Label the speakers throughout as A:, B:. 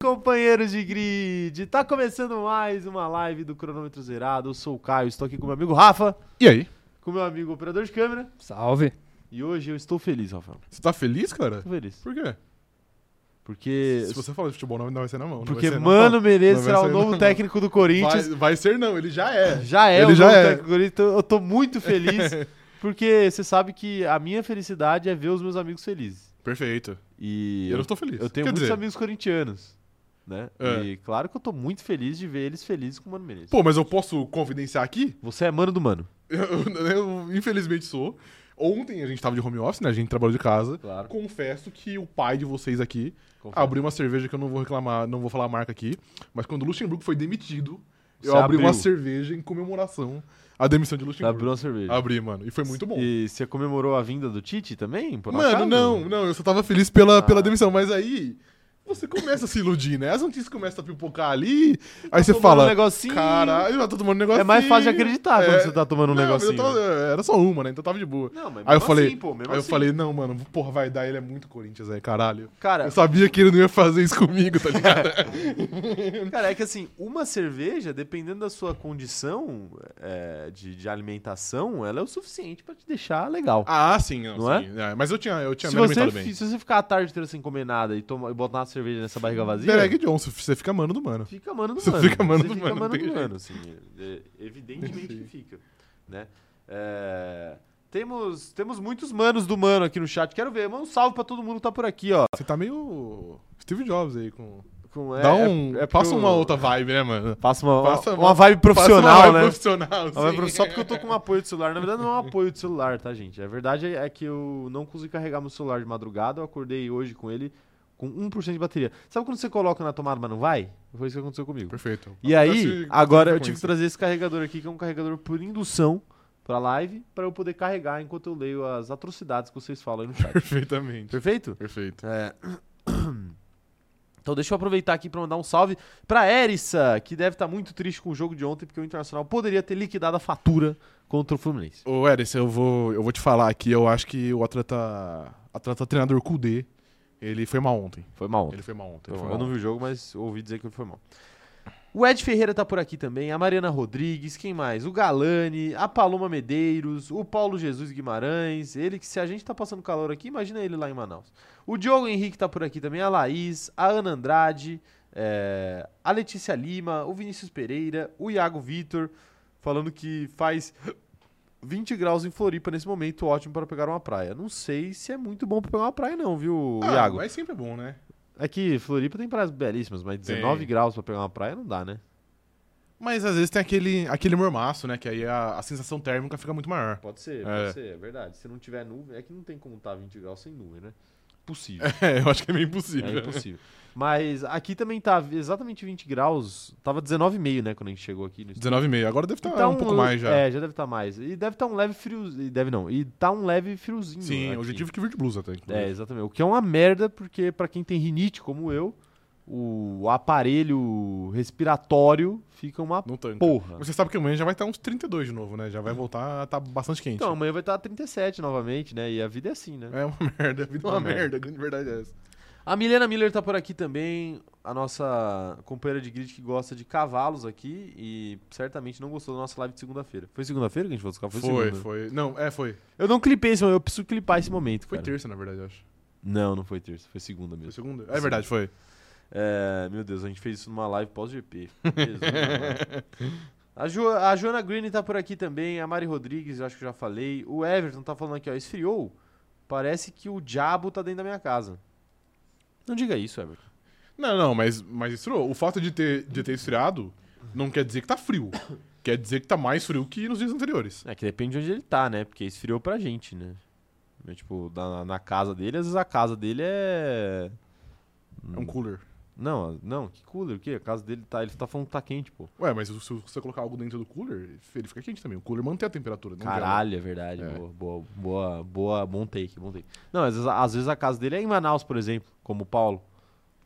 A: companheiros de grid! Tá começando mais uma live do Cronômetro Zerado. Eu sou o Caio, estou aqui com meu amigo Rafa,
B: E aí?
A: com meu amigo operador de câmera.
C: Salve.
A: E hoje eu estou feliz, Rafael.
B: Você tá feliz, cara?
A: Estou feliz.
B: Por quê?
A: Porque.
B: Se você falar de futebol, não não vai ser na mão. não vai
A: Porque
B: ser na
A: Mano
B: mão.
A: Menezes
B: Não vai
A: será o
B: ser,
A: novo
B: não.
A: técnico do Corinthians.
B: Vai, vai ser não, ele já é.
A: Já é
B: Ele
A: o
B: já
A: novo
B: é.
A: técnico do Corinthians. então Eu tô muito feliz, porque você sabe que a minha felicidade é ver os meus amigos felizes.
B: Perfeito.
A: E
B: Eu não tô feliz.
A: Eu tenho
B: Quer
A: muitos
B: dizer,
A: amigos corintianos, né?
B: É.
A: E claro que eu tô muito feliz de ver eles felizes com o Mano Menezes.
B: Pô, mas eu posso confidenciar aqui?
A: Você é mano do mano.
B: Eu, eu- eu, infelizmente sou. Ontem a gente tava de home office, né? A gente trabalhou de casa.
A: Claro.
B: Confesso que o pai de vocês aqui
A: Confesso.
B: abriu uma cerveja que eu não vou reclamar, não vou falar a marca aqui. Mas quando o Luxemburgo foi demitido, eu
A: Você
B: abri uma
A: abriu.
B: cerveja em comemoração à demissão de
A: Abriu
B: Luxemburgo.
A: uma cerveja.
B: Abri, mano. E foi muito bom.
A: E você comemorou a vinda do Tite também? por
B: Mano,
A: acaso?
B: não, não, eu só tava feliz pela,
A: Ah.
B: pela demissão, mas aí você começa a se iludir, né? As notícias começam a pipocar ali, aí você
A: Tomando
B: fala,
A: Um negocinho,
B: caralho, eu tô tomando um negocinho.
A: é mais fácil de acreditar quando
B: É,
A: você tá tomando um
B: não,
A: negocinho.
B: eu tava- era só uma, né? Então tava de boa.
A: Não, mas
B: aí eu
A: mesmo
B: falei,
A: assim, pô, mesmo
B: aí eu
A: assim.
B: falei, não, mano, porra, vai dar, ele é muito Corinthians aí, caralho.
A: Cara,
B: Eu sabia que ele não ia fazer isso comigo, tá ligado?
A: Cara, é que assim, uma cerveja, dependendo da sua condição é, de, de alimentação, ela é o suficiente pra te deixar legal.
B: ah, sim,
A: Não é?
B: sim. mas eu tinha, eu tinha
A: se,
B: me
A: você,
B: alimentado bem.
A: fi- se você ficar a tarde inteira sem comer nada e, tomar, e botar uma cerveja nessa barriga vazia,
B: Derek Johnson, você fica mano do mano.
A: fica mano do
B: Você
A: mano.
B: fica mano
A: Você
B: do
A: fica
B: mano,
A: mano
B: tem
A: do
B: jeito.
A: mano, assim. é- é- evidentemente que fica, né? É, temos, temos muitos manos do mano aqui no chat. Quero ver. Manda um salve pra todo mundo que tá por aqui, ó.
B: Você tá meio Steve Jobs aí com...
A: Com- é-
B: Dá
A: é-
B: um...
A: é porque
B: passa
A: eu-
B: uma outra vibe, né, mano?
A: Passa uma,
B: Passa
A: uma,
B: uma-
A: vibe profissional,
B: Passa uma vibe
A: né?
B: um Profissional,
A: Ah, mas
B: sim.
A: pro- só porque eu tô com um apoio de celular. Na verdade, não é um apoio de celular, tá, gente? A verdade é é que eu não consegui carregar meu celular de madrugada. Eu acordei hoje com ele com 1% de bateria. Sabe quando você coloca na tomada, mas não vai? Foi isso que aconteceu comigo.
B: Perfeito.
A: E aí,
B: Acontece com
A: agora eu
B: frequência.
A: tive que trazer esse carregador aqui, que é um carregador por indução pra live, pra eu poder carregar enquanto eu leio as atrocidades que vocês falam aí no chat.
B: Perfeitamente.
A: Perfeito?
B: Perfeito.
A: É. Então deixa eu aproveitar aqui pra mandar um salve pra Erissa, que deve estar muito triste com o jogo de ontem, porque o Internacional poderia ter liquidado a fatura contra o Fluminense.
B: Ô, Eris, eu vou, eu vou te falar aqui, eu acho que o atleta, atleta treinador Kudê, ele foi mal ontem.
A: Foi mal ontem.
B: Ele foi mal ontem.
A: Foi
B: ele
A: mal.
B: foi
A: eu
B: mal
A: não vi o jogo, mas ouvi dizer que ele foi mal. O Ed Ferreira tá por aqui também, a Mariana Rodrigues, quem mais? O Galani, a Paloma Medeiros, o Paulo Jesus Guimarães, ele que se a gente tá passando calor aqui, imagina ele lá em Manaus. O Diogo Henrique tá por aqui também, a Laís, a Ana Andrade, é, a Letícia Lima, o Vinícius Pereira, o Iago Vitor, falando que faz 20 graus em Floripa nesse momento, ótimo para pegar uma praia. Não sei se é muito bom pra pegar uma praia não, viu,
B: ontem. Ah,
A: Iago?
B: mas sempre é bom, né?
A: É que Floripa tem praias belíssimas, mas
B: Tem.
A: 19 graus pra pegar uma praia não dá, né?
B: Mas às vezes tem aquele, aquele mormaço, né? Que aí a, a sensação térmica fica muito maior.
A: Pode ser,
B: pode É.
A: ser, é verdade. Se não tiver nuvem, é que não tem como estar 20 graus sem nuvem, né? Possível.
B: É, eu acho que é meio impossível.
A: É impossível. Mas aqui também tá exatamente 20 graus. Tava 19,5, né, quando a gente chegou aqui no estúdio.
B: 19,5. Agora deve estar
A: Tá
B: um pouco mais já.
A: É, já deve estar mais. E deve estar um leve friozinho. E deve não. E tá um leve friozinho.
B: Sim,
A: aqui.
B: hoje eu tive que vir de né? blusa até. inclusive.
A: É, exatamente. O que é uma merda, porque pra quem tem rinite como eu, o aparelho respiratório fica uma
B: Não tanto.
A: porra.
B: Você sabe que amanhã já vai estar uns 32 de novo, né? Já vai voltar a tá bastante quente.
A: Então, amanhã vai estar 37 novamente, né? E a vida é assim, né?
B: É uma merda, a vida é uma
A: Uma merda.
B: merda, a grande verdade é essa.
A: A Milena Miller tá por aqui também, a nossa companheira de grid que gosta de cavalos aqui e certamente não gostou da nossa live de segunda-feira. Foi segunda-feira que a gente falou dos cavalos?
B: Foi,
A: segunda.
B: foi. Não, é, foi.
A: Eu não clipei esse momento, eu preciso clipar esse momento,
B: Foi
A: cara.
B: terça, na verdade, eu acho.
A: Não, não foi terça, foi segunda
B: Foi
A: mesmo.
B: segunda? É
A: Sim.
B: verdade, foi.
A: É, meu Deus, a gente fez isso numa live pós-GP. Jesus, mano. A, Jo- a Joana Green tá por aqui também, a Mari Rodrigues, eu acho que eu já falei. O Everton tá falando aqui, ó, esfriou? Parece que o diabo tá dentro da minha casa. Não diga isso, Everton.
B: Não, não, mas, mas esfriou. O fato de ter, de ter esfriado não quer dizer que tá frio. Quer dizer que tá mais frio que nos dias anteriores.
A: É que depende de onde ele tá, né? Porque esfriou pra gente, né? Mas, tipo, na, na casa dele, às vezes a casa dele é.
B: É um cooler.
A: Não, não, que cooler, o quê? A casa dele tá. Ele tá falando que tá quente, pô.
B: Ué, mas se você colocar algo dentro do cooler, ele fica quente também. O cooler mantém a temperatura. Não gela.
A: Caralho, é verdade.
B: né? É.
A: Boa, boa, boa, boa, bom take, bom take. Não, às vezes, às vezes a casa dele é em Manaus, por exemplo, como o Paulo.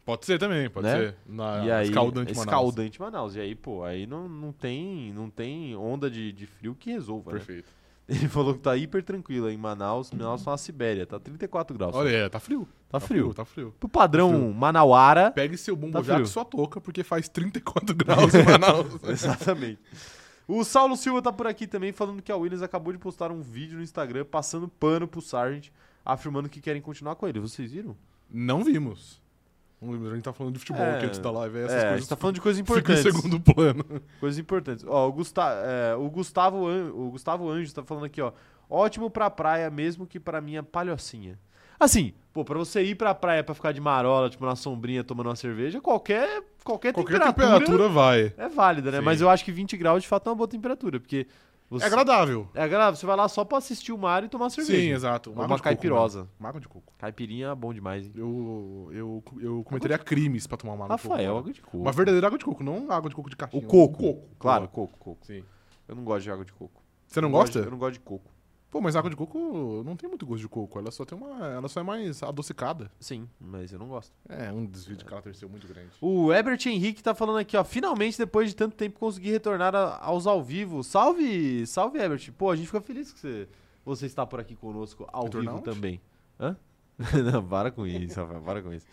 B: Pode ser também, pode
A: Né?
B: ser. Na
A: e aí,
B: Ah, escaldante Manaus.
A: escaldante Manaus. E aí, pô, aí não, não, tem, não tem onda de, de frio que resolva, né?
B: Perfeito.
A: Ele falou que tá hiper tranquilo em Manaus. Manaus tá na Sibéria, tá 34 graus.
B: Olha, é, tá frio.
A: tá frio.
B: Tá frio.
A: Pro padrão
B: Tá frio.
A: manauara.
B: Pegue seu bumbo
A: Tá
B: já
A: frio.
B: e sua touca, porque faz 34 graus em Manaus.
A: Exatamente. O Saulo Silva tá por aqui também falando que a Williams acabou de postar um vídeo no Instagram passando pano pro Sargent, afirmando que querem continuar com ele. Vocês viram?
B: Não vimos. Não vimos, a gente tá falando de futebol
A: É.
B: aqui antes da live,
A: É,
B: essas
A: a
B: coisas
A: gente tá falando de coisas
B: ficam em
A: importantes.
B: segundo plano.
A: Coisas importantes. Ó, o, Gusta é, o Gustavo An- o Gustavo Anjos tá falando aqui, ó. Ótimo pra praia, mesmo que pra minha palhocinha. Assim, pô, pra você ir pra praia pra ficar de marola, tipo, na sombrinha tomando uma cerveja, qualquer, qualquer,
B: Qualquer
A: É temperatura,
B: temperatura vai.
A: é válida, né?
B: Sim.
A: Mas eu acho que 20 graus de fato é uma boa temperatura, porque. Você,
B: É agradável.
A: é agradável, você vai lá só pra assistir o mar e tomar cerveja.
B: Sim, exato.
A: Ou
B: água
A: uma
B: de coco, né?
A: caipirosa.
B: Uma água de coco.
A: Caipirinha é bom demais, hein?
B: Eu, eu, eu cometeria crimes pra tomar uma água de
A: Rafael,
B: coco. né?
A: água de coco.
B: Uma verdadeira água de coco, não água de coco de
A: O
B: caixinha. um
A: coco.
B: coco.
A: Claro, coco, coco.
B: Sim.
A: Eu não gosto de água de coco.
B: Você não
A: Eu gosto de-
B: gosta?
A: Eu não gosto de coco.
B: Pô, mas água de coco não tem muito gosto de coco. Ela só tem uma. Ela só é mais adocicada.
A: Sim, mas eu não gosto.
B: É, um desvio de caráter seu muito grande.
A: O Ebert Henrique tá falando aqui, ó. Finalmente, depois de tanto tempo, consegui retornar a- aos ao vivo. Salve, salve, Ebert. Pô, a gente fica feliz que você, você está por aqui conosco ao
B: Retornar
A: vivo
B: onde?
A: também. Hã? Não, para com isso, Rafael, para com isso.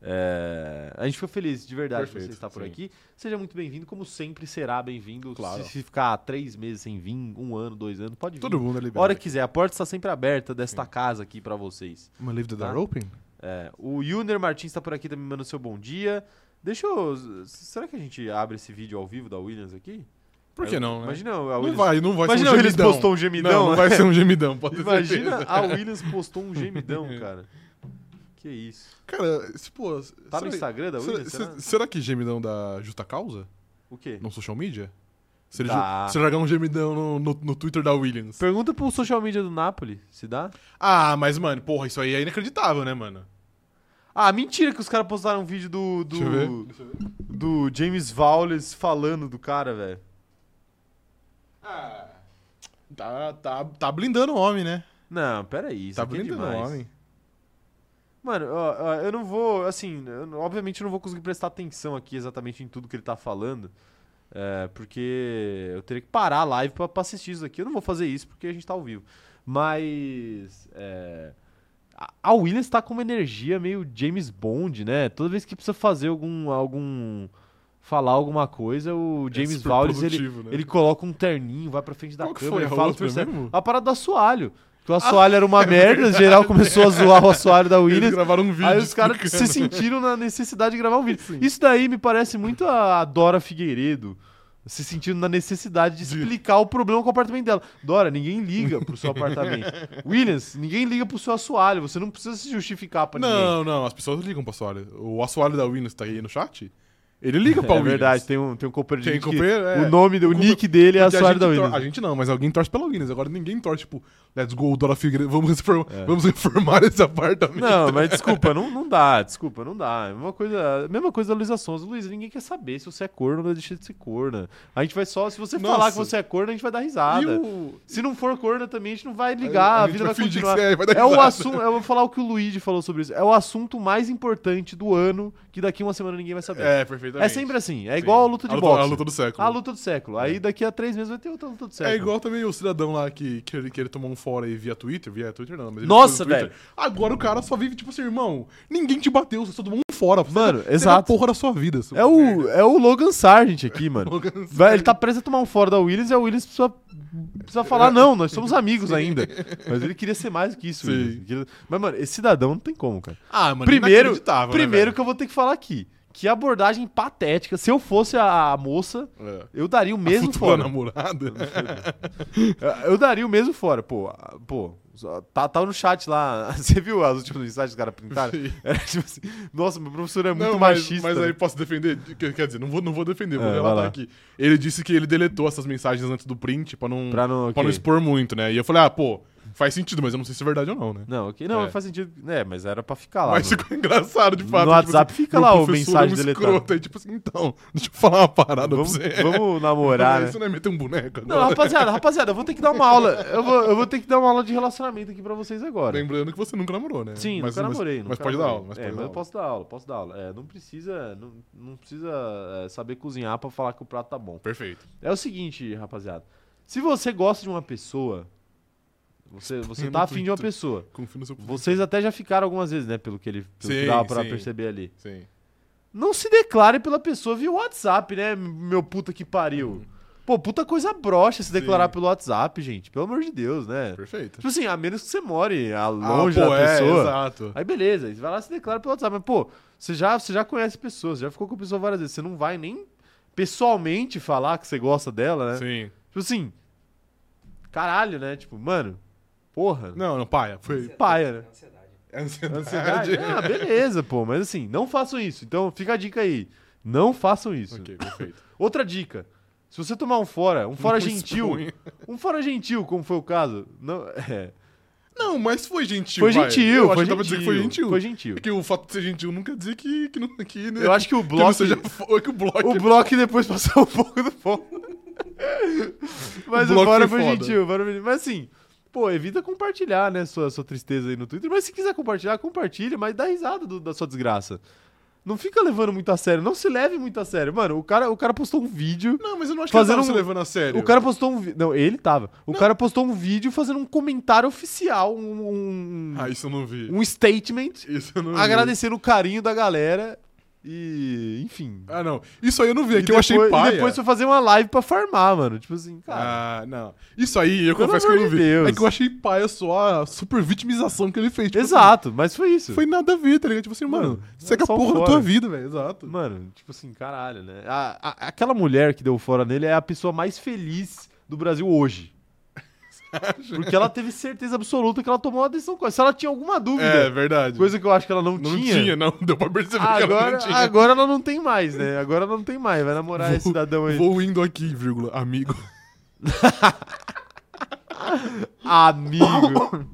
A: É, a gente fica feliz, de verdade, que você
B: Perfeito,
A: está por
B: sim.
A: aqui. Seja muito bem-vindo, como sempre será bem-vindo.
B: Claro.
A: Se, se ficar três meses sem vir, um ano, dois anos, pode vir.
B: Todo mundo é liberado.
A: Hora que quiser, a porta está sempre aberta desta casa aqui para vocês.
B: Uma livre da
A: Tá?
B: open?
A: É, o Yuner Martins tá por aqui também mandando seu bom dia. Deixa eu. Será que a gente abre esse vídeo ao vivo da Williams aqui?
B: Por que
A: Eu-
B: não, né?
A: Imagina a
B: não
A: Williams.
B: vai, não vai
A: imagina
B: ser
A: a
B: um
A: Williams
B: gemidão.
A: postou um
B: Não,
A: gemidão.
B: não
A: né?
B: vai ser um gemidão, pode ter
A: Imagina
B: certeza.
A: a Williams postou um gemidão, cara. Que isso.
B: Cara, se pô.
A: Tá no Instagram da
B: será,
A: Williams? será?
B: se- será que gemidão da justa causa?
A: O quê?
B: No social media? Se ele,
A: Dá.
B: jo- se ele jogar um gemidão no, no, no Twitter da Williams.
A: Pergunta pro social media do Napoli, se dá?
B: Ah, mas, mano, porra, isso aí é inacreditável, né, mano?
A: Ah, mentira que os caras postaram um vídeo do.
B: Deixa eu ver.
A: do, do James Vowles falando do cara, velho.
B: Ah, tá, tá, tá blindando o homem, né?
A: Não, peraí. Isso
B: tá
A: aqui é
B: blindando o
A: demais.
B: homem.
A: Mano, ó, ó, eu não vou, assim, eu não- obviamente eu não vou conseguir prestar atenção aqui exatamente em tudo que ele tá falando, é, porque eu teria que parar a live pra, pra assistir isso aqui. Eu não vou fazer isso porque a gente tá ao vivo. Mas. é, a- a Williams tá com uma energia meio James Bond, né? Toda vez que precisa fazer algum. algum falar alguma coisa, o
B: É
A: James
B: super
A: Valdes ele,
B: produtivo, né?
A: ele coloca um terninho, vai pra frente da
B: Qual que
A: câmera
B: foi
A: e
B: a
A: fala
B: outra
A: pro Sérgio-
B: mesmo? Ah. É
A: A parada do assoalho. Que o assoalho era uma merda, o geral começou a zoar o assoalho da
B: Eles
A: Williams.
B: gravaram um vídeo.
A: Aí os caras se
B: explicando.
A: sentiram na necessidade de gravar um vídeo. Isso daí me parece muito a Dora Figueiredo se sentindo na necessidade de explicar o problema com o apartamento dela. Dora, ninguém liga pro seu apartamento. Williams, ninguém liga pro seu assoalho. Você não precisa se justificar pra ninguém.
B: Não, não, as pessoas ligam pro assoalho. O assoalho da Williams tá aí no chat? Ele liga pra
A: é
B: Williams.
A: verdade, tem um, tem um companheiro de
B: Tem
A: gente que
B: companheiro, é.
A: O nome, do- o
B: Porque
A: nick dele é
B: Porque a
A: assoalho
B: gente
A: da
B: tor-
A: Williams.
B: A gente não, mas alguém torce pela Williams. Agora ninguém torce, tipo, let's go, Dora Figueiredo, vamos, reform- vamos reformar esse apartamento.
A: É. Não, mas desculpa, não, não dá, desculpa, não dá. É uma coisa, a mesma coisa da Luísa Sonza. Luísa, ninguém quer saber se você é corno ou deixa de ser corna. A gente vai só, se você falar
B: Nossa.
A: que você é corno, a gente vai dar risada.
B: E o...
A: Se não for corna também, a gente não vai ligar, a,
B: gente
A: vida vai,
B: fingir que
A: continuar.
B: você vai dar
A: É o
B: risada.
A: assunto, eu vou falar o que o Luigi falou sobre isso. É o assunto mais importante do ano que daqui uma semana ninguém vai saber. É,
B: É, perfeitamente.
A: sempre assim, é
B: Sim.
A: igual a luta de boxe.
B: A luta do século.
A: A luta do século. Aí daqui a três meses vai ter outra luta do século.
B: É igual também o cidadão lá que, que, ele, que ele tomou um fora aí via Twitter, via Twitter não, mas ele
A: Nossa,
B: foi no Twitter. Agora o cara só vive tipo assim, irmão, ninguém te bateu, você só tomou um fora. Você
A: Mano,
B: teve a
A: exato.
B: porra da sua vida. seu
A: É o,
B: merda.
A: é o Logan Sargent aqui, mano.
B: Logan
A: Vai, ele tá preso a tomar um fora da Williams e a Williams precisa, precisa falar, não, nós somos amigos ainda. Mas ele queria ser mais do que isso,
B: Sim.
A: Williams. Ele queria- Mas, mano, esse cidadão não tem como, cara.
B: Ah, mano,
A: primeiro
B: inacreditável, né,
A: primeiro
B: velho?
A: que eu vou ter que falar aqui, que abordagem patética. Se eu fosse a, a moça,
B: É.
A: eu daria o mesmo
B: Futura
A: fora. É
B: namorada.
A: Eu daria o mesmo fora, pô. ah, Pô, só- tá, tá no chat lá. Você viu as últimas mensagens que os caras printaram?
B: Sim.
A: Era tipo assim, nossa, meu professor é muito
B: não, mas,
A: machista.
B: mas
A: né?
B: aí posso defender? Quer quer dizer, não vou, não vou defender, vou
A: É, vai
B: relatar
A: lá.
B: aqui. Ele disse que ele deletou essas mensagens antes do print pra não,
A: Pra não- ok.
B: expor muito, né? E eu falei, ah, pô, faz sentido, mas eu não sei se é verdade ou não, né?
A: Não, ok. Não,
B: É.
A: faz sentido. É, mas era pra ficar lá.
B: Mas
A: mano.
B: ficou engraçado, de fato. tipo assim,
A: No WhatsApp fica
B: meu
A: lá o
B: professor
A: mensagem
B: é um
A: deletada.
B: escroto. Aí, tipo assim, então, deixa eu falar uma parada
A: Vamos,
B: pra você.
A: vamos namorar, né?
B: Isso não é meter um boneco agora.
A: Não, rapaziada, rapaziada, eu vou ter que dar uma aula. Eu vou, eu vou ter que dar uma aula de relacionamento aqui pra vocês agora.
B: Lembrando que você nunca namorou, né?
A: Sim,
B: mas,
A: nunca
B: mas-
A: namorei.
B: Mas,
A: nunca
B: pode dar
A: namorei.
B: aula. Mas
A: é,
B: pode
A: mas
B: dar
A: eu
B: aula.
A: posso dar aula, posso dar aula. É, não precisa, não, não precisa é, saber cozinhar pra falar que o prato tá bom.
B: Perfeito.
A: É o seguinte, rapaziada. Se você gosta de uma pessoa, Você, você
B: Spam
A: tá
B: no
A: afim de uma
B: Twitter.
A: pessoa.
B: Confio no seu
A: Vocês até já ficaram algumas vezes, né? Pelo que ele pelo que
B: Sim,
A: dava pra
B: sim.
A: perceber ali.
B: Sim.
A: Não se declare pela pessoa via WhatsApp, né? Meu puta que pariu. Pô, puta coisa broxa se declarar
B: Sim.
A: pelo WhatsApp, gente. Pelo amor de Deus, né?
B: Perfeito.
A: Tipo assim, a menos que você more a
B: Ah,
A: longe
B: pô,
A: da
B: é,
A: pessoa.
B: exato.
A: Aí beleza, aí você vai lá e se declara pelo WhatsApp. Mas, pô, você já, você já conhece a pessoa, você já ficou com a pessoa várias vezes. Você não vai nem pessoalmente falar que você gosta dela, né?
B: Sim.
A: Tipo assim, caralho, né? Tipo, mano, porra.
B: Não, não, paia. Foi.
A: Paia, né?
C: Ansiedade.
B: É ansiedade.
A: Ansiedade. Ah, beleza, pô. Mas assim, não façam isso. Então fica a dica aí. Não façam isso.
B: Ok, perfeito.
A: Outra dica. Se você tomar um fora, um fora
B: Não
A: gentil.
B: expunha.
A: Um fora gentil, como foi o caso. Não, é.
B: Não, mas foi gentil.
A: Foi
B: vai.
A: gentil,
B: Eu acho
A: foi,
B: que dá pra dizer
A: gentil
B: que foi gentil.
A: Foi gentil.
B: É que o fato de ser gentil nunca dizer que, que não. Que, né,
A: Eu acho que o
B: que não
A: bloco.
B: seja fo- é que o bloco.
A: O bloco depois passou um pouco do fogo. Mas
B: O bloco
A: o fora
B: foi
A: foi
B: foda.
A: gentil. o fora foi gentil. Mas assim, pô, evita compartilhar, né, sua, sua tristeza aí no Twitter. Mas se quiser compartilhar, compartilha, mas dá risada do- da sua desgraça. Não fica levando muito a sério, não se leve muito a sério. Mano, o cara, o cara postou um vídeo.
B: Não, mas eu não acho
A: Fazendo
B: que ele tava
A: um-
B: se levando a sério.
A: O cara postou um vi- Não, ele tava. O cara postou um vídeo fazendo um comentário oficial, um, um,
B: Ah, isso eu não vi.
A: um statement,
B: Isso eu não vi.
A: agradecendo o carinho da galera. E, enfim,
B: Ah, não. Isso aí eu não vi, é
A: E
B: que eu achei
A: depois-
B: paia.
A: E depois foi fazer uma live pra farmar, mano. Tipo assim, cara.
B: Ah, não. Isso aí eu
A: Pelo
B: confesso que eu
A: amor
B: não
A: de
B: vi.
A: Deus.
B: É que eu achei paia só a super vitimização que ele fez. Tipo
A: exato, mas foi isso.
B: assim, foi nada a ver, tá ligado? Tipo assim, mano,
A: Mano, é
B: segue a
A: só um
B: porra da
A: fora.
B: tua vida, velho. Exato.
A: Mano, tipo assim, caralho, né? A- a- aquela mulher que deu fora nele é a pessoa mais feliz do Brasil hoje. Porque ela teve certeza absoluta que ela tomou uma decisão correta. Se ela tinha alguma
B: É,
A: dúvida,
B: verdade.
A: coisa que eu acho que ela não,
B: não
A: tinha.
B: tinha. não. Deu pra perceber que ela
A: Agora,
B: não tinha.
A: agora ela não tem mais, né? Agora ela não tem mais. Vai namorar esse cidadão aí.
B: Vou indo aqui, vírgula, amigo.
A: Amigo.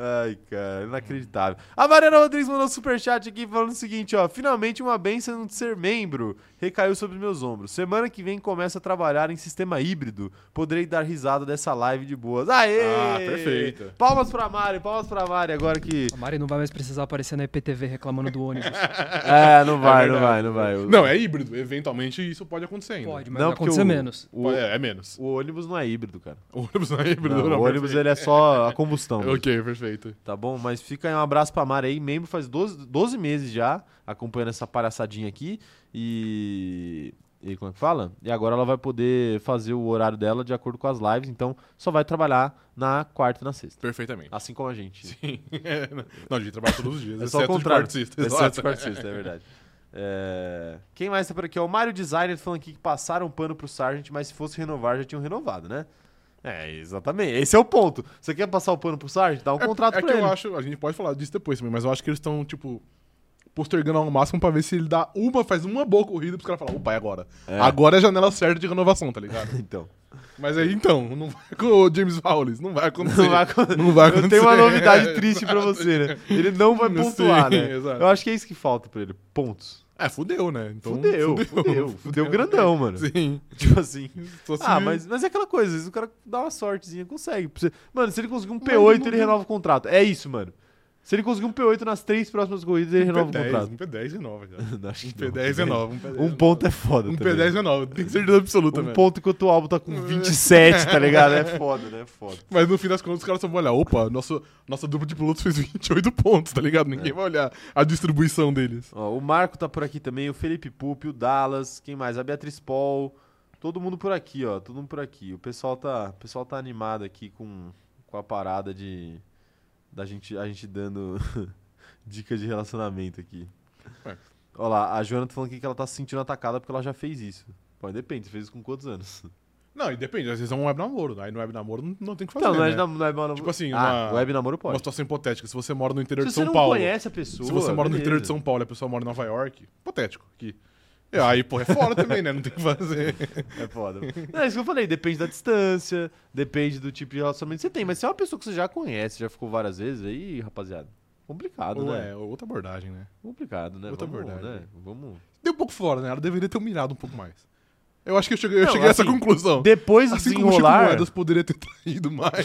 A: Ai, cara, inacreditável. A Mariana Rodrigues mandou um superchat aqui falando o seguinte, ó. Finalmente uma benção de ser membro recaiu sobre meus ombros. Semana que vem começo a trabalhar em sistema híbrido. Poderei dar risada dessa live de boas. Aê!
B: Ah, perfeito.
A: Palmas pra Mari, palmas pra Mari, agora que...
C: A Mari não vai mais precisar aparecer na EPTV reclamando do ônibus.
A: É, não vai,
B: É
A: não vai,
B: verdade.
A: não vai.
B: Não, é híbrido. Eventualmente isso pode acontecer ainda.
C: Pode, mas
A: Não,
C: vai
A: porque
C: acontecer
A: o-
C: menos.
A: O,
B: É, é menos.
A: o ônibus não é híbrido, cara.
B: O ônibus não é híbrido.
A: Não,
B: não,
A: o ônibus
B: perfeito. É
A: ele é só a combustão. mesmo.
B: Ok, perfeito.
A: Tá bom? Mas fica aí um abraço pra Mari aí, membro faz 12, 12 meses já, acompanhando essa palhaçadinha aqui. E. E como é que fala? E agora ela vai poder fazer o horário dela de acordo com as lives, então só vai trabalhar na quarta e na sexta.
B: Perfeitamente. É,
A: Assim como a gente.
B: não, a gente trabalha todos os dias.
A: é só o
B: exceto de
A: contrário.
B: quartista,
A: Exceto
B: exato.
A: de quarta e sexta, é verdade. É, Quem mais tá por aqui? É o Mário Designer falando aqui que passaram pano pro Sargent, mas se fosse renovar já tinham renovado, né? É, exatamente. Esse é o ponto. Você quer passar o pano pro Sargent? Dá um
B: É-
A: contrato
B: é,
A: pra
B: que
A: ele.
B: eu acho, a gente pode falar disso depois também, mas eu acho que eles estão, tipo, postergando ao máximo pra ver se ele dá uma, faz uma boa corrida pros caras falar, opa, é agora.
A: É.
B: Agora é a janela certa de renovação, tá ligado?
A: Então.
B: mas aí então, não vai com o James Fowles, não vai acontecer.
A: Não vai acontecer.
B: Não vai
A: Eu tenho uma
B: acontecer.
A: novidade triste pra você, né? Ele não vai
B: Não
A: pontuar,
B: sei,
A: né?
B: exato.
A: Eu acho que é isso que falta pra ele. Pontos.
B: É, fudeu, né? Então,
A: fudeu, fudeu, fudeu. grandão, mano.
B: Sim. né?
A: Tipo assim.
B: Só se-
A: Ah, mas, mas é aquela coisa, às vezes o cara dá uma sortezinha, consegue. Você- Mano, se ele conseguir um
B: não
A: P8, ele
B: deu.
A: renova o contrato. É isso, mano. Se ele conseguir um P8 nas três próximas corridas, ele
B: Um
A: renova o
B: P10,
A: contrato.
B: Um P10 renova já.
A: Não, acho
B: Um
A: que não.
B: P10 renova. Um, P10
A: Um ponto é foda,
B: Um
A: também.
B: P10 renova, tem certeza absoluta,
A: Um
B: velho.
A: ponto enquanto o álbum tá com 27, tá ligado? É foda, né? É foda.
B: Mas no fim das contas, os caras só vão olhar. Opa, nosso, nossa dupla de pilotos fez 28 pontos, tá ligado?
A: É.
B: Ninguém vai olhar a distribuição deles.
A: Ó, o Marco tá por aqui também, o Felipe Pupi, o Dallas, quem mais? A Beatriz Paul, todo mundo por aqui, ó, todo mundo por aqui. O pessoal tá, o pessoal tá animado aqui com, com a parada de da gente, a gente dando dica de relacionamento aqui.
B: Ué.
A: Ó lá, a Joana tá falando aqui que ela tá se sentindo atacada porque ela já fez isso. Pô, depende, você fez isso com quantos anos?
B: Não, e depende, às vezes é um web namoro. Aí no web namoro não, não tem o que fazer.
A: Então, não é,
B: né?
A: na- não é namoro.
B: Tipo assim,
A: ah,
B: uma-
A: web namoro
B: Uma
A: pode.
B: situação hipotética. Se você mora no interior
A: Se
B: de
A: você
B: São
A: não
B: Paulo.
A: conhece a pessoa.
B: se você mora no interior de
A: beleza.
B: São Paulo e a pessoa mora em Nova York, hipotético. Que... É, Aí, pô, é fora também, né? Não tem o que fazer.
A: É foda. Não, é isso que eu falei. Depende da distância, depende do tipo de relacionamento que você tem. Mas se é uma pessoa que você já conhece, já ficou várias vezes, aí, rapaziada, complicado,
B: Ou
A: né?
B: é, outra abordagem, né?
A: Complicado, né?
B: Outra
A: Vamos,
B: abordagem.
A: né? Vamos.
B: Deu um pouco fora, né? Ela deveria ter humilhado um pouco mais. Eu acho que eu cheguei, eu
A: Não,
B: cheguei a essa
A: assim,
B: conclusão.
A: Depois do
B: Assim como o Chico
A: desenrolar,
B: Moedas poderia ter traído mais.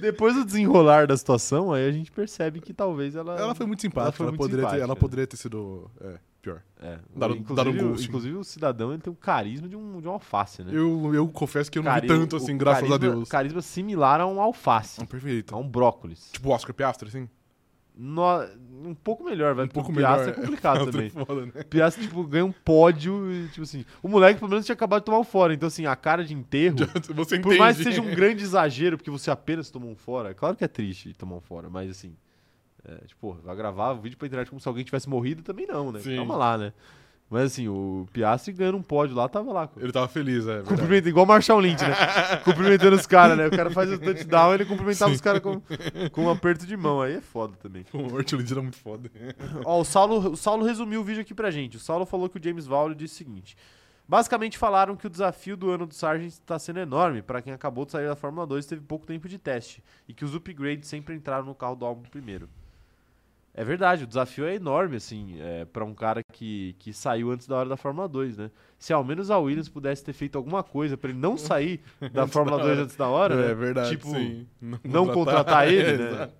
A: depois do desenrolar da situação, aí a gente percebe que talvez ela
B: Ela foi muito simpática.
A: foi
B: Ela,
A: muito
B: poderia, ter,
A: simpática,
B: ela
A: né?
B: poderia ter sido é, pior.
A: É.
B: Dar um-
A: inclusive,
B: dar um
A: o-
B: gol, sim.
A: inclusive o cidadão ele tem o carisma de um, de um alface, né?
B: Eu, eu confesso que eu não
A: Cari-
B: vi tanto
A: o-
B: assim,
A: o
B: graças a
A: carisma-
B: Deus.
A: o Carisma similar a um alface,
B: Ah, Perfeito.
A: a um brócolis.
B: Tipo Oscar Piastra, assim?
A: No- um pouco melhor, vai,
B: Um
A: porque
B: pouco
A: o Piazza é
B: melhor, é.
A: complicado também.
B: Foda, né?
A: O Piazza, tipo, ganha um pódio e, tipo assim... O moleque, pelo menos, tinha acabado de tomar um fora. Então, assim, a cara de enterro...
B: Você entende.
A: Por mais que seja um grande exagero, porque você apenas tomou um fora, claro que é triste tomar um fora, mas assim, é, tipo, porra, vai gravar o vídeo pra internet como se alguém tivesse morrido também não, né?
B: Sim.
A: Calma lá, né? Mas assim, o Piastri ganhando um pódio lá, tava lá.
B: Ele tava feliz, é. verdade.
A: Cumprimenta, igual o Marshall Lynch, né? Cumprimentando os caras, né? O cara faz o touchdown ele cumprimentava os caras com, com um aperto de mão. Aí é foda também.
B: Pô, O Ortiz era muito foda.
A: Ó, o Saulo, o Saulo resumiu o vídeo aqui pra gente. O Saulo falou que o James Valdo disse o seguinte: Basicamente falaram que o desafio do ano do Sargent está sendo enorme para quem acabou de sair da Fórmula 2 e teve pouco tempo de teste, e que os upgrades sempre entraram no carro do álbum primeiro. É verdade, o desafio é enorme, assim, é, para um cara que, que saiu antes da hora da Fórmula 2, né? Se ao menos a Williams pudesse ter feito alguma coisa para ele não sair da Fórmula
B: da
A: 2
B: hora.
A: antes da hora, né?
B: é verdade.
A: tipo,
B: sim. É,
A: não contratar ele, né?
B: exato.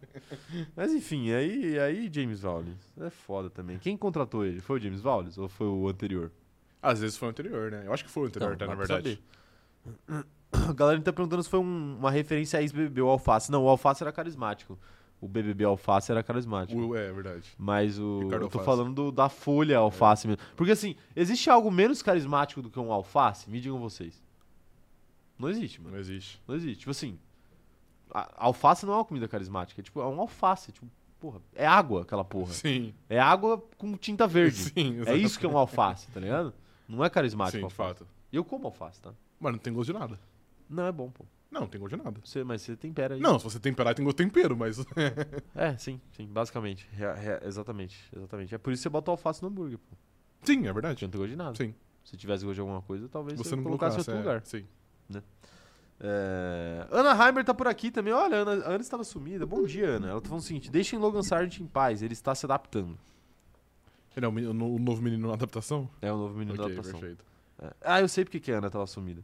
A: Mas enfim, aí, aí James Valdes. É foda também. Quem contratou ele? Foi o James Valdes ou foi o anterior?
B: Às vezes foi o anterior, né? Eu acho que foi o anterior,
A: Não,
B: tá?
A: dá
B: Na
A: pra
B: verdade.
A: A galera tá perguntando se foi um- uma referência a ex-BBB, o Alface. Não, o Alface era carismático. O BBB Alface era carismático.
B: O- é, é verdade.
A: Mas o.
B: Ricardo
A: eu tô
B: Alface.
A: falando do- da folha alface mesmo. Porque assim, existe algo menos carismático do que um alface? Me digam vocês. Não existe, mano.
B: Não existe.
A: Não existe. Tipo assim, a- alface não é uma comida carismática. É tipo, é um alface. Tipo, porra, é água aquela porra.
B: Sim.
A: É água com tinta verde.
B: Sim,
A: é isso que é um alface, tá ligado? Não é carismático.
B: Sim, de
A: alface.
B: fato.
A: Eu como alface, tá?
B: Mas não tem gosto de nada.
A: Não é bom, pô.
B: Não, não tem gosto de nada.
A: Você, mas você tempera aí.
B: Não, se você temperar, tem gosto de tempero, mas.
A: É, sim, sim, basicamente. Rea- rea- exatamente, exatamente. É por isso que você bota o alface no hambúrguer, pô.
B: Sim, é
A: Porque
B: verdade.
A: não tem gosto de nada.
B: Sim.
A: Se tivesse gosto de alguma coisa, talvez você,
B: Você não
A: colocasse
B: colocasse
A: em outro
B: é,
A: lugar.
B: Sim.
A: É, Ana Heimer tá por aqui também. Olha, a Ana, a Ana estava sumida. Bom dia, Ana. Ela tá falando o seguinte: deixem Logan Sargent em paz, ele está se adaptando.
B: Ele é o, menino- o novo menino na adaptação?
A: É o novo menino
B: ok,
A: da adaptação.
B: perfeito.
A: É. Ah, eu sei porque que a Ana tava sumida.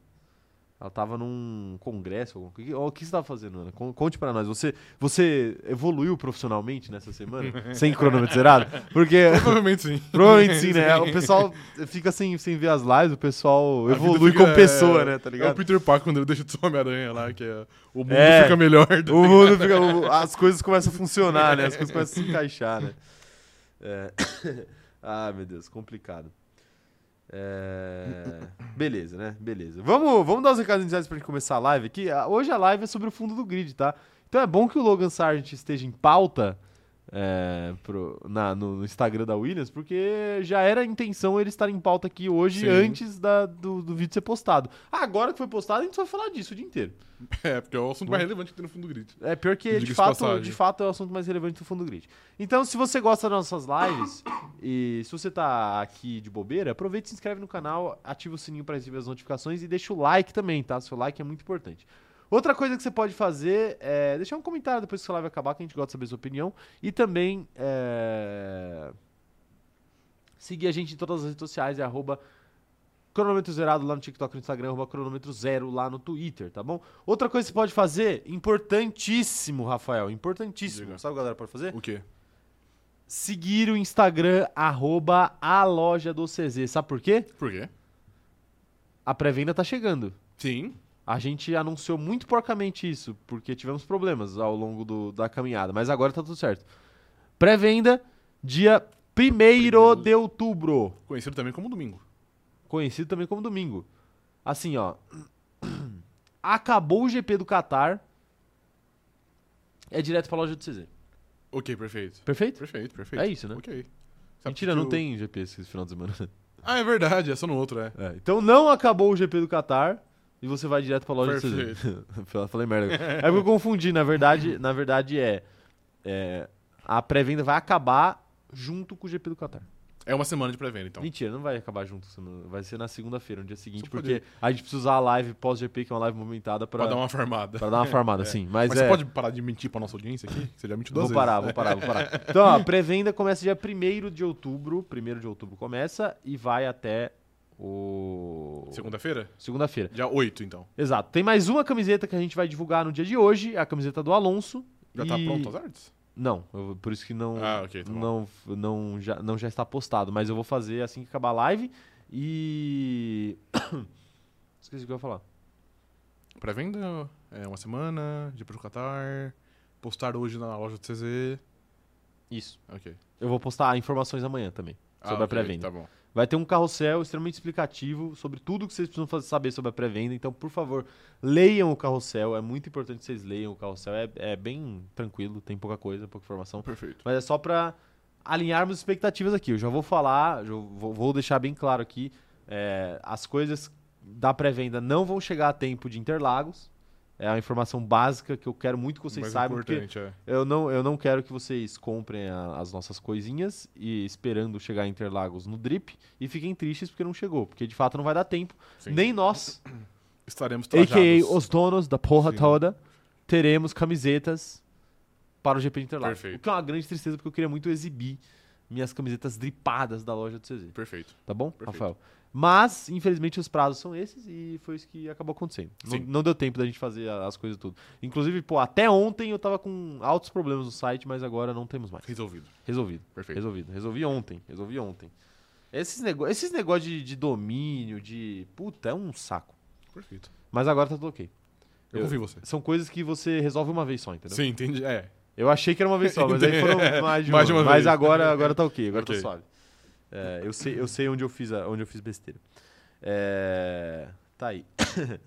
A: Ela tava num congresso. alguma coisa. O que você tava fazendo, Ana? Con- Conte pra nós. Você, você evoluiu profissionalmente nessa semana? sem cronômetro zerado? Porque.
B: Provavelmente sim.
A: Provavelmente sim, né? O pessoal fica sem, sem ver as lives, o pessoal
B: A vida
A: evolui
B: fica-
A: como pessoa,
B: é-
A: né? Tá
B: É o
A: ligado?
B: Peter Parker quando ele deixa de ser o Homem-Aranha lá, que é. O mundo
A: É.
B: fica melhor. tá
A: O mundo fica. o- As coisas começam a funcionar, né? As coisas começam a se encaixar, né? É. Ah, meu Deus, complicado. É, Beleza, né? Beleza. Vamos, vamos dar os recados iniciais pra gente começar a live aqui. Ah, Hoje a live é sobre o fundo do grid, tá? Então é bom que o Logan Sargent esteja em pauta é, pro- na- no, no Instagram da Williams, porque já era a intenção ele estar em pauta aqui hoje
B: Sim.
A: antes da- do, do vídeo ser postado. Ah, Agora que foi postado, a gente só vai falar disso o dia inteiro.
B: É, porque é o assunto
A: Hum.
B: mais relevante que tem no fundo do grid.
A: É pior que, de
B: Diga-se
A: fato,
B: passagem.
A: de fato, é o assunto mais relevante do fundo do grid. Então, se você gosta das nossas lives e se você tá aqui de bobeira, aproveita e se inscreve no canal, ativa o sininho para receber as notificações e deixa o like também, tá? Seu like é muito importante. Outra coisa que você pode fazer é deixar um comentário depois que a live acabar, que a gente gosta de saber a sua opinião. E também é, seguir a gente em todas as redes sociais, é arroba cronômetro zerado lá no TikTok, no Instagram, arroba cronômetro zero lá no Twitter, tá bom? Outra coisa que você pode fazer, importantíssimo, Rafael, importantíssimo.
B: Diga.
A: Sabe o que a galera pode fazer?
B: O quê?
A: Seguir o Instagram, arroba a loja do CZ. Sabe por quê?
B: Por quê?
A: A pré-venda tá chegando.
B: Sim.
A: A gente anunciou muito porcamente isso, porque tivemos problemas ao longo do- da caminhada, mas agora tá tudo certo. Pré-venda, dia 1 de outubro,
B: Conhecido também como domingo.
A: conhecido também como domingo. Assim, ó. Acabou o GP do Qatar, é direto pra loja do CZ.
B: Ok, perfeito.
A: Perfeito?
B: Perfeito, perfeito.
A: É isso, né?
B: Ok. Sabe
A: Mentira,
B: que
A: não
B: eu-
A: tem GP esse final de semana.
B: Ah, é verdade, é só no outro, é.
A: É, então não acabou o GP do Qatar e você vai direto pra loja do
B: Perfeito.
A: CZ. Falei merda. É porque eu confundi, na verdade, na verdade é, é, a pré-venda vai acabar junto com o GP do Qatar.
B: É uma semana de pré-venda, então.
A: Mentira, não vai acabar junto, semana- vai ser na segunda-feira, no dia seguinte,
B: Só
A: porque a gente precisa usar a live pós-GP, que é uma live movimentada pra,
B: Pra dar uma farmada.
A: pra dar uma farmada,
B: É.
A: sim. Mas,
B: Mas
A: é,
B: você pode parar de mentir pra nossa audiência aqui? Você já mentiu duas
A: Vou
B: vezes.
A: parar, vou parar, vou parar. Então, ó, a pré-venda começa dia 1 de outubro, 1 de outubro começa e vai até o...
B: É. Segunda-feira?
A: Segunda-feira.
B: Dia 8, então.
A: Exato. Tem mais uma camiseta que a gente vai divulgar no dia de hoje, a camiseta do Alonso.
B: Já
A: e...
B: tá pronto as artes?
A: Não, eu- por isso que não
B: Ah, ok, tá bom.
A: não, não, já, não já está postado, mas eu vou fazer assim que acabar a live e esqueci o que eu ia falar.
B: Pré-venda é uma semana, dia pro Qatar, postar hoje na loja do CZ.
A: Isso.
B: Ok.
A: Eu vou postar informações amanhã também sobre
B: ok,
A: a pré-venda.
B: Tá bom.
A: Vai ter um carrossel extremamente explicativo sobre tudo que vocês precisam fazer- saber sobre a pré-venda. Então, por favor, leiam o carrossel. É muito importante que vocês leiam o carrossel. É, é bem tranquilo, tem pouca coisa, pouca informação.
B: Perfeito.
A: Mas é só pra alinharmos expectativas aqui. Eu já vou falar, já vou vou deixar bem claro aqui. é, as coisas da pré-venda não vão chegar a tempo de Interlagos. É a informação básica que eu quero muito que vocês
B: Mais
A: saibam. Porque
B: importante, é.
A: eu não, eu não quero que vocês comprem a- as nossas coisinhas e esperando chegar em Interlagos no drip e fiquem tristes porque não chegou, porque de fato não vai dar tempo.
B: Sim.
A: Nem nós,
B: Estaremos trajados.
A: a.k.a. os donos da porra
B: Sim.
A: toda, teremos camisetas para o GP de Interlagos.
B: Perfeito.
A: O que é uma grande tristeza porque eu queria muito exibir minhas camisetas dripadas da loja do CZ,
B: Perfeito.
A: tá bom,
B: Perfeito.
A: Rafael? Mas, infelizmente, os prazos são esses e foi isso que acabou acontecendo. Não,
B: Sim.
A: não deu tempo da gente fazer a- as coisas tudo. Inclusive, pô, até ontem eu tava com altos problemas no site, mas agora não temos mais.
B: Resolvido.
A: Resolvido.
B: Perfeito.
A: Resolvido. Resolvi ontem. Resolvi ontem. Esses, nego... Esses negócios de, de domínio, de. Puta, é um saco.
B: Perfeito.
A: Mas agora tá tudo ok.
B: Eu,
A: Eu-
B: confio em você.
A: São coisas que você resolve uma vez só, entendeu?
B: Sim, entendi. É.
A: Eu achei que era uma vez só, mas aí foram mais de uma.
B: Mais de uma
A: mas
B: vez.
A: agora, agora tá ok, agora
B: Ok.
A: tá suave. É, eu, sei, eu sei onde eu fiz, a- onde eu fiz besteira. É, tá aí.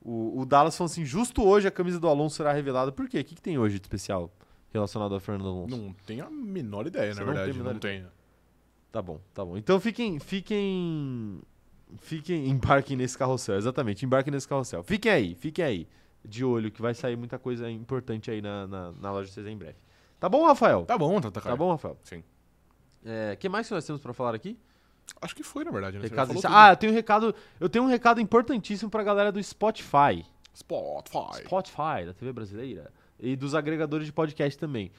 A: o, o Dallas falou assim: justo hoje a camisa do Alonso será revelada. Por quê? O que, que tem hoje de especial relacionado a Fernando Alonso?
B: Não tenho a menor ideia,
A: Você
B: na
A: não tem a
B: verdade.
A: menor
B: não tenho.
A: Tá bom, tá bom. Então fiquem. Fiquem. Fiquem. Embarquem nesse carrossel, exatamente. Embarquem nesse carrossel. Fiquem aí, fiquem aí. De olho, que vai sair muita coisa importante aí na, na, na loja de vocês em breve. Tá bom, Rafael?
B: Tá bom, tá, tá, cara.
A: Tá bom, Rafael?
B: Sim.
A: O que mais que nós temos pra falar aqui?
B: Acho que foi, na verdade. Né? Você já
A: Recados
B: falou
A: iniciais.
B: tudo.
A: Ah, eu tenho um recado. Eu tenho um recado importantíssimo pra galera do Spotify.
B: Spotify.
A: Spotify, da TV brasileira. E dos agregadores de podcast também.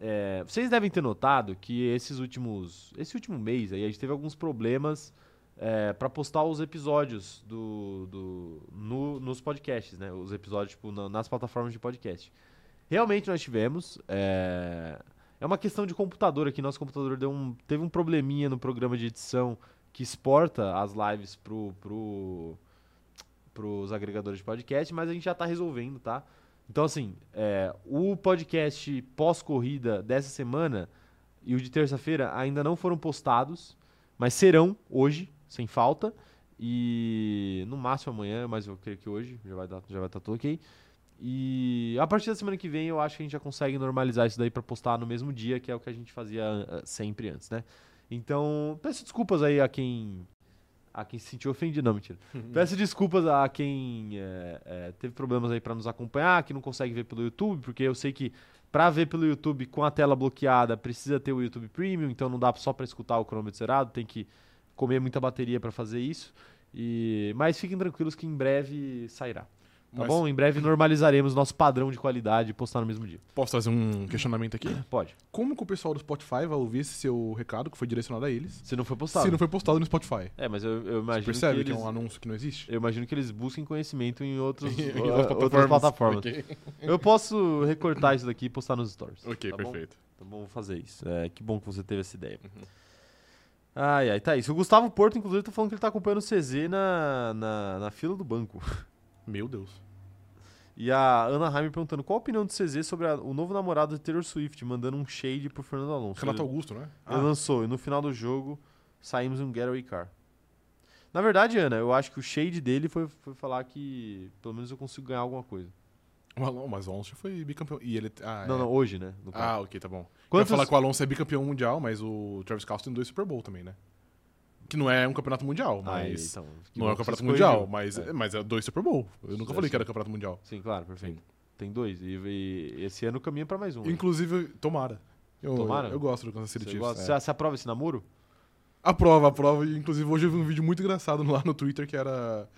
A: É, vocês devem ter notado que esses últimos. Esse último mês aí, a gente teve alguns problemas é, para postar os episódios do, do, no- nos podcasts, né? Os episódios, tipo, na- nas plataformas de podcast. Realmente nós tivemos. É, é uma questão de computador aqui. Nosso computador deu um, teve um probleminha no programa de edição que exporta as lives pro. pro pros agregadores de podcast, mas a gente já tá resolvendo, tá? Então, assim, é, o podcast pós-corrida dessa semana e o de terça-feira ainda não foram postados, mas serão hoje, sem falta. E no máximo amanhã, mas eu creio que hoje já vai estar já vai tá tudo ok. E a partir da semana que vem eu acho que a gente já consegue normalizar isso daí pra postar no mesmo dia, que é o que a gente fazia ah, sempre antes, né? Então, peço desculpas aí a quem a quem se sentiu ofendido, não, mentira. Peço desculpas a quem é, é, teve problemas aí pra nos acompanhar, que não consegue ver pelo YouTube, porque eu sei que pra ver pelo YouTube com a tela bloqueada precisa ter o YouTube Premium, então não dá só pra escutar o cronômetro zerado, tem que comer muita bateria pra fazer isso. E mas fiquem tranquilos que em breve sairá. Tá
B: Mas
A: bom? Em breve normalizaremos nosso padrão de qualidade e postar no mesmo dia.
B: Posso trazer um questionamento aqui?
A: Pode.
B: Como que o pessoal do Spotify vai ouvir esse seu recado que foi direcionado a eles
A: Se não foi postado.
B: se não foi postado no Spotify?
A: É, mas eu, eu
B: Você
A: imagino
B: percebe
A: que
B: que é
A: eles...
B: um anúncio que não existe?
A: Eu imagino que eles busquem conhecimento em outros,
B: Em
A: ah, outras plataformas.
B: Ok,
A: Eu posso recortar isso daqui e postar nos stories.
B: Ok,
A: tá bom?
B: perfeito. Uhum.
A: Então vamos fazer isso. É, que bom que você teve essa ideia. Ai, ai, tá isso. O Gustavo Porto, inclusive, tá falando que ele tá acompanhando o CZ na, na, na fila do banco.
B: Meu Deus.
A: E a Ana Heim perguntando qual a opinião do CZ sobre a- o novo namorado de Taylor Swift, mandando um shade pro Fernando Alonso.
B: Renato
A: ele,
B: Augusto, né?
A: ele lançou, e no final do jogo saímos um getaway car. Na verdade, Ana, eu acho que o shade dele foi, foi falar que pelo menos eu consigo ganhar alguma coisa.
B: O Alonso, mas o Alonso já foi bicampeão. E ele. Ah,
A: Não,
B: é.
A: não, hoje, né? no caso.
B: Ah, ok, tá bom. Quantos...
A: Quantos-
B: Eu ia falar que o Alonso é bicampeão mundial, mas o Travis Kalk tem dois Super Bowl também, né? Que não é um campeonato mundial,
A: Ah,
B: mas.
A: então, que
B: não é
A: bom
B: um
A: que
B: campeonato
A: vocês
B: mundial,
A: corrigiram.
B: mas é. mas é dois Super Bowl. Eu nunca
A: É,
B: falei
A: sim.
B: que era campeonato mundial.
A: Sim, claro, perfeito. Tem dois. E, e esse ano caminha pra mais um. né?
B: Inclusive, tomara. Eu,
A: Tomara?
B: Eu gosto do Kansas City
A: Você,
B: Chiefs.
A: gosta-
B: é.
A: você- você aprova esse namoro?
B: Aprova, aprova. E, Inclusive, hoje eu vi um vídeo muito engraçado lá no Twitter que era.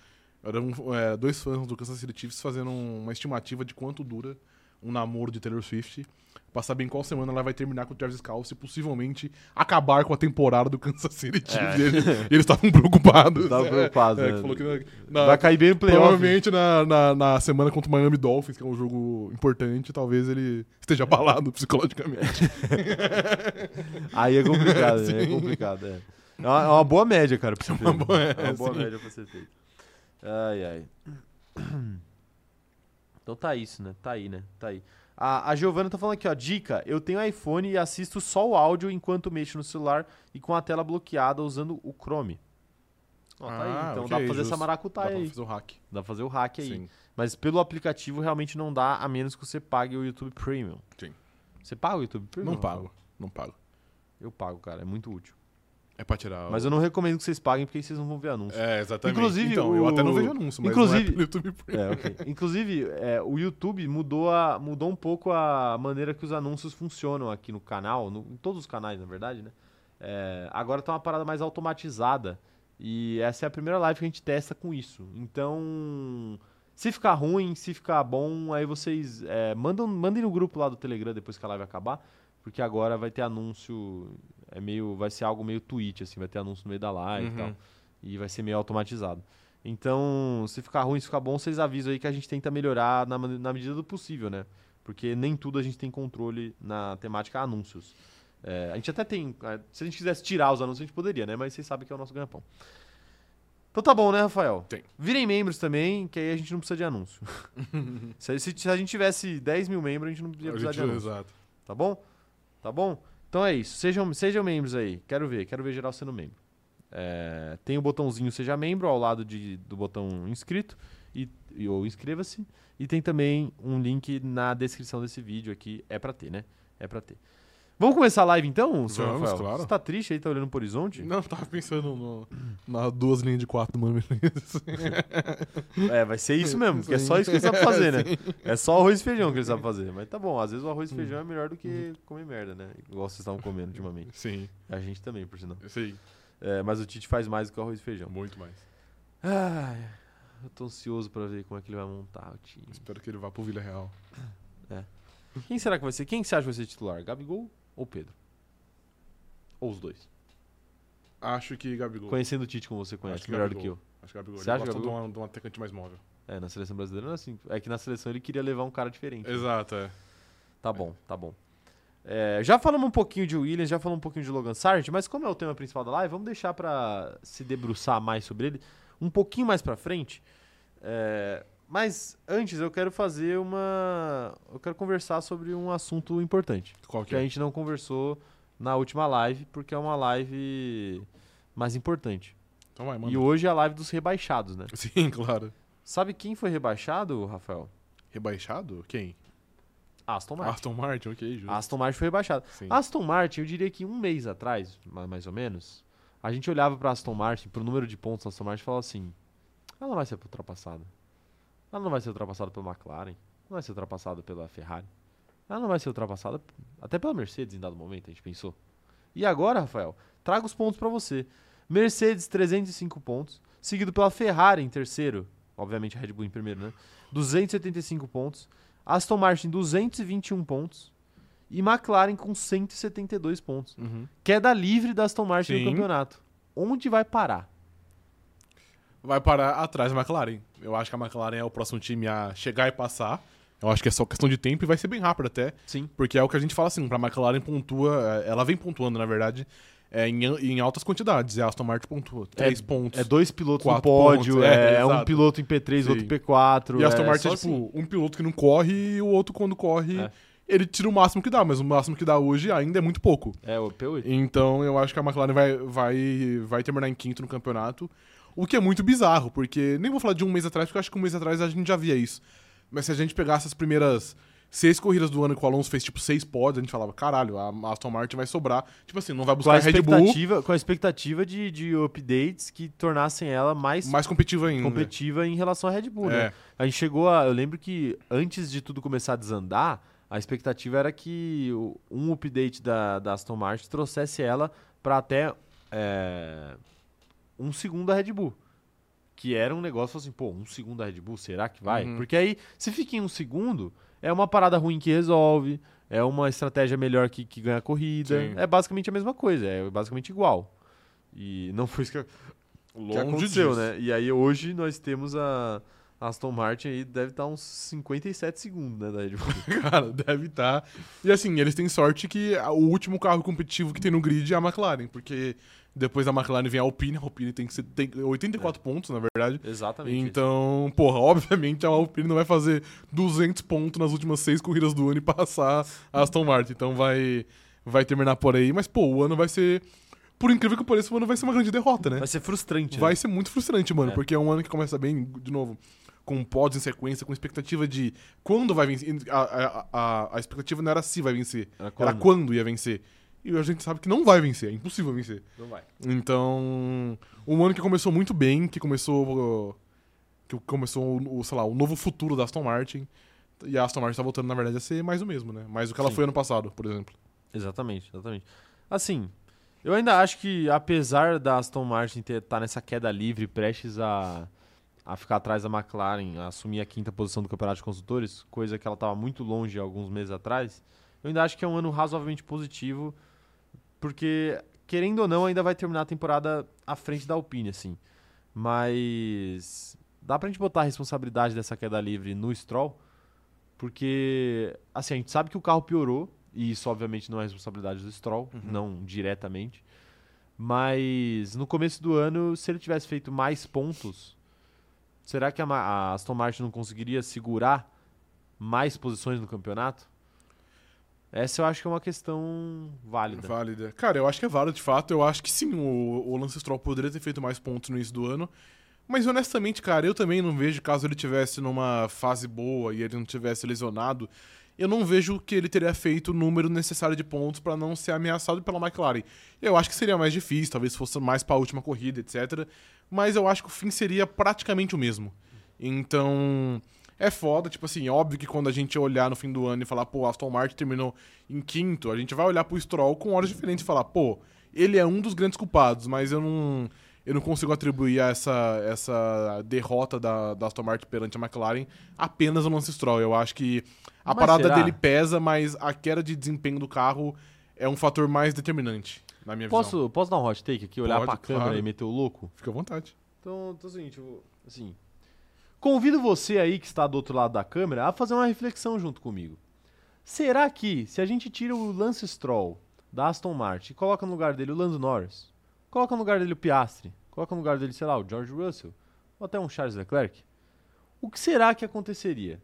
B: Eram é, dois fãs do Kansas City Chiefs fazendo um- uma estimativa um, de quanto dura um namoro de Taylor Swift, pra saber em qual semana ela vai terminar com o Travis Kalce e possivelmente acabar com a temporada do Kansas City Chiefs. E eles- e eles estavam preocupados.
A: Estavam preocupados,
B: é,
A: É. né?
B: que falou que na- na-
A: Vai cair bem no playoff.
B: Provavelmente na, na, na semana contra o Miami Dolphins, que é um jogo importante, talvez ele esteja abalado psicologicamente.
A: Aí é complicado, né? É complicado, é. É uma, é uma boa média, cara, pra você ter.
B: boa-
A: É uma
B: é,
A: boa
B: sim.
A: média pra ser feita. Ai, ai. Então tá isso, né? Tá aí, né? Tá aí. A, a Giovana tá falando aqui, ó. Dica, eu tenho iPhone e assisto só o áudio enquanto mexo no celular e com a tela bloqueada usando o Chrome. Ó, tá aí.
B: Ah,
A: Então
B: ok,
A: dá pra fazer essa
B: justo. Dá
A: maracutaia
B: pra
A: aí.
B: fazer o hack.
A: Dá pra fazer o hack aí.
B: Sim.
A: Mas pelo aplicativo realmente não dá, a menos que você pague o YouTube Premium.
B: Sim.
A: Você paga o YouTube Premium?
B: Não pago, não pago.
A: Eu pago, cara. É muito útil.
B: É pra tirar.
A: Mas
B: o...
A: eu não recomendo que vocês paguem, porque aí vocês não vão ver anúncio.
B: É, exatamente.
A: Inclusive,
B: então,
A: o-
B: eu até não vejo anúncio, mas
A: Inclusive-
B: não é pelo YouTube Premium.
A: É, ok. Inclusive, é, o YouTube mudou, a- mudou um pouco a maneira que os anúncios funcionam aqui no canal, no- em todos os canais, na verdade, né? É, agora tá uma parada mais automatizada. E essa é a primeira live que a gente testa com isso. Então, se ficar ruim, se ficar bom, aí vocês é, mandam, mandem no grupo lá do Telegram depois que a live acabar, porque agora vai ter anúncio, é meio, vai ser algo meio tweet, assim, vai ter anúncio no meio da live e
B: Uhum.
A: tal. E vai ser meio automatizado. Então, se ficar ruim, se ficar bom, vocês avisam aí que a gente tenta melhorar na, mane- na medida do possível, né? Porque nem tudo a gente tem controle na temática anúncios. É, a gente até tem. é, Se a gente quisesse tirar os anúncios, a gente poderia, né? Mas vocês sabem que é o nosso ganha-pão. Então tá bom, né, Rafael?
B: Tem.
A: Virem membros também, que aí a gente não precisa de anúncio. se, a- se- se a gente tivesse 10 mil membros, a gente não
B: A
A: ia precisar
B: gente-
A: de anúncio.
B: Exato.
A: Tá bom? Tá bom? Então é isso. Sejam, sejam membros aí. Quero ver, quero ver geral sendo membro. É, tem o botãozinho Seja Membro ao lado de- do botão inscrito e, e- ou inscreva-se. E tem também um link na descrição desse vídeo aqui. É pra ter, né? É pra ter. Vamos começar a live então, senhor
B: Vamos,
A: Rafael?
B: claro.
A: Você tá triste aí, tá olhando pro horizonte?
B: Não, eu tava pensando no, na duas linhas de quatro do Mano Menezes.
A: É, vai ser isso mesmo, porque é só isso que ele sabe fazer, né? É só arroz e feijão que ele sabe fazer. Mas tá bom, às vezes o arroz e feijão é melhor do que
B: Hum.
A: comer merda, né? Igual vocês estavam comendo ultimamente.
B: Sim,
A: A gente também, por sinal.
B: sim.
A: É, mas o Tite faz mais do que arroz e feijão.
B: Muito mais.
A: Ai, eu tô ansioso pra ver como é que ele vai montar o time.
B: Espero que ele vá pro Vila Real.
A: Quem será que vai ser? Quem que você acha que vai ser titular? Gabigol ou Pedro? Ou os dois?
B: Acho que Gabigol.
A: Conhecendo o Tite como você conhece,
B: que
A: melhor do
B: Gabigol.
A: que
B: Acho que Gabigol.
A: Você
B: Ele
A: acha
B: gosta de
A: Gabigol?
B: uma- de um atacante mais móvel.
A: eu. É, na seleção brasileira não é assim. É que na seleção ele queria levar um cara diferente.
B: Exato, é.
A: Tá bom, tá bom. É, já falamos um pouquinho de Williams, já falamos um pouquinho de Logan Sargent, mas como é o tema principal da live, vamos deixar pra se debruçar mais sobre ele um pouquinho mais pra frente. É, mas antes eu quero fazer uma. Eu quero conversar sobre um assunto importante
B: Qual
A: que a gente não conversou na última live, porque é uma live mais importante.
B: Então vai, manda.
A: E hoje é a live dos rebaixados, né?
B: Sim, claro.
A: Sabe quem foi rebaixado, Rafael?
B: Rebaixado? Quem?
A: Aston Martin.
B: Aston Martin, ok, Ah, justo.
A: Aston Ah. Martin foi rebaixado.
B: Sim.
A: Aston Martin, eu diria que um mês atrás, ma- mais ou menos, a gente olhava pra Aston Martin, pro número de pontos da Aston Martin e falava assim: ela não vai ser ultrapassada. Ela não vai ser ultrapassada pela McLaren, não vai ser ultrapassada pela Ferrari. Ela não vai ser ultrapassada p- até pela Mercedes em dado momento, a gente pensou. E agora, Rafael, traga os pontos pra você. Mercedes 305 pontos, seguido pela Ferrari em terceiro, obviamente a Red Bull em primeiro, né? 275 pontos. Aston Martin 221 pontos e McLaren com 172 pontos.
B: Uhum.
A: Queda livre da Aston Martin no
B: Sim.
A: campeonato. Onde vai parar?
B: Vai parar atrás da McLaren. Eu acho que a McLaren é o próximo time a chegar e passar. Eu acho que é só questão de tempo e vai ser bem rápido até.
A: Sim.
B: Porque é o que a gente fala assim, pra McLaren pontua, é, ela vem pontuando, na verdade, é, em, an- em altas quantidades. E a Aston Martin pontua. Três pontos.
A: É dois pilotos no
B: Quatro
A: pódio,
B: pontos,
A: é,
B: é,
A: um
B: exato.
A: piloto em P3,
B: Sim.
A: outro P4.
B: e a Aston
A: é
B: Martin é
A: só
B: tipo,
A: assim.
B: um piloto que não corre e o outro quando corre,
A: É.
B: ele tira o máximo que dá, mas o máximo que dá hoje ainda é muito pouco.
A: É, o P8.
B: Então eu acho que a McLaren vai, vai, vai terminar em quinto no campeonato. O que é muito bizarro, porque nem vou falar de um mês atrás, porque eu acho que um mês atrás a gente já via isso. Mas se a gente pegasse as primeiras seis corridas do ano que o Alonso fez tipo seis pods, a gente falava, caralho, a Aston Martin vai sobrar. Tipo assim, não vai
A: Com a,
B: buscar Red Bull,
A: expectativa, com a expectativa de, de updates que tornassem ela mais
B: mais competitiva ainda.
A: competitiva em relação à Red Bull, né?
B: É.
A: A gente chegou a. Eu lembro que antes de tudo começar a desandar, a expectativa era que o- um update da, da Aston Martin trouxesse ela para até é, um segundo da Red Bull. Que era um negócio assim, pô, um segundo da Red Bull, será que vai?
B: Uhum.
A: Porque aí, se fica em um segundo, É uma parada ruim que resolve, é uma estratégia melhor que, que ganha a corrida.
B: Sim.
A: É basicamente a mesma coisa, é basicamente igual. E não foi isso que, que
B: Longe
A: aconteceu,
B: disso.
A: né? E aí hoje nós temos a a Aston Martin aí, deve estar uns 57 segundos, né, da Red Bull.
B: É, Cara, deve estar. E assim, eles têm sorte que a- o último carro competitivo que tem no grid é a McLaren, porque depois da McLaren vem a Alpine, a Alpine tem, que ser, tem 84
A: É.
B: pontos, na verdade.
A: Exatamente.
B: Então, porra, obviamente a Alpine não vai fazer 200 pontos nas últimas seis corridas do ano e passar a Aston Martin. Então vai, vai terminar por aí. Mas, pô, o ano vai ser. Por incrível que pareça, o ano vai ser uma grande derrota, né?
A: Vai ser frustrante.
B: Vai
A: né?
B: ser muito frustrante, mano,
A: É.
B: porque é um ano que começa bem, de novo, com pods em sequência, com expectativa de quando vai vencer. A, a, a, a expectativa não era se vai vencer,
A: Era
B: era quando ia vencer. E a gente sabe que não vai vencer, é impossível vencer.
A: Não vai.
B: Então, um ano que começou muito bem, que começou. que começou, o, sei lá, o novo futuro da Aston Martin. E a Aston Martin tá voltando, na verdade, a ser mais o mesmo, né? Mais do que ela
A: Sim.
B: foi ano passado, por exemplo.
A: Exatamente, exatamente. Assim, eu ainda acho que apesar da Aston Martin estar nessa queda livre, prestes a, a ficar atrás da McLaren, a assumir a quinta posição do Campeonato de Construtores, coisa que ela estava muito longe alguns meses atrás, eu ainda acho que é um ano razoavelmente positivo, porque, querendo ou não, ainda vai terminar a temporada à frente da Alpine, assim. Mas dá pra gente botar a responsabilidade dessa queda livre no Stroll, porque, assim, a gente sabe que o carro piorou, e isso obviamente não é responsabilidade do Stroll, não diretamente. Mas no começo do ano, se ele tivesse feito mais pontos, será que a, Ma- a Aston Martin não conseguiria segurar mais posições no campeonato? Essa eu acho que é uma questão válida.
B: Válida. Cara, eu acho que é válido de fato. Eu acho que sim, o, o Lance Stroll poderia ter feito mais pontos no início do ano. Mas honestamente, cara, eu também não vejo, caso ele tivesse numa fase boa e ele não tivesse lesionado, eu não vejo que ele teria feito o número necessário de pontos pra não ser ameaçado pela McLaren. Eu acho que seria mais difícil, talvez fosse mais pra última corrida, etc. Mas eu acho que o fim seria praticamente o mesmo. Então, é foda, tipo assim, óbvio que quando a gente olhar no fim do ano e falar, pô, Aston Martin terminou em quinto, a gente vai olhar pro Stroll com horas diferentes e falar, pô, ele é um dos grandes culpados, mas eu não, eu não consigo atribuir a essa, essa derrota da, da Aston Martin perante a McLaren apenas ao Lance Stroll. Eu acho que a
A: Mas
B: parada
A: será?
B: dele pesa, mas a queda de desempenho do carro é um fator mais determinante, na minha visão.
A: Posso, posso dar um hot take aqui, olhar
B: Pode,
A: pra câmera
B: claro.
A: e meter o louco?
B: Fica à vontade.
A: Então, então é o seguinte, eu vou- assim, convido você aí que está do outro lado da câmera a fazer uma reflexão junto comigo. Será que se a gente tira o Lance Stroll da Aston Martin e coloca no lugar dele o Lando Norris, coloca no lugar dele o Piastri, coloca no lugar dele, sei lá, o George Russell, ou até um Charles Leclerc, o que será que aconteceria?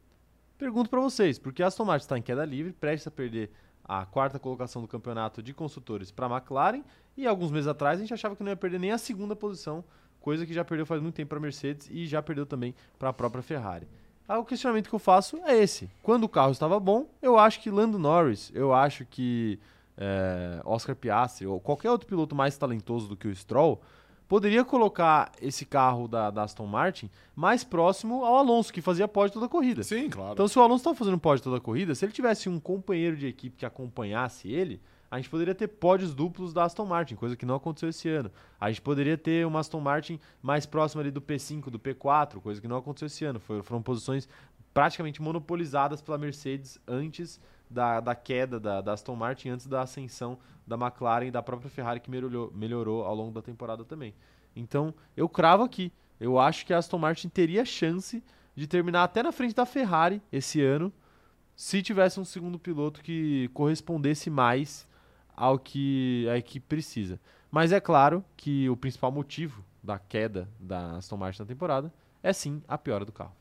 A: Pergunto para vocês, porque a Aston Martin está em queda livre, prestes a perder a quarta colocação do campeonato de construtores para a McLaren, e alguns meses atrás a gente achava que não ia perder nem a segunda posição coisa que já perdeu faz muito tempo para Mercedes e já perdeu também para a própria Ferrari. Ah, o questionamento que eu faço é esse. Quando o carro estava bom, eu acho que Lando Norris, eu acho que eh, Oscar Piastri ou qualquer outro piloto mais talentoso do que o Stroll poderia colocar esse carro da, da Aston Martin mais próximo ao Alonso, que fazia pódio toda a corrida.
B: Sim, claro.
A: Então, se o Alonso estava fazendo pódio toda a corrida, se ele tivesse um companheiro de equipe que acompanhasse ele, a gente poderia ter pódios duplos da Aston Martin, coisa que não aconteceu esse ano. A gente poderia ter uma Aston Martin mais próxima ali do P5, do P4, coisa que não aconteceu esse ano. Foram, foram posições praticamente monopolizadas pela Mercedes antes da, da queda da, da Aston Martin, antes da ascensão da McLaren e da própria Ferrari, que melhorou, melhorou ao longo da temporada também. Então, eu cravo aqui. Eu acho que a Aston Martin teria chance de terminar até na frente da Ferrari esse ano, se tivesse um segundo piloto que correspondesse mais ao que a equipe precisa. Mas é claro que o principal motivo da queda da Aston Martin na temporada é sim a piora do carro.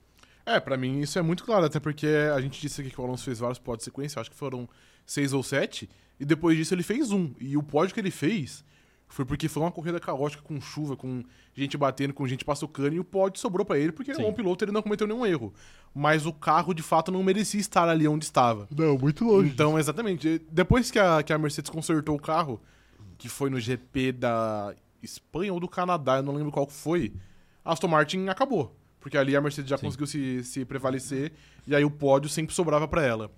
B: É, pra mim isso é muito claro, até porque a gente disse aqui que o Alonso fez vários pódios de sequência, acho que foram seis ou sete, e depois disso ele fez um. E o pódio que ele fez foi porque foi uma corrida caótica com chuva, com gente batendo, com gente passou cano, e o pódio sobrou pra ele, porque ele é um
A: Sim.
B: bom piloto, ele não cometeu nenhum erro. Mas o carro, de fato, não merecia estar ali onde estava.
A: Não, muito
B: Então, exatamente. E Depois que a, que a Mercedes consertou o carro, que foi no GP da Espanha ou do Canadá, eu não lembro qual que foi, a Aston Martin acabou. Porque ali a Mercedes já
A: Sim.
B: conseguiu se, se prevalecer e aí o pódio sempre sobrava para ela.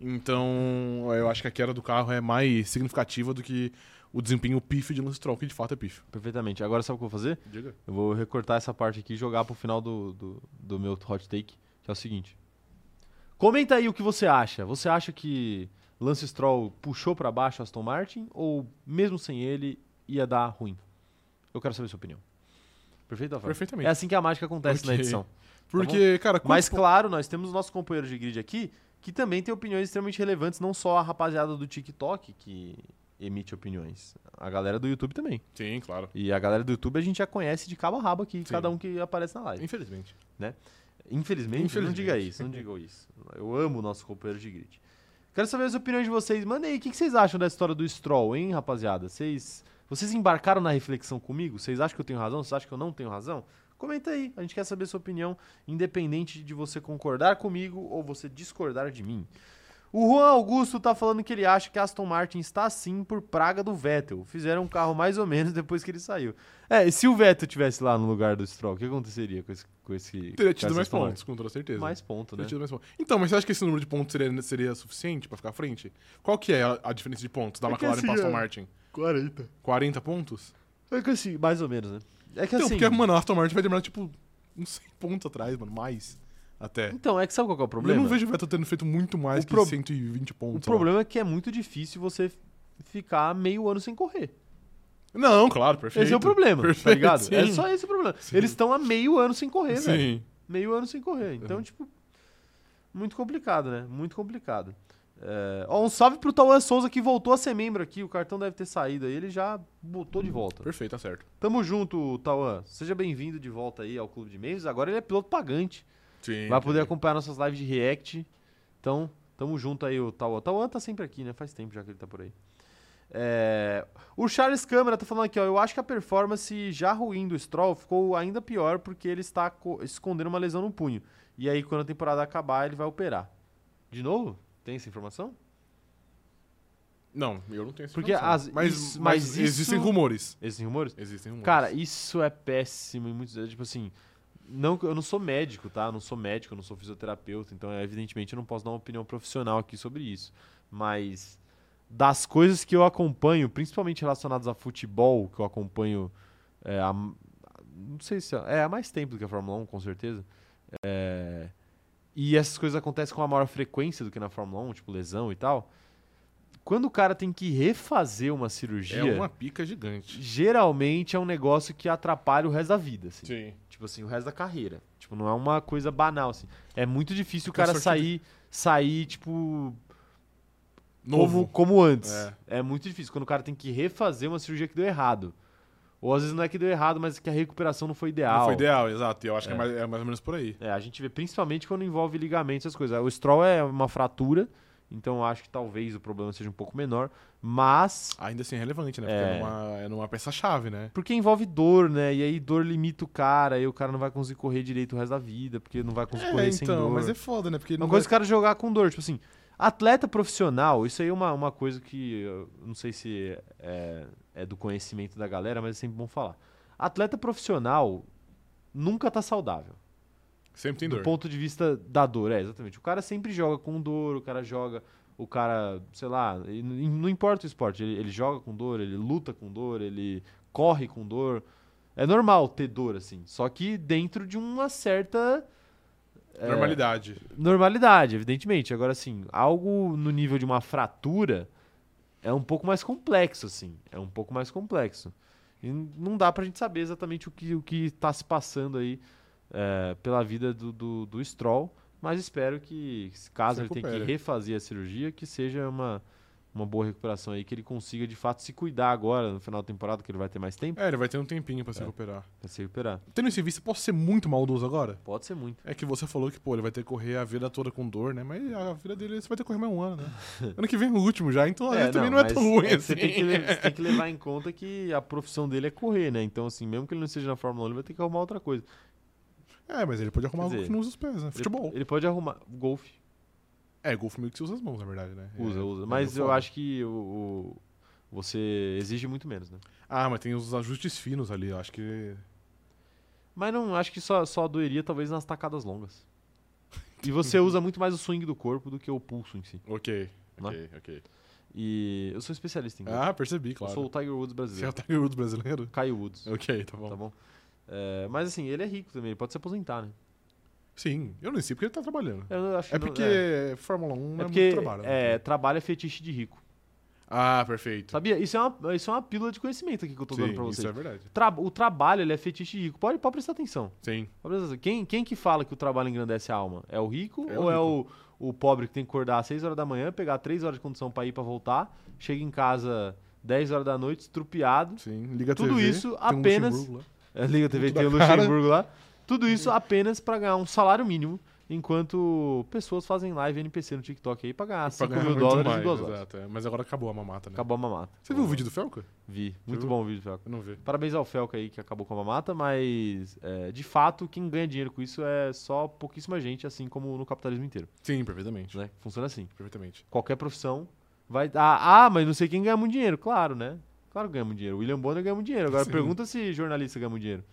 B: Então, eu acho que a queda do carro é mais significativa do que o desempenho pífio de Lance Stroll, que de fato é pífio.
A: Perfeitamente. Agora sabe o que eu vou fazer? Eu vou recortar essa parte aqui e jogar pro final do, do, do meu hot take, que é o seguinte. Comenta aí o que você acha. Você acha que Lance Stroll puxou pra baixo Aston Martin ou mesmo sem ele ia dar ruim? Eu quero saber sua opinião. Perfeito, Rafael?
B: Perfeitamente.
A: É tá assim que a mágica acontece na
B: Ok.
A: edição.
B: Porque, cara, quantos
A: Mas claro, nós temos o nosso companheiro de grid aqui, que também tem opiniões extremamente relevantes, não só a rapaziada do TikTok que emite opiniões, a galera do YouTube também.
B: po- Sim, claro.
A: E a galera do YouTube a gente já conhece de cabo a rabo aqui,
B: Sim.
A: cada um que aparece na live.
B: Infelizmente.
A: Infelizmente, não
B: Infelizmente.
A: diga isso, não digam isso. Eu amo o nosso companheiro de grid. Quero saber as opiniões de vocês. Mandem aí, o que que vocês acham da história do Stroll, hein, rapaziada? Vocês, vocês embarcaram na reflexão comigo? Vocês acham que eu tenho razão? Vocês acham que eu não tenho razão? Comenta aí, a gente quer saber sua opinião, independente de você concordar comigo ou você discordar de mim. O Juan Augusto tá falando que ele acha que a Aston Martin está sim por praga do Vettel. Fizeram um carro mais ou menos depois que ele saiu. É, e se o Vettel tivesse lá no lugar do Stroll, o que aconteceria com esse. Com esse
B: Teria
A: com essa
B: tido mais
A: Aston Martin?
B: pontos, com toda certeza.
A: Mais ponto, né?
B: Teria tido mais pontos. Então, mas você acha que esse número de pontos seria, seria suficiente pra ficar à frente? Qual que é a, a diferença de pontos da
A: É que
B: McLaren pra
A: assim,
B: Aston
A: é-
B: Martin?
A: 40.
B: 40 pontos?
A: É que assim, mais ou menos, né? É que
B: então,
A: assim.
B: porque, mano, a Aston Martin vai demorar, tipo, uns 100 pontos atrás, mano, mais até.
A: Então, é que sabe qual que é o problema?
B: Eu não vejo o Vettel tendo feito muito mais
A: O
B: que
A: pro-
B: 120 pontos.
A: O
B: sei lá.
A: problema é que é muito difícil você f- ficar meio ano sem correr.
B: Não, claro, perfeito.
A: Esse é o problema, tá
B: Perfeito,
A: ligado?
B: sim.
A: É só esse o problema.
B: Sim.
A: Eles estão há meio ano sem correr, velho.
B: Sim.
A: Meio ano sem correr. Então,
B: Uhum.
A: tipo, muito complicado, né? Muito complicado. É, Ó, um salve pro Tauan Souza que voltou a ser membro aqui. O cartão deve ter saído aí, ele já botou de volta.
B: Perfeito, tá certo.
A: Tamo junto, Tauan. Seja bem-vindo de volta aí ao Clube de Membros. Agora ele é piloto pagante.
B: Sim.
A: Vai poder acompanhar nossas lives de React. Então, tamo junto aí, o Tauan. Tauan tá sempre aqui, né? Faz tempo já que ele tá por aí. É, O Charles Câmara tá falando aqui, ó. Eu acho que a performance já ruim do Stroll ficou ainda pior porque ele está co- escondendo uma lesão no punho. E aí, quando a temporada acabar, ele vai operar. De novo? Tem essa informação?
B: Não, eu não tenho essa
A: Porque
B: informação.
A: as-
B: mas,
A: isso-
B: mas
A: mas
B: existem
A: isso-
B: rumores.
A: Esses rumores?
B: Existem rumores.
A: Cara, isso é péssimo e muito. é, Tipo assim. Não, que- eu não sou médico, tá? Eu não sou médico, eu não sou fisioterapeuta, então é, evidentemente eu não posso dar uma opinião profissional aqui sobre isso. Mas das coisas que eu acompanho, principalmente relacionadas a futebol, que eu acompanho é, há, m- não sei se é, é há mais tempo do que a Fórmula 1, com certeza. É, e essas coisas acontecem com uma maior frequência do que na Fórmula 1, tipo lesão e tal. Quando o cara tem que refazer uma cirurgia,
B: é uma pica gigante.
A: geralmente é um negócio que atrapalha o resto da vida, assim.
B: Sim.
A: Tipo assim, o resto da carreira. Tipo, não é uma coisa banal, assim. É muito difícil o
B: Fica
A: cara sair,
B: sortido.
A: sair, tipo, como,
B: Novo.
A: como antes.
B: É.
A: É. muito difícil. Quando o cara tem que refazer uma cirurgia que deu errado. Ou às vezes não é que deu errado, mas que a recuperação não foi ideal.
B: Não foi ideal, exato. E eu acho que é mais, é mais ou menos por aí.
A: É, a gente vê principalmente quando envolve ligamentos, essas coisas. O Stroll é uma fratura, então eu acho que talvez o problema seja um pouco menor. Mas
B: Ainda assim é relevante, né?
A: É.
B: Porque é numa, é numa peça-chave, né?
A: Porque envolve dor, né? E aí dor limita o cara, e o cara não vai conseguir correr direito o resto da vida, porque não vai conseguir correr sem dor.
B: mas é foda, né? Porque
A: Uma
B: não
A: coisa que
B: vai-
A: o cara jogar com dor, tipo assim, atleta profissional, isso aí é uma, uma coisa que eu não sei se é, é do conhecimento da galera, mas é sempre bom falar. Atleta profissional nunca tá saudável.
B: sempre tem
A: do
B: dor.
A: ponto de vista da dor, é, exatamente. O cara sempre joga com dor, o cara joga, o cara, sei lá, e n- não importa o esporte, ele, ele joga com dor, ele luta com dor, ele corre com dor. É normal ter dor, assim, só que dentro de uma certa É.
B: Normalidade.
A: normalidade, evidentemente. Agora, assim, algo no nível de uma fratura é um pouco mais complexo, assim. É um pouco mais complexo. E n- não dá pra gente saber exatamente o que, o que tá se passando aí é, pela vida do, do, do Stroll, mas espero que, caso
B: Se
A: ele tenha que
B: recupere.
A: refazer a cirurgia, que seja uma, uma boa recuperação aí, que ele consiga de fato se cuidar agora, no final da temporada, que ele vai ter mais tempo
B: É, ele vai ter um tempinho pra se recuperar.
A: pra se recuperar.
B: Tendo isso em vista, posso ser muito maldoso agora?
A: Pode ser muito.
B: É que você falou que, pô, ele vai ter que correr a vida toda com dor, né? Mas a vida dele você vai ter que correr mais um ano, né? ano que vem é o último já, então
A: É,
B: ele também não é
A: mas
B: tão ruim
A: é que
B: assim.
A: Você tem, que, le- você tem que levar em conta que a profissão dele é correr, né? Então, assim, mesmo que ele não seja na Fórmula 1, ele vai ter que arrumar outra coisa.
B: É, mas ele pode arrumar
A: Quer
B: algo
A: dizer,
B: que não usa os pés, né?
A: Ele-
B: Futebol.
A: Ele, pode arrumar. Golfe.
B: É, golfe meio que se usa as mãos, na verdade, né?
A: Usa,
B: É,
A: usa.
B: é
A: Mas
B: meio
A: eu
B: foda.
A: acho que o, o- você exige muito menos, né?
B: Ah, mas tem os ajustes finos ali, eu acho que.
A: Mas não, acho que só, só doeria talvez nas tacadas longas. E você usa muito mais o swing do corpo do que o pulso em si.
B: Ok.
A: Né?
B: Ok, ok.
A: E eu sou especialista em golfe.
B: Ah, percebi, claro.
A: Eu sou o Tiger Woods
B: Você é o
A: brasileiro.
B: Tiger Woods brasileiro?
A: é Caio Woods,
B: Ok, tá bom.
A: tá bom? É, mas assim, ele é rico também, ele pode se aposentar, né?
B: Sim, eu nem sei porque ele tá trabalhando.
A: Eu acho que
B: É
A: não-
B: porque
A: É,
B: Fórmula 1 não
A: É
B: é,
A: porque
B: muito trabalho. né?
A: é, trabalho é fetiche de rico.
B: Ah, perfeito.
A: Sabia? Isso é uma, isso é uma pílula de conhecimento aqui que eu tô dando pra
B: Sim, isso
A: vocês.
B: é verdade.
A: Tra- o trabalho ele é fetiche de rico. Pode, pode prestar atenção.
B: Sim.
A: Pode prestar atenção. Quem, quem que fala que o trabalho engrandece a alma? É o rico
B: É o
A: ou é o, o pobre que tem que acordar às 6 horas da manhã, pegar 3 horas de condução pra ir pra voltar, chega em casa 10 horas da noite, estrupiado,
B: Sim, liga a
A: Tudo
B: TV,
A: isso
B: tem um
A: apenas-
B: Luxemburgo lá.
A: É, Liga a TV
B: Muito
A: tem o
B: da cara. Hum.
A: Luxemburgo lá. Tudo isso apenas pra ganhar um salário mínimo, enquanto pessoas fazem live NPC no TikTok aí pra ganhar
B: Pra
A: 5
B: ganhar
A: mil
B: muito
A: dólares em
B: mais,
A: duas horas.
B: exato, é. Mas agora acabou a mamata, né?
A: Acabou a mamata.
B: Você viu o vídeo do Felca?
A: Vi. Muito
B: viu?
A: bom o vídeo, Felca.
B: Eu não vi.
A: Parabéns ao Felca aí que acabou com a mamata, mas é, de fato quem ganha dinheiro com isso é só pouquíssima gente, assim como no capitalismo inteiro.
B: Sim, perfeitamente.
A: Né? Funciona assim.
B: Perfeitamente.
A: Qualquer profissão vai. Ah, ah, mas não sei quem ganha muito dinheiro. Claro, né? Claro que ganha muito dinheiro. William Bonner ganha muito dinheiro. Agora
B: Sim.
A: pergunta se jornalista ganha muito dinheiro.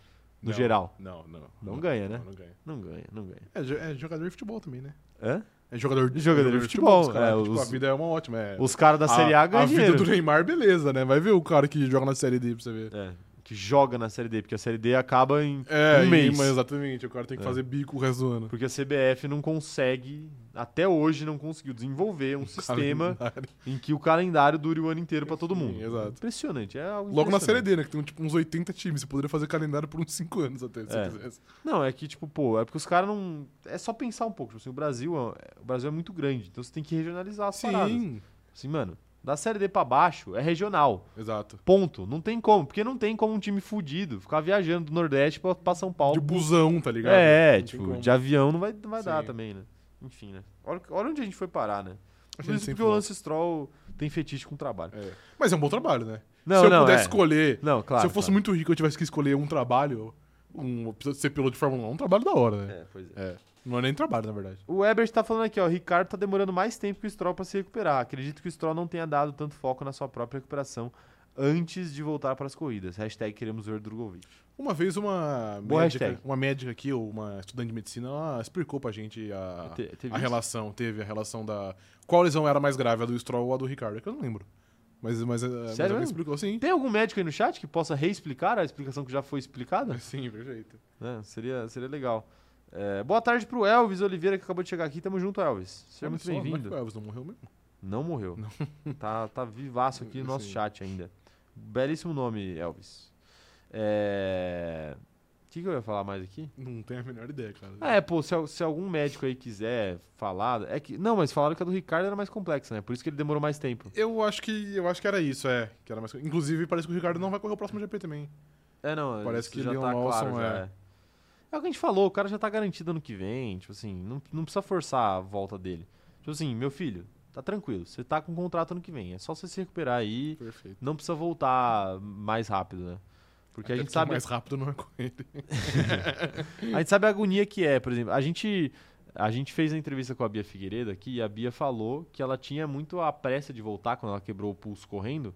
A: No
B: Não,
A: geral.
B: Não, não.
A: Não ganha, né?
B: Não, não ganha.
A: Não ganha, não ganha.
B: É, jo- é jogador de futebol também, né?
A: Hã?
B: É jogador,
A: de futebol,
B: os caras,
A: é,
B: tipo,
A: os-
B: a vida é uma ótima. É,
A: Os caras da Série A
B: A,
A: ganham
B: vida
A: dinheiro.
B: do Neymar, beleza, né? Vai ver o cara que joga na Série D pra você ver.
A: É, que joga na Série D, porque a Série D acaba em
B: É,
A: um
B: e-
A: mês.
B: mas exatamente. O cara tem que
A: É.
B: fazer bico o resto do ano.
A: Porque a CBF não consegue, até hoje não conseguiu desenvolver um sistema
B: Calendário.
A: em que o calendário dure o ano inteiro pra todo
B: Sim,
A: mundo.
B: exato.
A: Impressionante, é algo
B: Logo na Série
A: impressionante.
B: D, né? Que tem tipo, uns 80 times. Você poderia fazer calendário por uns 5 anos até, se
A: É.
B: quisesse.
A: Não, é que tipo, pô, é porque os caras não, é só pensar um pouco, tipo assim, o Brasil, é- o Brasil é muito grande, então você tem que regionalizar as paradas.
B: Sim,
A: Assim, mano, da Série D pra baixo é regional.
B: exato.
A: Ponto. Não tem como, porque não tem como um time fudido ficar viajando do Nordeste pra, pra São Paulo.
B: De busão, tá ligado?
A: É,
B: Não tem
A: tipo,
B: como.
A: de avião não vai, não vai dar
B: Sim.
A: também, né? Enfim, né? Olha, olha onde a gente foi parar, né?
B: A gente
A: Por isso
B: sempre
A: porque o
B: volta.
A: Lance Stroll tem fetiche com o trabalho.
B: É. Mas é um bom trabalho, né?
A: Não,
B: se eu
A: não,
B: pudesse
A: é.
B: escolher,
A: Não, claro.
B: se eu fosse muito rico e eu tivesse que escolher um trabalho, um, ser piloto de Fórmula 1, é um trabalho da hora, né?
A: É, pois é.
B: Não é nem trabalho, na verdade.
A: O Ebert tá falando aqui, ó. O Ricardo tá demorando mais tempo que o Stroll pra se recuperar. Acredito que o Stroll não tenha dado tanto foco na sua própria recuperação antes de voltar para as corridas. Hashtag queremos ver Drogovic.
B: Uma vez uma
A: Boa
B: médica,
A: hashtag.
B: uma médica aqui, ou uma estudante de medicina, ela explicou pra gente a,
A: Te- teve
B: a
A: isso?
B: relação, teve a relação da. Qual lesão era mais grave, a do Stroll ou a do Ricardo? É que eu não lembro. Mas, mas, Sério mas ela
A: mesmo?
B: explicou, sim.
A: Tem algum médico aí no chat que possa reexplicar a explicação que já foi explicada?
B: Sim, perfeito.
A: né? Seria, seria legal. É, boa tarde pro Elvis Oliveira, que acabou de chegar aqui. Tamo junto, Elvis. Seja
B: Olha
A: muito
B: só, como é que
A: bem-vindo.
B: o Elvis não morreu mesmo?
A: Não morreu. Tá, tá vivaço aqui no nosso
B: Sim.
A: chat ainda. Belíssimo nome, Elvis. É... O que, que eu ia falar mais aqui?
B: Não tenho a menor ideia, cara.
A: Ah, é, pô, se, al- se algum médico aí quiser falar. É que. Não, mas falaram que a do Ricardo era mais complexa, né? Por isso que ele demorou mais tempo.
B: Eu acho que eu acho que era isso, é. Que era mais... Inclusive, parece que o Ricardo não vai correr o próximo GP também.
A: É, não.
B: Parece
A: isso
B: que
A: já
B: Leon
A: tá
B: Lawson
A: claro, já
B: é-
A: é. É o que a gente falou, o cara já tá garantido ano que vem. Tipo assim, não, não precisa forçar a volta dele. Tipo assim, meu filho, tá tranquilo. Você tá com contrato ano que vem. É só você se recuperar aí.
B: Perfeito.
A: Não precisa voltar mais rápido, né? Porque a
B: Até
A: gente sabe.
B: mais rápido não é com ele.
A: A gente sabe a agonia que é, por exemplo. A gente, a gente fez a entrevista com a Bia Figueiredo aqui e a Bia falou que ela tinha muito a pressa de voltar quando ela quebrou o pulso correndo,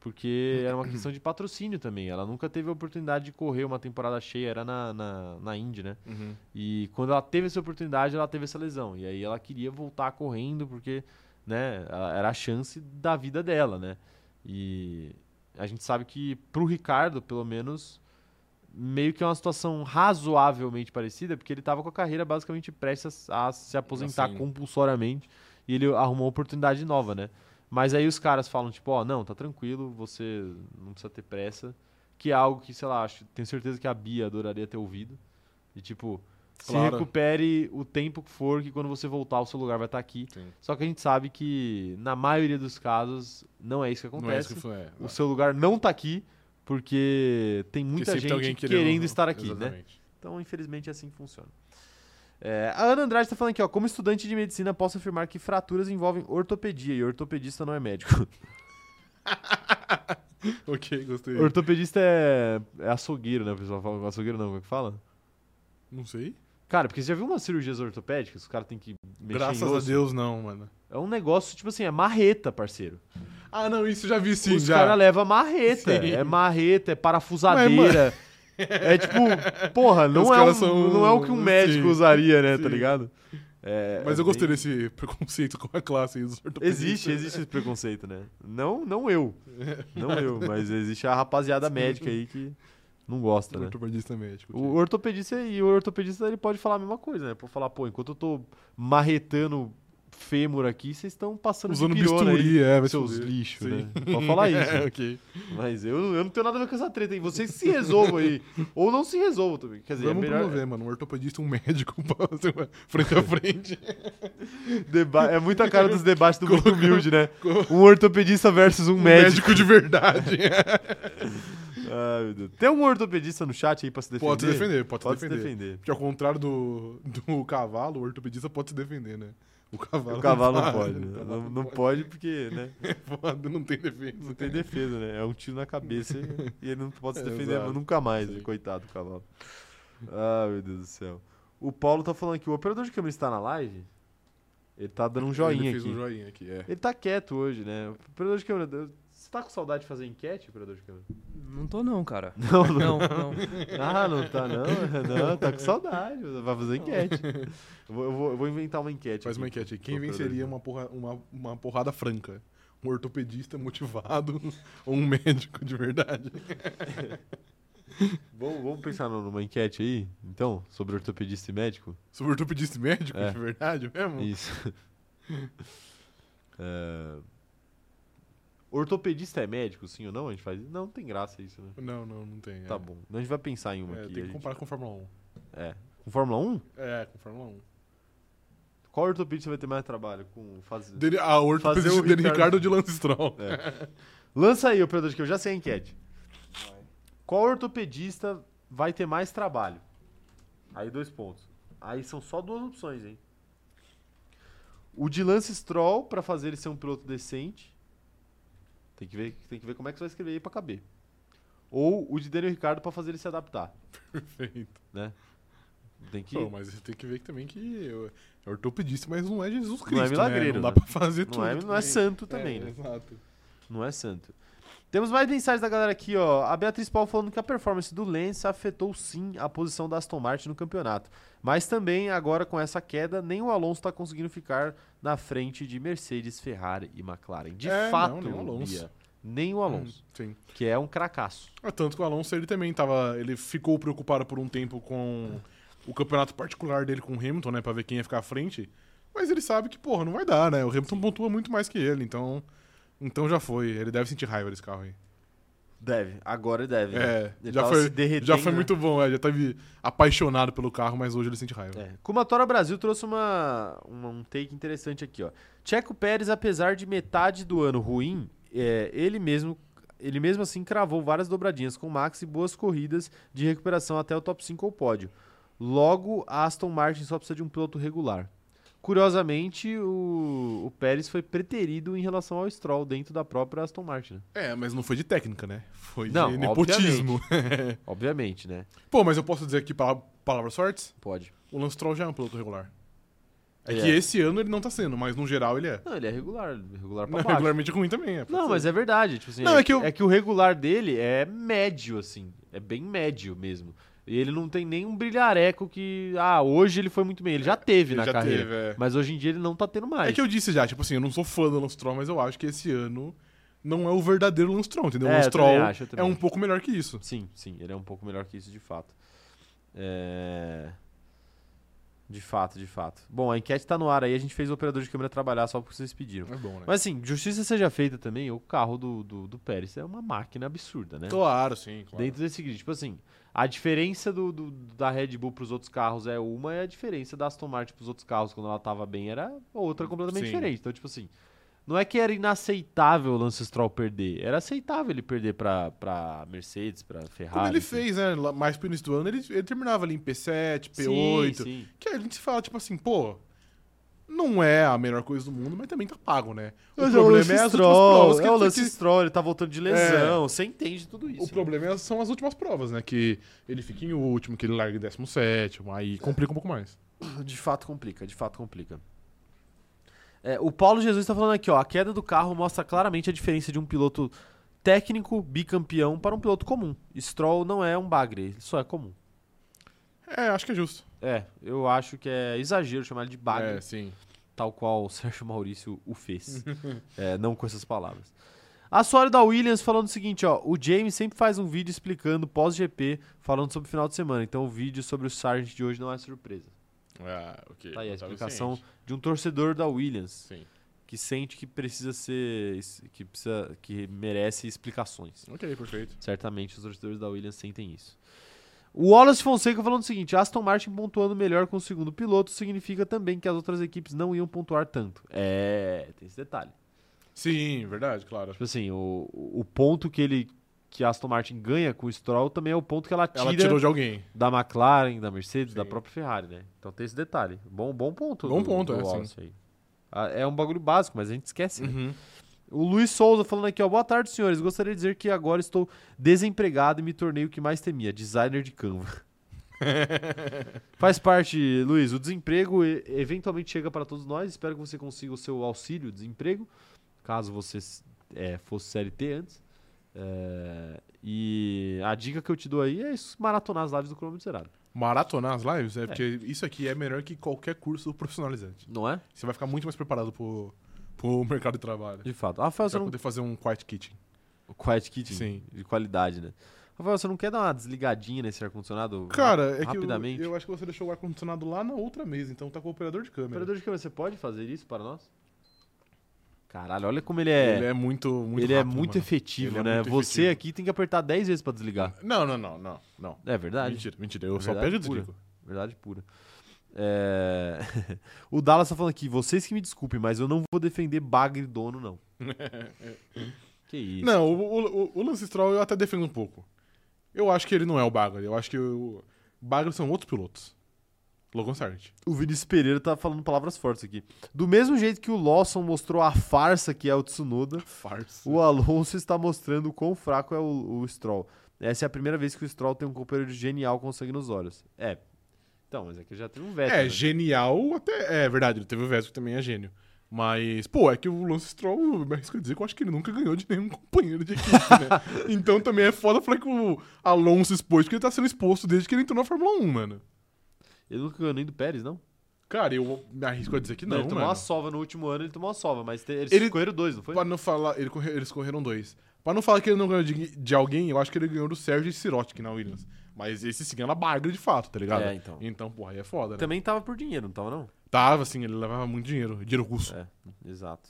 A: porque era uma questão de patrocínio também. Ela nunca teve a oportunidade de correr uma temporada cheia, era na, na, na Indy, né? E quando ela teve essa oportunidade, ela teve essa lesão. E aí ela queria voltar correndo porque, né, ela- era a chance da vida dela, né? E a gente sabe que pro Ricardo, pelo menos, meio que é uma situação razoavelmente parecida, porque ele tava com a carreira basicamente prestes a se aposentar
B: Assim.
A: compulsoriamente e ele arrumou uma oportunidade nova, né? Mas aí os caras falam, tipo, ó, não, tá tranquilo, você não precisa ter pressa. Que é algo que, sei lá, acho, tenho certeza que a Bia adoraria ter ouvido. E tipo, se
B: Claro.
A: recupere o tempo que for, que quando você voltar, o seu lugar vai estar aqui.
B: Sim.
A: Só que a gente sabe que, na maioria dos casos, não é isso que
B: Não é
A: acontece.
B: isso que foi. É.
A: O seu lugar não tá aqui, porque tem muita
B: Porque sempre tem
A: gente
B: alguém
A: querendo, estar aqui, né?
B: Exatamente.
A: Então, infelizmente, é assim que funciona. É, a Ana Andrade tá falando aqui, ó. Como estudante de medicina, posso afirmar que fraturas envolvem ortopedia e ortopedista não é médico.
B: Ok, gostei.
A: ortopedista é, é açougueiro, né? O pessoal fala. Açougueiro não, como é que fala?
B: Não sei.
A: Cara, porque você já viu umas cirurgias ortopédicas? Os caras têm que mexer em
B: Graças a
A: osso?
B: Deus, não, mano.
A: É um negócio, tipo assim, é marreta, parceiro.
B: Ah, não, isso eu já vi sim,
A: Os
B: já.
A: caras levam marreta.
B: Sim.
A: É marreta, é parafusadeira. é tipo, porra,
B: Os
A: não é,
B: caras
A: um-
B: são-
A: não é o que um médico
B: sim,
A: usaria, né? Tá
B: sim.
A: ligado? É-
B: Mas
A: é
B: eu gostei
A: bem-
B: desse preconceito com a classe dos ortopedistas.
A: Existe, existe esse preconceito, né? Não, não eu. Não eu, mas existe a rapaziada médica aí que, Não gosta,
B: O
A: né?
B: ortopedista também, é discutível.
A: O ortopedista e o ortopedista ele pode falar a mesma coisa, né? Pode falar, pô, enquanto eu tô marretando fêmur aqui, vocês estão passando
B: Usando
A: de pirona aí,
B: bisturi, é, vai se
A: seus
B: fuder.
A: lixos,
B: Sim.
A: né? Pode falar isso.
B: É, ok.
A: Mas eu, eu não tenho nada a ver com essa treta aí. Vocês se resolvam aí. ou não se resolvam também. Quer dizer,
B: Vamos
A: é melhor.
B: promover, mano. Um ortopedista e um médico pra fazer uma frente a frente.
A: Deba- É muita cara dos debates do muito humilde, né? Um ortopedista versus um,
B: Um
A: médico.
B: médico de verdade.
A: Ai, meu Deus. Tem um ortopedista no chat aí pra se defender?
B: Pode se defender, pode,
A: Pode
B: se defender. Porque ao contrário do, do cavalo, o ortopedista pode se defender, né? O cavalo,
A: O cavalo não
B: para,
A: pode.
B: o
A: né?
B: cavalo
A: Não, não pode porque, né?
B: é Foda, não tem defesa.
A: Não tem defesa, né? É um tiro na cabeça e ele não pode se
B: É,
A: defender
B: exato.
A: nunca mais,
B: Sim.
A: coitado do cavalo. Ah, meu Deus do céu. O Paulo tá falando que o operador de câmera está na live. Ele tá dando um joinha
B: Ele
A: aqui.
B: fez um joinha aqui, é.
A: Ele tá quieto hoje, né? O operador de câmera. Você tá com saudade de fazer enquete, operador de câmera?
C: Não tô não, cara.
A: Não,
C: Não, não.
A: Ah, não tá, não. Não, tá com saudade. Vai fazer enquete. Eu vou, eu vou- eu vou inventar uma enquete.
B: Faz
A: aqui.
B: uma enquete aí. Quem
A: Pro operador de
B: venceria
A: câmera.
B: uma, porra, uma, uma porrada franca? Um ortopedista motivado ou um médico de verdade?
A: Vamos, vamos pensar num- numa enquete aí, então, sobre ortopedista e médico?
B: Sobre ortopedista e médico
A: É.
B: de verdade mesmo?
A: Isso. É, Ortopedista é médico, sim ou não? A gente faz. Não, não tem graça isso, né?
B: Não, não, não tem.
A: Tá
B: é.
A: bom. A gente vai pensar em uma
B: É,
A: aqui.
B: tem
A: a
B: que
A: gente-
B: comparar com Fórmula 1.
A: É. Com Fórmula 1?
B: É, com Fórmula 1.
A: Qual ortopedista vai ter mais trabalho? Com fazer.
B: Dele, ah, o ortopedista
A: Fazer o
B: dele
A: Ricardo-
B: Ricardo... de Lance Stroll.
A: É. Lança aí, operador de que eu já sei a enquete. Qual ortopedista vai ter mais trabalho? Aí dois pontos. Aí são só duas opções, hein? O de Lance Stroll, pra fazer ele ser um piloto decente. Tem que ver, tem que ver como é que você vai escrever aí pra caber. Ou o de Daniel Ricardo pra fazer ele se adaptar.
B: Perfeito.
A: Tem que.
B: Pô, Então, mas você tem que ver que também que eu- é ortopedista, mas não é Jesus Cristo.
A: milagreiro,
B: Né? Não
A: né?
B: dá pra fazer tudo.
A: não, é, não é
B: também.
A: santo também,
B: É,
A: né?
B: Exato.
A: Não é santo. Temos mais mensagens da galera aqui, ó. A Beatriz Paul falando que a performance do Lance afetou sim a posição da Aston Martin no campeonato. Mas também, agora com essa queda, nem o Alonso tá conseguindo ficar na frente de Mercedes, Ferrari e McLaren. De
B: É, não,
A: fato,
B: nem o Alonso. Hum.
A: Bia, nem o Alonso,
B: Sim.
A: que é um cracaço.
B: Ah, Tanto que o Alonso ele também tava. Ele ficou preocupado por um tempo com o campeonato particular dele com o Hamilton, né? Pra ver quem ia ficar à frente. Mas ele sabe que, porra, não vai dar, né? O Hamilton pontua muito mais que ele, então. Então já foi. Ele deve sentir raiva desse carro aí.
A: Deve, agora deve. né?
B: É,
A: Ele
B: já
A: tava
B: foi,
A: se derretendo,
B: já foi
A: né?
B: muito bom, é, já tava apaixonado pelo carro, mas hoje ele sente raiva.
A: É. Kumatora Brasil trouxe uma, uma- um take interessante aqui, ó. Checo Pérez, apesar de metade do ano ruim, é, ele mesmo ele mesmo assim cravou várias dobradinhas com o Max e boas corridas de recuperação até o top 5 ou pódio. Logo, a Aston Martin só precisa de um piloto regular. Curiosamente, o, o Pérez foi preterido em relação ao Stroll dentro da própria Aston Martin, né?
B: É, mas não foi de técnica, né? Foi
A: Não,
B: de nepotismo.
A: Obviamente, né?
B: Pô, mas eu posso dizer aqui pala- palavras fortes?
A: Pode.
B: O Lance Stroll já é um piloto regular. É,
A: Ele
B: que
A: é.
B: esse ano ele não tá sendo, mas no geral ele é.
A: Não, ele é regular, regular pra
B: Não,
A: baixo.
B: regularmente ruim também, é. pode
A: Não,
B: ser.
A: mas é verdade. Tipo assim,
B: Não,
A: é,
B: é que eu-
A: o regular dele é médio, assim. É bem médio mesmo. E ele não tem nenhum brilhareco que. Ah, hoje ele foi muito bem. Ele já teve
B: É, Ele
A: na
B: já
A: carreira.
B: teve, é.
A: Mas hoje em dia ele não tá tendo mais.
B: É que eu disse já, tipo assim, eu não sou fã do Lance Stroll, mas eu acho que esse ano não é o verdadeiro Lance Stroll, entendeu?
A: É,
B: o Lance
A: eu também
B: Stroll
A: acho, eu também
B: é um
A: acho.
B: pouco melhor que isso.
A: Sim, sim, ele é um pouco melhor que isso de fato. É... De fato, de fato. Bom, a enquete tá no ar aí, a gente fez o operador de câmera trabalhar só porque vocês pediram.
B: É bom, né?
A: Mas assim, justiça seja feita também, o carro do, do, do Pérez é uma máquina absurda, né?
B: Claro, sim, claro.
A: Dentro desse grid. Tipo assim, a diferença do, do- da Red Bull pros outros carros é uma, e a diferença da Aston Martin pros outros carros quando ela tava bem era outra completamente
B: Sim.
A: diferente. Então, tipo assim, não é que era inaceitável o Lance Stroll perder, era aceitável ele perder pra, pra Mercedes, pra Ferrari.
B: Como ele
A: enfim.
B: fez, né? lá- Mais pro início do ano, ele, ele terminava ali em P7,
A: Sim,
B: P8.
A: sim.
B: Que a gente se fala, tipo assim, pô, não é a melhor coisa do mundo, mas também tá pago, né? O
A: Mas
B: problema é as últimas provas. que-
A: é o
B: que- É.
A: Lance Stroll, ele tá voltando de lesão, você entende tudo isso.
B: o
A: né?
B: problema é- são as últimas provas, né? Que ele fica em último, que ele larga em 17, aí complica um pouco mais.
A: De fato complica, de fato complica. É, o Paulo Jesus está falando aqui, ó. A queda do carro mostra claramente a diferença de um piloto técnico, bicampeão, para um piloto comum. Stroll não é um bagre, ele só é comum.
B: É, acho que é justo.
A: É, eu acho que é exagero chamar ele de bagre,
B: É, sim.
A: tal qual o Sérgio Maurício o fez. É, não com essas palavras. A Sora da Williams falando o seguinte, ó. O James sempre faz um vídeo explicando pós-GP, falando sobre o final de semana. Então o vídeo sobre o Sargent de hoje não é surpresa.
D: Ah,
B: É,
D: ok.
A: Tá aí a
D: Eu tava
A: explicação
D: ciente.
A: de um torcedor da Williams
D: Sim.
A: que sente que precisa ser que precisa que merece explicações.
D: Ok, perfeito.
A: Certamente os torcedores da Williams sentem isso. O Wallace Fonseca falando o seguinte: Aston Martin pontuando melhor com o segundo piloto significa também que as outras equipes não iam pontuar tanto. É, tem esse detalhe.
B: Sim, verdade, claro.
A: Tipo assim, o, o ponto que ele que a Aston Martin ganha com o Stroll também é o ponto que ela tira
B: Ela tirou de alguém.
A: da McLaren, da Mercedes, da
B: Sim.
A: própria Ferrari, né? Então tem esse detalhe. Bom, bom ponto.
B: Bom
A: do-
B: ponto,
A: do
B: é, sim.
A: Wallace aí. Ah, É um bagulho básico, mas a gente esquece. né?
B: Uhum.
A: O Luiz Souza falando aqui, ó. Boa tarde, senhores. Gostaria de dizer que agora estou desempregado e me tornei o que mais temia, designer de Canva. Faz parte, Luiz. O desemprego e- eventualmente chega para todos nós. Espero que você consiga o seu auxílio desemprego, caso você é, fosse CLT antes. É, e a dica que eu te dou aí é isso, maratonar as lives do cronômetro zerado,
B: Maratonar as lives? É, porque isso aqui é melhor que qualquer curso profissionalizante.
A: não é?
B: Você vai ficar muito mais preparado pro, pro mercado de trabalho.
A: De fato. Rafael, você
B: Pra
A: não...
B: poder fazer um quiet kitchen.
A: Quiet Kitchen
B: Sim.
A: de qualidade, né? Rafael, você não quer dar uma desligadinha nesse ar-condicionado?
B: Cara, é que eu,
A: rapidamente.
B: eu acho que você deixou o ar-condicionado lá na outra mesa, então tá com o operador de câmera.
A: Operador de câmera, você pode fazer isso para nós? Caralho, olha como ele é.
B: Ele é muito, muito
A: ele é
B: rápido,
A: muito
B: mano.
A: efetivo,
B: Ele é
A: né?
B: muito
A: você
B: efetivo.
A: aqui tem que apertar 10 vezes para desligar.
B: Não, não, não, não. não.
A: É verdade.
B: Mentira, mentira. Eu só
A: Verdade
B: pego e
A: pura.
B: desligo.
A: Verdade pura. É, o Dallas tá falando aqui, vocês que me desculpem, mas eu não vou defender bagre dono, não. que isso.
B: Não, o, o, o- o Lance Stroll eu até defendo um pouco. Eu acho que ele não é o Bagre. Eu acho que o Bagre são outros pilotos. Logan Sargent.
A: O Vinícius Pereira tá falando palavras fortes aqui. Do mesmo jeito que o Lawson mostrou a farsa que é o Tsunoda,
B: Farsa.
A: O Alonso está mostrando o quão fraco é o, o Stroll. Essa é a primeira vez que o Stroll tem um companheiro genial com sangue nos olhos. É. Então, mas é que já teve um Vettel.
B: É,
A: né?
B: genial até. É verdade, ele teve o Vesco que também é gênio. Mas, pô, é que o Lance Stroll, eu me arrisco a dizer que eu acho que ele nunca ganhou de nenhum companheiro de equipe, né? Então também é foda falar que o Alonso expôs, porque ele tá sendo exposto desde que ele entrou na Fórmula 1, mano.
A: Ele nunca ganhou nem do Pérez, não?
B: Cara, eu me arrisco a dizer que
A: ele
B: não,
A: tomou
B: mano.
A: uma sova no último ano, ele tomou uma sova, mas te- eles
B: Ele-
A: correram dois, não foi?
B: Pra não falar, ele corre- eles correram dois. Pra não falar que ele não ganhou de, de alguém, eu acho que ele ganhou do Sérgio Sirotic na Williams. Mas esse sim era bagra de fato, tá ligado?
A: É, então.
B: Então, porra, aí é foda, né?
A: Também tava por dinheiro, não tava, não?
B: Tava, assim, ele levava muito dinheiro, dinheiro russo.
A: É, exato.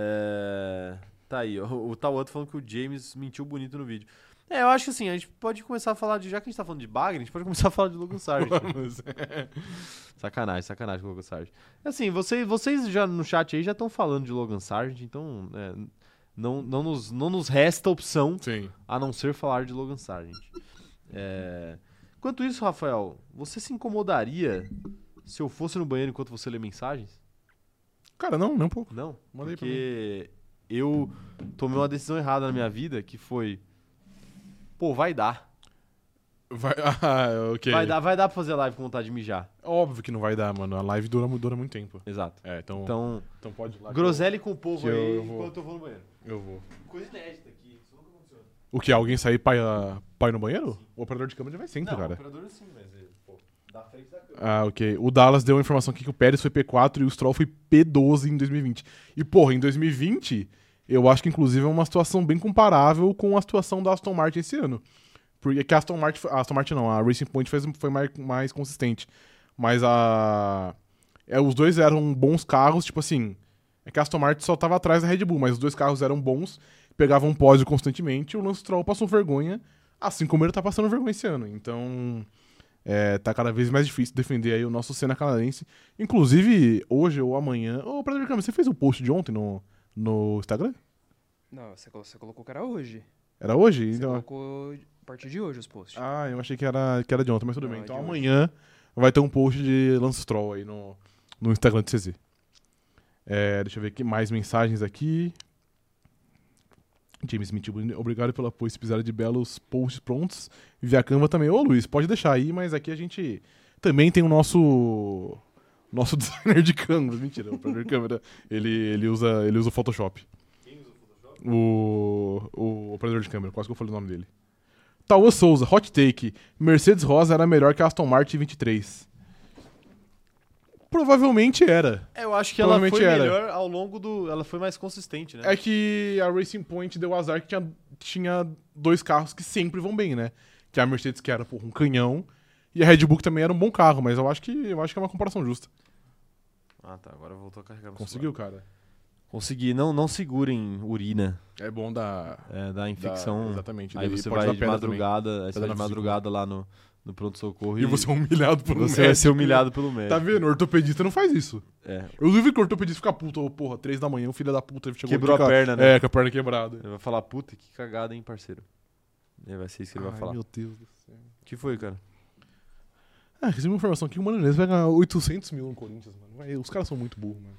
A: É, Tá aí, ó. o Tawato falando que o James mentiu bonito no vídeo. É, eu acho que assim, a gente pode começar a falar de. Já que a gente tá falando de Bagre, a gente pode começar a falar de Logan Sargent.
B: Mas-
A: É. Sacanagem, sacanagem com o Logan Sargent. Assim, vocês, vocês já no chat aí já estão falando de Logan Sargent, então é, não, não, nos, não nos resta opção
B: Sim.
A: a não ser falar de Logan Sargent. É, Enquanto isso, Rafael, você se incomodaria se eu fosse no banheiro enquanto você lê mensagens?
B: Cara, não, não um pouco.
A: Não,
B: Manda aí pra
A: porque eu tomei uma decisão errada na minha vida que foi... Pô, vai dar.
B: Vai, ah, ok.
A: Vai dar, vai dar pra fazer live com vontade de mijar.
B: Óbvio que não vai dar, mano. A live dura, dura muito tempo.
A: Exato.
B: É, então, então,
A: Então,
B: pode ir lá. que
A: groselhe com o povo
B: que eu-
A: aí
B: eu vou-
A: enquanto eu vou no banheiro.
B: Eu, eu vou.
A: Coisa inédita aqui, isso nunca aconteceu.
B: O que? Alguém sair pai, ah, pai no banheiro? O operador de câmera vai sempre,
A: Não,
B: cara.
A: operador sim, mas ele, pô, da frente da câmera.
B: Ah, ok. O Dallas deu a informação aqui que o Pérez foi P4 e o Stroll foi P12 em 2020. E, porra, em 2020, eu acho que inclusive é uma situação bem comparável com a situação da Aston Martin esse ano. Porque é que a Aston Martin, a Aston Martin não, a Racing Point fez, foi mais, mais consistente. Mas a. É, os dois eram bons carros, tipo assim. É que a Aston Martin só tava atrás da Red Bull, mas os dois carros eram bons, pegavam pódio constantemente e o Lance Stroll passou vergonha, assim como ele tá passando vergonha esse ano. Então. É, tá cada vez mais difícil defender aí o nosso cena canadense. Inclusive, hoje ou amanhã. Ô, Prazer Câmara, você fez o post de ontem no, no Instagram?
C: Não, você, colo- você colocou que era hoje.
B: Era hoje?
C: Você
B: Então...
C: colocou a partir de hoje os posts.
B: Ah, eu achei que era, que era de ontem, mas tudo
C: Não,
B: bem.
C: é
B: Então
C: de hoje.
B: amanhã vai ter um post de Lance Stroll aí no, no Instagram do CZ. É, deixa eu ver aqui, mais mensagens aqui. James Smith, obrigado pelo apoio. Se precisar de belos posts prontos, via Canva também. Ô Luiz, pode deixar aí, mas aqui a gente também tem o nosso nosso designer de câmera. Mentira, o operador de câmera. Ele, ele, usa, ele usa o Photoshop. O, o operador de câmera, quase que eu falei o nome dele. Tauan Souza, hot take. Mercedes Rosa era melhor que a Aston Martin 23. Provavelmente era.
A: Eu acho que ela foi
B: Provavelmente era.
A: melhor ao longo do. Ela foi mais consistente, né?
B: É que a Racing Point deu azar que tinha, tinha dois carros que sempre vão bem, né? Que a Mercedes que era porra, um canhão e a Red Bull que também era um bom carro, mas eu acho que eu acho que é uma comparação justa.
A: Ah, tá. Agora voltou a carregar meu
B: Conseguiu, cara.
A: celular. Consegui. Não, não segurem urina
B: É bom da
A: é, da infecção.
B: exatamente.
A: Aí
B: daí
A: você
B: pode
A: vai
B: dar
A: de
B: pedra
A: madrugada, aí você
B: Pedra
A: vai de
B: na
A: madrugada lá no, no pronto-socorro
B: também. E você é humilhado por um
A: você vai ser
B: médico.
A: humilhado pelo médico.
B: Tá vendo? O ortopedista não faz isso.
A: É.
B: Eu duvido que o ortopedista fica puto. Ô, porra, três da manhã, o filho da puta chegou
A: Quebrou
B: aqui
A: a
B: com
A: perna, né?
B: É, com a perna quebrada.
A: Ele vai falar, puta, que cagada, hein, parceiro. É, vai ser isso que ele vai
B: Ai,
A: falar. O
B: meu Deus do céu.
A: que foi, cara?
B: Ah, recebi uma informação aqui, o Mano Menezes vai ganhar 800 mil no Corinthians, mano. Vai, os caras são muito burros, mano.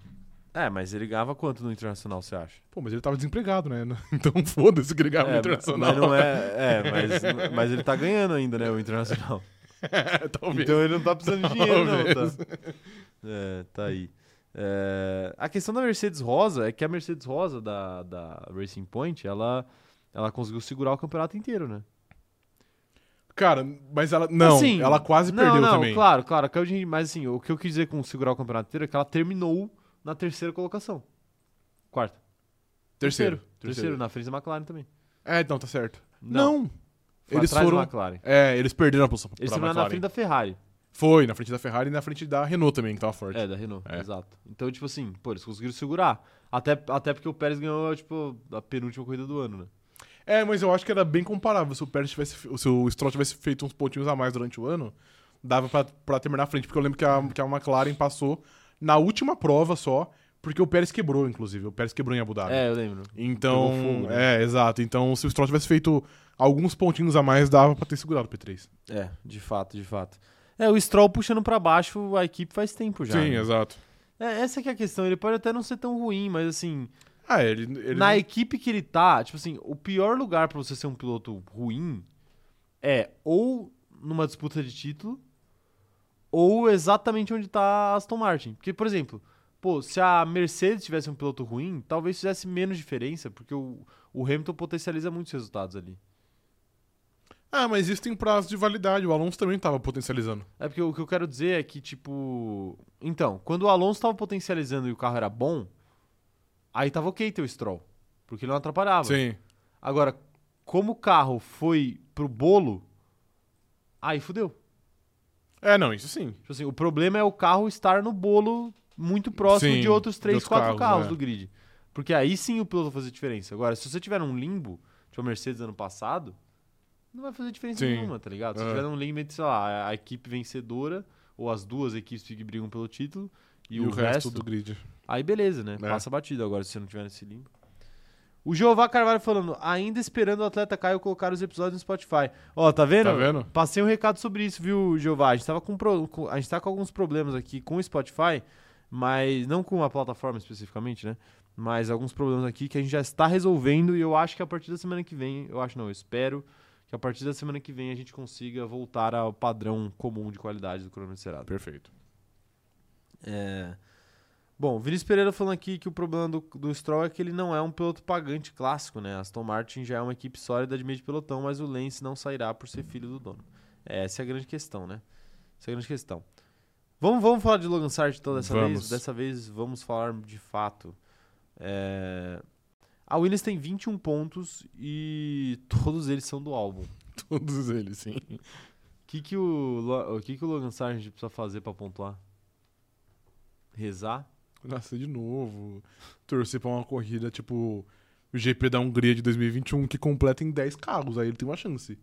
A: É, mas ele ganhava quanto no Internacional, você acha?
B: Pô, mas ele tava desempregado, né? Então foda-se que ele ganhava no
A: É,
B: Internacional.
A: Mas não é, é mas, mas ele tá ganhando ainda, né, o Internacional.
B: né? Talvez.
A: Então ele não tá precisando de dinheiro, não,
B: Talvez.
A: tá? É, tá aí. É, a questão da Mercedes Rosa é que a Mercedes Rosa da, da Racing Point, ela, ela conseguiu segurar o campeonato inteiro, né?
B: Cara, mas ela... Não,
A: Assim,
B: ela quase
A: não,
B: perdeu
A: não,
B: também.
A: Claro, claro, caiu de- mas assim, o que eu quis dizer com segurar o campeonato inteiro é que ela terminou na terceira colocação. Quarta.
B: Terceiro.
A: Terceiro, na frente da McLaren também.
B: É, então tá certo.
A: Não,
B: Não.
A: Foi
B: eles
A: atrás
B: foram...
A: da McLaren.
B: É, eles perderam a posição
A: Eles
B: pra
A: terminaram na
B: McLaren.
A: frente da Ferrari.
B: Foi, na frente da Ferrari e na frente da Renault também, que tava forte.
A: É, da Renault,
B: É.
A: exato. Então, tipo assim, pô, eles conseguiram segurar. Até, até porque o Pérez ganhou, tipo, a penúltima corrida do ano, né?
B: É, mas eu acho que era bem comparável. Se o Pérez tivesse, fe- se o Stroll tivesse feito uns pontinhos a mais durante o ano, dava pra, pra terminar à frente, porque eu lembro que a, que a McLaren passou na última prova só, porque o Pérez quebrou, inclusive. O Pérez quebrou em Abu Dhabi.
A: É, eu lembro.
B: Então,
A: Pegou fogo, né?
B: é, exato. Então, se o Stroll tivesse feito alguns pontinhos a mais, dava pra ter segurado o P3.
A: É, de fato, de fato. É, o Stroll puxando pra baixo a equipe faz tempo já.
B: Sim,
A: né?
B: exato.
A: é, essa que é a questão. Ele pode até não ser tão ruim, mas assim,
B: Ah, ele, ele
A: na equipe que ele tá, tipo assim, o pior lugar pra você ser um piloto ruim é ou numa disputa de título ou exatamente onde tá a Aston Martin. Porque, por exemplo, pô, se a Mercedes tivesse um piloto ruim, talvez fizesse menos diferença, porque o, o Hamilton potencializa muitos resultados ali.
B: Ah, mas isso tem prazo de validade. O Alonso também tava potencializando.
A: É porque o que eu quero dizer é que, tipo. Então, quando o Alonso tava potencializando e o carro era bom, aí tava ok ter o Stroll. Porque ele não atrapalhava.
B: Sim.
A: Agora, como o carro foi pro bolo, aí fudeu.
B: É, não, isso sim.
A: Tipo assim, o problema é o carro estar no bolo muito próximo
B: Sim,
A: de outros
B: de
A: 3,
B: outros
A: 4 carros,
B: carros, é.
A: do grid. Porque aí sim o piloto vai fazer diferença. Agora, se você tiver num limbo, tipo a Mercedes ano passado, não vai fazer diferença
B: Sim.
A: nenhuma, tá ligado? Se
B: É.
A: tiver num limbo entre, sei lá, a- a equipe vencedora, ou as duas equipes que brigam pelo título, e, o, resto,
B: do grid.
A: aí beleza, né?
B: É.
A: Passa batido agora se você não tiver nesse limbo. O Jeová Carvalho falando, ainda esperando o atleta Caio colocar os episódios no Spotify. Ó, tá vendo?
B: Tá vendo?
A: Passei um recado sobre isso, viu, Jeová? A gente, tava com, pro- com- a gente tá com alguns problemas aqui com o Spotify, mas não com a plataforma especificamente, né? Mas alguns problemas aqui que a gente já está resolvendo e eu acho que a partir da semana que vem, eu acho não, eu espero que a partir da semana que vem a gente consiga voltar ao padrão comum de qualidade do Cronômetro Cerado.
B: Perfeito.
A: É. Bom, Vinícius Pereira falando aqui que o problema do, do Stroll é que ele não é um piloto pagante clássico, né? Aston Martin já é uma equipe sólida de meio de pelotão, mas o Lance não sairá por ser filho do dono. É, essa é a grande questão, né? Essa é a grande questão. Vamos, vamos falar de Logan Sartre então dessa vez?
B: Vamos.
A: Dessa vez vamos falar de fato. É, A Williams tem 21 pontos e todos eles são do álbum.
B: Todos eles, sim.
A: O que, que, o, Lo- o, que, que o Logan Sartre precisa fazer pra pontuar? Rezar?
B: Tipo, Nascer de novo. Torcer pra uma corrida tipo o GP da Hungria de 2021 que completa em 10 carros. Aí ele tem uma chance.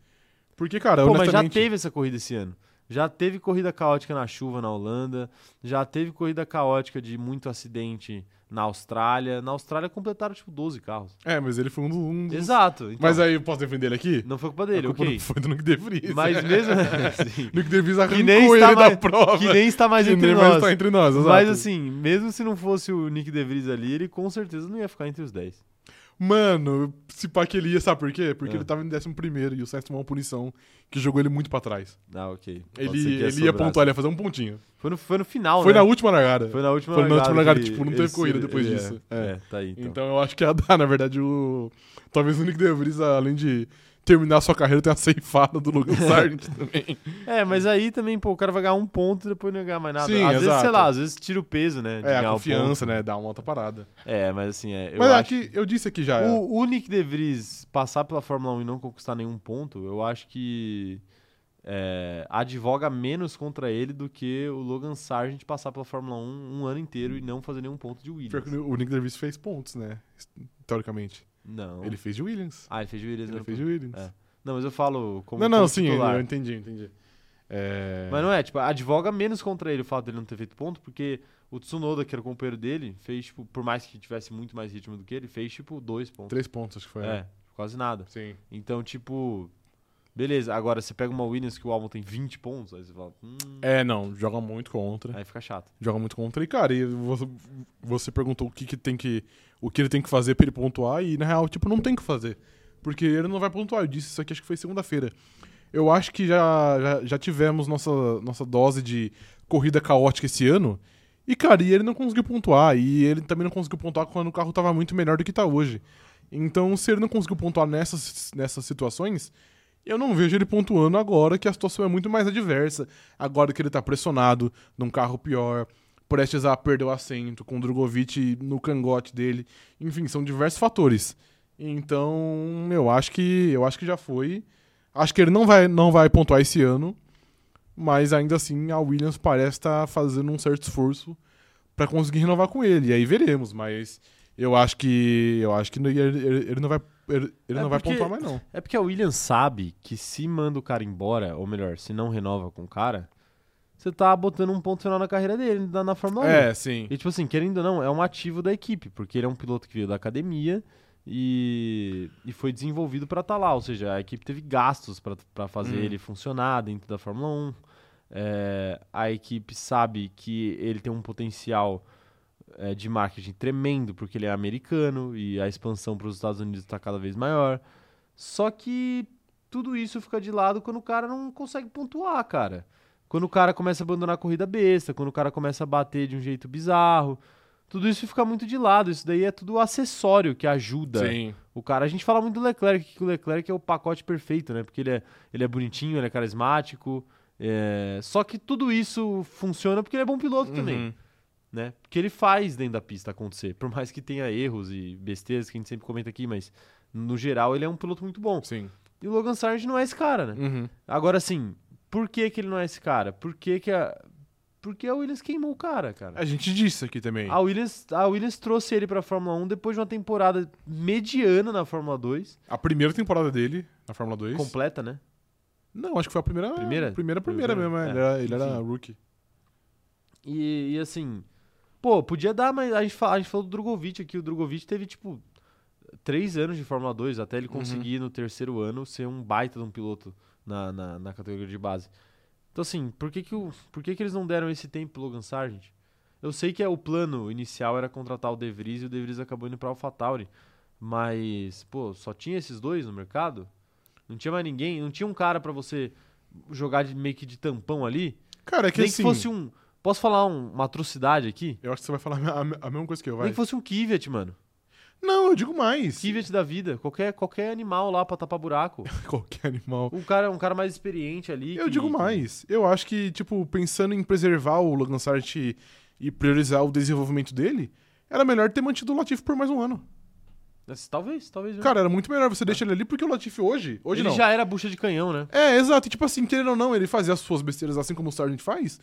B: Porque, cara,
A: Pô, mas já
B: Então, honestamente...
A: teve essa corrida esse ano. Já teve corrida caótica na chuva na Holanda, já teve corrida caótica de muito acidente na Austrália. Na Austrália completaram tipo 12 carros.
B: É, mas ele foi um dos... Um dos-
A: Exato. então,
B: Mas aí eu posso defender ele aqui?
A: não foi culpa
B: A
A: dele,
B: culpa
A: ok.
B: não foi do Nick DeVries.
A: Mas mesmo assim,
B: Nick DeVries arrancou
A: nem
B: ele
A: está
B: da
A: mais-
B: prova.
A: que nem está mais
B: Que
A: entre
B: nem
A: nós.
B: está entre nós, exato.
A: Mas assim, mesmo se não fosse o Nick DeVries ali, ele com certeza não ia ficar entre os 10.
B: Mano, se pá que ele ia, sabe por quê? Porque
A: É.
B: ele tava em 11 primeiro e o Sainz tomou uma punição que jogou ele muito pra trás.
A: Ah, ok. Pode ser que
B: Ele, ele ia
A: sobrasse.
B: pontuar, ele ia fazer um pontinho.
A: Foi no, foi no final,
B: foi
A: né?
B: na última largada.
A: Foi na última
B: foi na última largada,
A: ele-
B: tipo, não teve
A: ele-
B: corrida depois
A: ele-
B: disso.
A: É,
B: É.
A: é, tá aí então.
B: Então eu acho que ia dar, na verdade, o. Talvez o Nick DeVries, além de terminar sua carreira, tem a ceifada do Logan Sargent também.
A: É, mas aí também, pô, o cara vai ganhar um ponto e depois não ganhar mais nada.
B: Sim,
A: às vezes,
B: exato.
A: sei lá, às vezes tira o peso, né? de
B: É,
A: ganhar
B: a
A: o
B: confiança, né? Dá uma outra parada.
A: ponto. É, mas assim, é. eu
B: Mas
A: acho
B: aqui, é. eu disse aqui já.
A: O, o Nick De Vries passar pela Fórmula 1 e não conquistar nenhum ponto, eu acho que é, advoga menos contra ele do que o Logan Sargent passar pela Fórmula 1 um ano inteiro e não fazer nenhum ponto de
B: Pior
A: Williams.
B: que O Nick Davis fez pontos, né? Teoricamente.
A: Não.
B: Ele fez de Williams.
A: Ah, ele fez de Williams.
B: Ele
A: né?
B: fez de Williams.
A: É, Não, mas eu falo como
B: não, não,
A: como
B: sim,
A: titular.
B: eu entendi, eu entendi. É...
A: Mas não é, tipo, advoga menos contra ele o fato dele não ter feito ponto, porque o Tsunoda, que era o companheiro dele, fez, tipo, por mais que tivesse muito mais ritmo do que ele, fez, tipo, dois pontos.
B: Três pontos, acho que foi. né?
A: É, quase nada.
B: Sim.
A: Então, tipo, beleza. Agora, você pega uma Williams que o Albon tem 20 pontos, aí você fala, hum,
B: É, não, joga muito contra.
A: aí fica chato.
B: Joga muito contra. E, cara, e você, você perguntou o que, que tem que. O que ele tem que fazer pra ele pontuar, e na real, tipo, não tem o que fazer. Porque ele não vai pontuar. Eu disse isso aqui, acho que foi segunda-feira. Eu acho que já, já, já tivemos nossa, nossa dose de corrida caótica esse ano. E, cara, e ele não conseguiu pontuar. E ele também não conseguiu pontuar quando o carro tava muito melhor do que tá hoje. Então, se ele não conseguiu pontuar nessas, nessas situações, eu não vejo ele pontuando agora que a situação é muito mais adversa. Agora que ele tá pressionado, num carro pior, prestes a perder o assento, com o Drogovic no cangote dele. Enfim, são diversos fatores. Então, eu acho que eu acho que já foi. Acho que ele não vai, não vai pontuar esse ano, mas ainda assim a Williams parece estar fazendo um certo esforço para conseguir renovar com ele. E aí veremos, mas eu acho que eu acho que ele, ele- ele não vai ele, ele
A: É
B: não vai
A: porque-
B: pontuar mais não.
A: É porque a Williams sabe que se manda o cara embora, ou melhor, se não renova com o cara, você tá botando um ponto final na carreira dele, na, na Fórmula 1.
B: É, sim.
A: E, tipo assim, querendo ou não, é um ativo da equipe, porque ele é um piloto que veio da academia e, e foi desenvolvido para estar lá. Ou seja, a equipe teve gastos para fazer
B: Hum.
A: ele funcionar dentro da Fórmula 1. É, a equipe sabe que ele tem um potencial é, de marketing tremendo, porque ele é americano e a expansão para os Estados Unidos está cada vez maior. Só que tudo isso fica de lado quando o cara não consegue pontuar, cara. Quando o cara começa a abandonar a corrida besta, quando o cara começa a bater de um jeito bizarro. Tudo isso fica muito de lado. Isso daí é tudo acessório que ajuda
B: Sim.
A: o cara. A gente fala muito do Leclerc, que o Leclerc é o pacote perfeito, né? Porque ele é, ele é bonitinho, ele é carismático. é, Só que tudo isso funciona porque ele é bom piloto também,
B: Uhum.
A: né? Porque ele faz dentro da pista acontecer. Por mais que tenha erros e besteiras que a gente sempre comenta aqui, mas no geral ele é um piloto muito bom.
B: Sim.
A: E o Logan Sargent não é esse cara, né?
B: Uhum.
A: Agora sim, por que, que ele não é esse cara? Por que, que a. Porque a Williams queimou o cara, cara.
B: A gente disse aqui também.
A: A Williams, a Williams trouxe ele pra Fórmula 1 depois de uma temporada mediana na Fórmula 2.
B: A primeira temporada dele na Fórmula 2.
A: Completa, né?
B: Não, acho que foi a primeira.
A: Primeira?
B: Primeira, primeira
A: Primeira,
B: mesmo. é.
A: é.
B: Ele era, ele era
A: Enfim.
B: rookie.
A: E, e assim, pô, podia dar, mas a gente, fa- a gente falou do Drogovic aqui. O Drogovic teve, tipo, três anos de Fórmula 2 até ele conseguir no terceiro ano ser um baita de um piloto na, na, na categoria de base. Então, assim, por que, que, o, por que, que eles não deram esse tempo pro Logan Sargent? Eu sei que é, o plano inicial era contratar o De Vries e o De Vries acabou indo pra AlphaTauri. Mas, pô, só tinha esses dois no mercado? Não tinha mais ninguém? Não tinha um cara pra você jogar de, meio que de tampão ali?
B: Cara, é que
A: Nem
B: assim.
A: que fosse um. Posso falar um- uma atrocidade aqui?
B: Eu acho que você vai falar a, a mesma coisa que eu, vai.
A: Nem que fosse um Kivet, mano.
B: Não, eu digo mais.
A: Kivet da vida. Qualquer, qualquer animal lá pra tapar buraco.
B: Qualquer animal.
A: Um cara, um cara mais experiente ali.
B: Eu
A: que-
B: digo
A: que-
B: mais. Eu acho que, tipo, pensando em preservar o Logan Sartre e- e priorizar o desenvolvimento dele, era melhor ter mantido o Latifi por mais um ano.
A: Mas Talvez, talvez. mesmo.
B: Cara, era muito melhor você deixar ele ali, porque o Latifi hoje. Hoje
A: Uhum. ele
B: não.
A: já era bucha de canhão, né?
B: É, exato. E, tipo assim, querendo ou não, ele fazia as suas besteiras assim como o Sargent faz,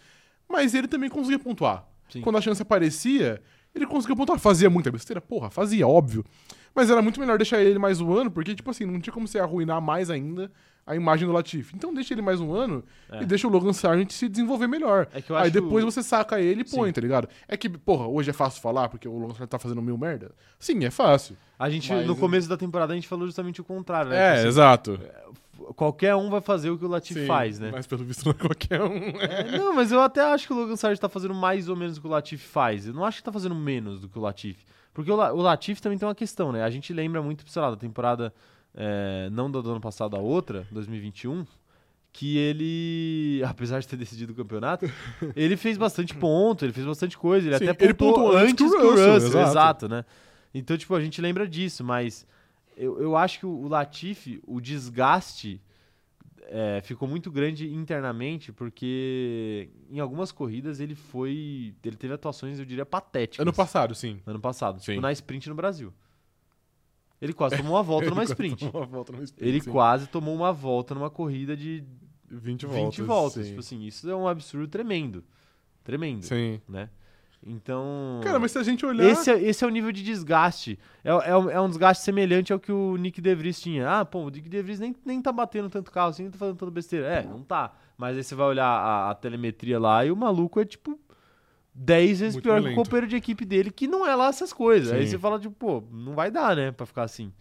B: mas ele também conseguia pontuar.
A: Sim.
B: Quando a chance aparecia, ele conseguia pontuar. Fazia muita besteira? Porra, fazia, óbvio. Mas era muito melhor deixar ele mais um ano, porque, tipo assim, não tinha como você arruinar mais ainda a imagem do Latifi. Então deixa ele mais um ano
A: É.
B: e deixa o Logan Sargent se desenvolver melhor.
A: É que eu
B: Aí
A: acho-
B: depois você saca ele e põe,
A: Sim.
B: tá ligado? É que, porra, hoje é fácil falar porque o Logan Sargent tá fazendo mil merda. Sim, é fácil.
A: A gente,
B: Mas-
A: no começo da temporada, a gente falou justamente o contrário, né?
B: É,
A: Tipo
B: exato.
A: assim, Qualquer um vai fazer o que o Latifi
B: Sim,
A: faz, né?
B: Mas pelo visto não é qualquer um.
A: É, não, mas eu até acho que o Logan Sargent tá fazendo mais ou menos do que o Latifi faz. Eu não acho que tá fazendo menos do que o Latifi. Porque o, La- o Latifi também tem uma questão, né? A gente lembra muito, sei lá, da temporada, é, não da do ano passado, da outra, 2021, que ele, apesar de ter decidido o campeonato, ele fez bastante ponto, ele fez bastante coisa. Ele
B: Sim,
A: até
B: ele
A: pontuou
B: pontuou antes que o Russell,
A: exato.
B: exato,
A: né? Então, tipo, a gente lembra disso, mas... eu, eu acho que o, o Latifi, o desgaste é, ficou muito grande internamente, porque em algumas corridas ele foi. Ele teve atuações, eu diria, patéticas.
B: Ano passado, sim.
A: ano passado, tipo,
B: Sim.
A: na sprint no Brasil. Ele quase tomou uma volta numa
B: Ele
A: sprint.
B: tomou uma volta numa sprint,
A: Ele
B: sim.
A: quase tomou uma volta numa corrida de
B: 20 voltas.
A: 20 voltas.
B: sim.
A: Tipo assim, isso é um absurdo tremendo. Tremendo,
B: Sim.
A: né? Então.
B: Cara, mas se a gente olhar.
A: Esse, é- esse é o nível de desgaste. É, é um- é um desgaste semelhante ao que o Nick DeVries tinha. Ah, pô, o Nick DeVries nem, nem tá batendo tanto carro assim, nem tá fazendo tanta besteira. É, não tá. Mas aí você vai olhar a, a telemetria lá e o maluco é tipo 10 vezes
B: Muito
A: pior
B: mais
A: que o
B: lento.
A: companheiro de equipe dele, que não é lá essas coisas. Aí
B: Sim.
A: você fala, tipo, pô, não vai dar, né, pra ficar assim.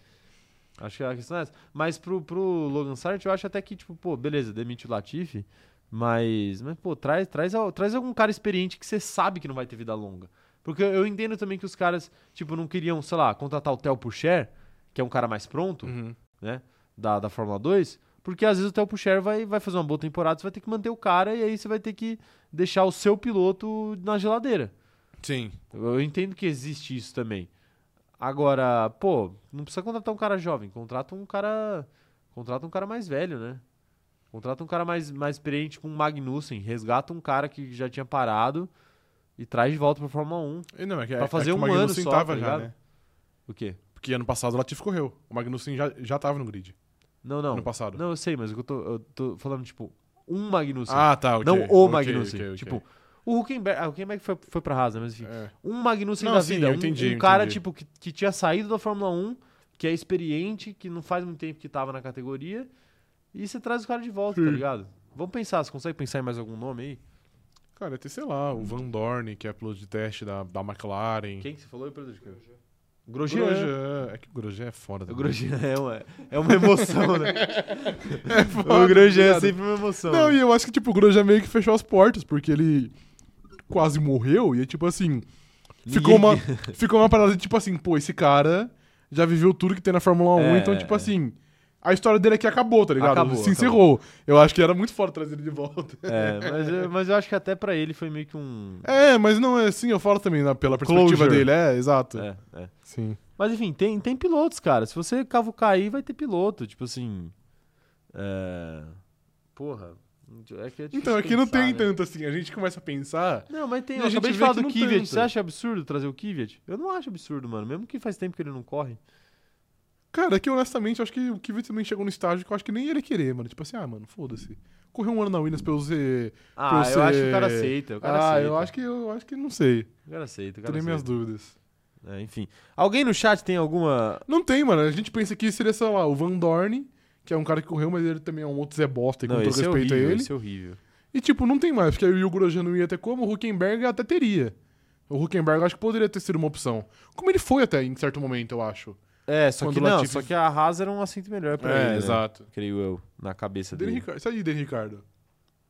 A: Acho que a questão é essa. Mas pro, pro Logan Sartre, eu acho até que, tipo, pô, beleza, demite o Latifi, mas, mas pô, traz, traz, al- traz algum cara experiente que você sabe que não vai ter vida longa. Porque eu entendo também que os caras, tipo, não queriam, sei lá, contratar o Theo Pucher, que é um cara mais pronto,
B: Uhum.
A: né, da, da Fórmula 2, porque às vezes o Theo Pucher vai, vai fazer uma boa temporada, você vai ter que manter o cara e aí você vai ter que deixar o seu piloto na geladeira.
B: Sim.
A: Eu eu entendo que existe isso também. Agora, pô, não precisa contratar um cara jovem, contrata um cara, contrata um cara mais velho, né? Contrata um cara mais, mais experiente com o Magnussen, resgata um cara que já tinha parado e traz de volta pra Fórmula 1.
B: E Não, é que,
A: Pra
B: é,
A: fazer
B: é que
A: um
B: o
A: ano
B: Magnussen
A: só,
B: tava
A: tá
B: já,
A: ligado?
B: né?
A: O quê?
B: Porque ano passado o Latifi correu. O Magnussen já, já tava no grid.
A: Não, não.
B: Ano passado.
A: Não, eu sei, mas o que eu tô, eu tô falando, tipo, um Magnussen.
B: Ah, tá. ok.
A: não o
B: Ok,
A: Magnussen.
B: ok, ok.
A: Tipo, o Huckenberg, ah, o Huckenberg foi, foi pra Haas, né? Mas enfim.
B: É.
A: um Magnussen
B: Não,
A: da
B: sim,
A: vida.
B: eu
A: um-
B: entendi,
A: um
B: eu
A: cara,
B: entendi.
A: tipo, que, que tinha saído da Fórmula 1, que é experiente, que não faz muito tempo que tava na categoria, e você traz o cara de volta,
B: Hum.
A: tá ligado? Vamos pensar, você consegue pensar em mais algum nome aí?
B: Cara, é, tem, sei lá, o Van Dorn, que é piloto de teste da, da McLaren.
A: Quem que você falou? Eu perdi.
B: O
A: Grosjean. Grosjean.
B: Grosjean. É que o Grosjean é foda.
A: O
B: né?
A: Grosjean é uma, é uma emoção, né?
B: foda,
A: o Grosjean é
B: obrigado.
A: sempre uma emoção.
B: Não,
A: né?
B: e eu acho que, tipo, o Grosjean meio que fechou as portas, porque ele quase morreu, e é tipo assim. Ficou uma,
A: Ninguém-
B: ficou uma parada de tipo assim, pô, esse cara já viveu tudo que tem na Fórmula 1,
A: É,
B: então,
A: é,
B: tipo
A: é.
B: assim. A história dele aqui acabou, tá ligado?
A: Acabou,
B: Se
A: acabou.
B: encerrou. Eu acho que era muito foda trazer ele de volta.
A: É, mas, eu- mas eu acho que até pra ele foi meio que um.
B: É, mas não é assim, eu falo também na- pela perspectiva
A: Closure.
B: dele, é, exato.
A: É, é.
B: Sim.
A: Mas enfim, tem, tem pilotos, cara. Se você cavucar aí, vai ter piloto. Tipo assim. É... Porra. É que é difícil
B: Então, aqui não
A: pensar, né?
B: tem tanto assim, a gente começa a pensar.
A: Não, mas tem.
B: E
A: Eu
B: a gente
A: acabei de
B: vê
A: falar
B: que
A: do
B: não então.
A: Kvyat.
B: tenta.
A: Você acha absurdo trazer o Kvyat? Eu não acho absurdo, mano. Mesmo que faz tempo que ele não corre.
B: Cara, é que honestamente, eu acho que o Kvyat também chegou no estágio que eu acho que nem ele querer, mano. Tipo assim, ah, mano, foda-se. Correu um ano na Williams pra eu ser.
A: Ah,
B: pra
A: eu
B: ser-
A: acho que o cara aceita. O cara
B: ah,
A: aceita.
B: eu acho que eu acho que não sei.
A: O cara aceita. O cara
B: Tenho minhas
A: aceita.
B: dúvidas.
A: É, enfim. Alguém no chat tem alguma.
B: Não tem, mano. A gente pensa que seria, sei lá, o Van Dorn, que é um cara que correu, mas ele também é um outro Zé Bosta, e com
A: Não,
B: todo
A: esse é,
B: respeito
A: horrível,
B: a ele.
A: esse é horrível.
B: E, tipo, não tem mais, porque aí o Grosjean não ia até como, o Huckenberg até teria. O Huckenberg eu acho que poderia ter sido uma opção. Como ele foi até em certo momento, eu acho.
A: É, só
B: Quando
A: que
B: o
A: não,
B: Latifi- É,
A: só que a Haas era um assento melhor pra ele. né? Creio eu, na cabeça
B: Dele
A: dele.
B: Ricardo. Sai de Dele Ricardo.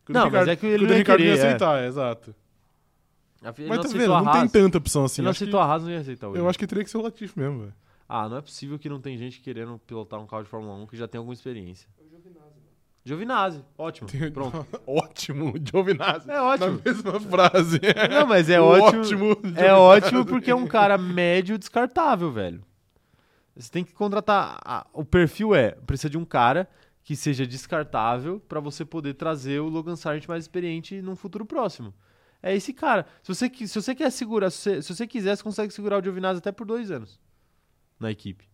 B: Que o
A: é Não,
B: Dele
A: mas
B: Ricardo-
A: é que
B: que
A: ele
B: o
A: não
B: Dele
A: ia
B: Ricardo ia
A: querer, é.
B: aceitar, exato.
A: Ele
B: mas
A: não
B: tá
A: aceitou
B: vendo,
A: a
B: não tem
A: Haas.
B: tanta opção assim.
A: Ele não
B: acho
A: aceitou a Haas, não ia aceitar o
B: que, eu acho que teria que ser o Latif mesmo, velho.
A: tá, Ah, não é possível que não tem gente querendo pilotar um carro de Fórmula 1 que já tem alguma experiência. Giovinazzi, ótimo.
B: Tem-
A: Pronto.
B: ótimo, Giovinazzi.
A: É
B: Na
A: ótimo.
B: mesma frase. Um
A: Não, mas é
B: O
A: ótimo. É
B: Giovinazzi.
A: ótimo porque é um cara médio descartável, velho. Você tem que contratar. a- o perfil é: precisa de um cara que seja descartável pra você poder trazer o Logan Sargent mais experiente num futuro próximo. É esse cara. Se você, qui- se você quer segurar, se você, se você quiser, você consegue segurar o Giovinazzi até por dois anos na equipe.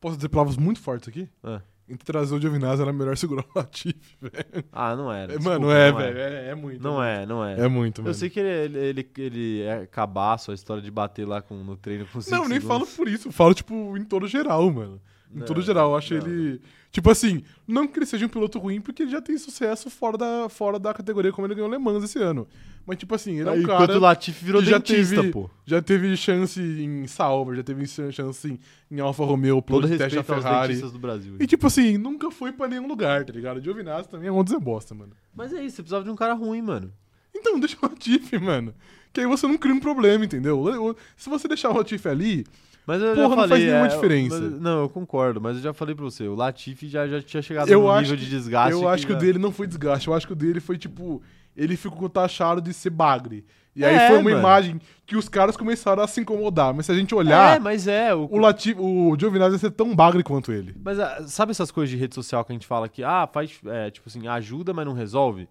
B: Posso dizer palavras muito fortes aqui?
A: Ah.
B: Entre trazer o Giovinazzi era melhor segurar o Latif, velho.
A: Ah, não era.
B: É,
A: desculpa,
B: mano, é,
A: não
B: velho. É, é muito.
A: Não é, não é.
B: É muito, mano.
A: Eu sei que ele, ele, ele, ele é cabaço, a história de bater lá com, no treino com cinco
B: Não, nem
A: segundos.
B: falo por isso. Falo, tipo, em todo geral, mano. Em
A: Não,
B: todo geral. Eu acho
A: não.
B: ele. Tipo assim, não que ele seja um piloto ruim, porque ele já tem sucesso fora da, fora da categoria, como ele ganhou Le Mans esse ano. Mas, tipo assim, ele é um
A: Aí,
B: cara.
A: Enquanto o Latifi virou
B: que já
A: dentista,
B: teve-
A: pô.
B: Já teve chance em Sauber, já teve chance em, em Alfa Romeo,
A: Todo
B: piloto de teste da
A: respeito aos
B: Ferrari.
A: dentistas do Brasil.
B: E, tipo assim, nunca foi pra nenhum lugar, tá ligado? O Giovinazzi também é um Zé bosta, mano.
A: Mas é isso, você precisava de um cara ruim, mano.
B: Então, deixa o Latifi, mano. Que aí você não cria um problema, entendeu? O- o- Se você deixar o Latifi ali,
A: Mas eu já
B: Porra, não
A: falei,
B: faz nenhuma
A: é,
B: diferença.
A: mas- não, eu concordo, mas eu já falei pra você, o Latifi já, já tinha chegado
B: Eu
A: num
B: acho
A: nível
B: que-
A: de desgaste.
B: eu acho que o
A: já-
B: dele não foi desgaste. Eu acho que o dele foi, tipo, ele ficou taxado de ser bagre. E aí
A: É,
B: foi uma
A: mano.
B: imagem que os caras começaram a se incomodar. Mas se a gente olhar,
A: É, mas é. O,
B: o, Lati o Giovinazzi ia ser tão bagre quanto ele.
A: Mas ah, sabe essas coisas de rede social que a gente fala que, ah, faz, é, tipo assim, ajuda, mas não resolve?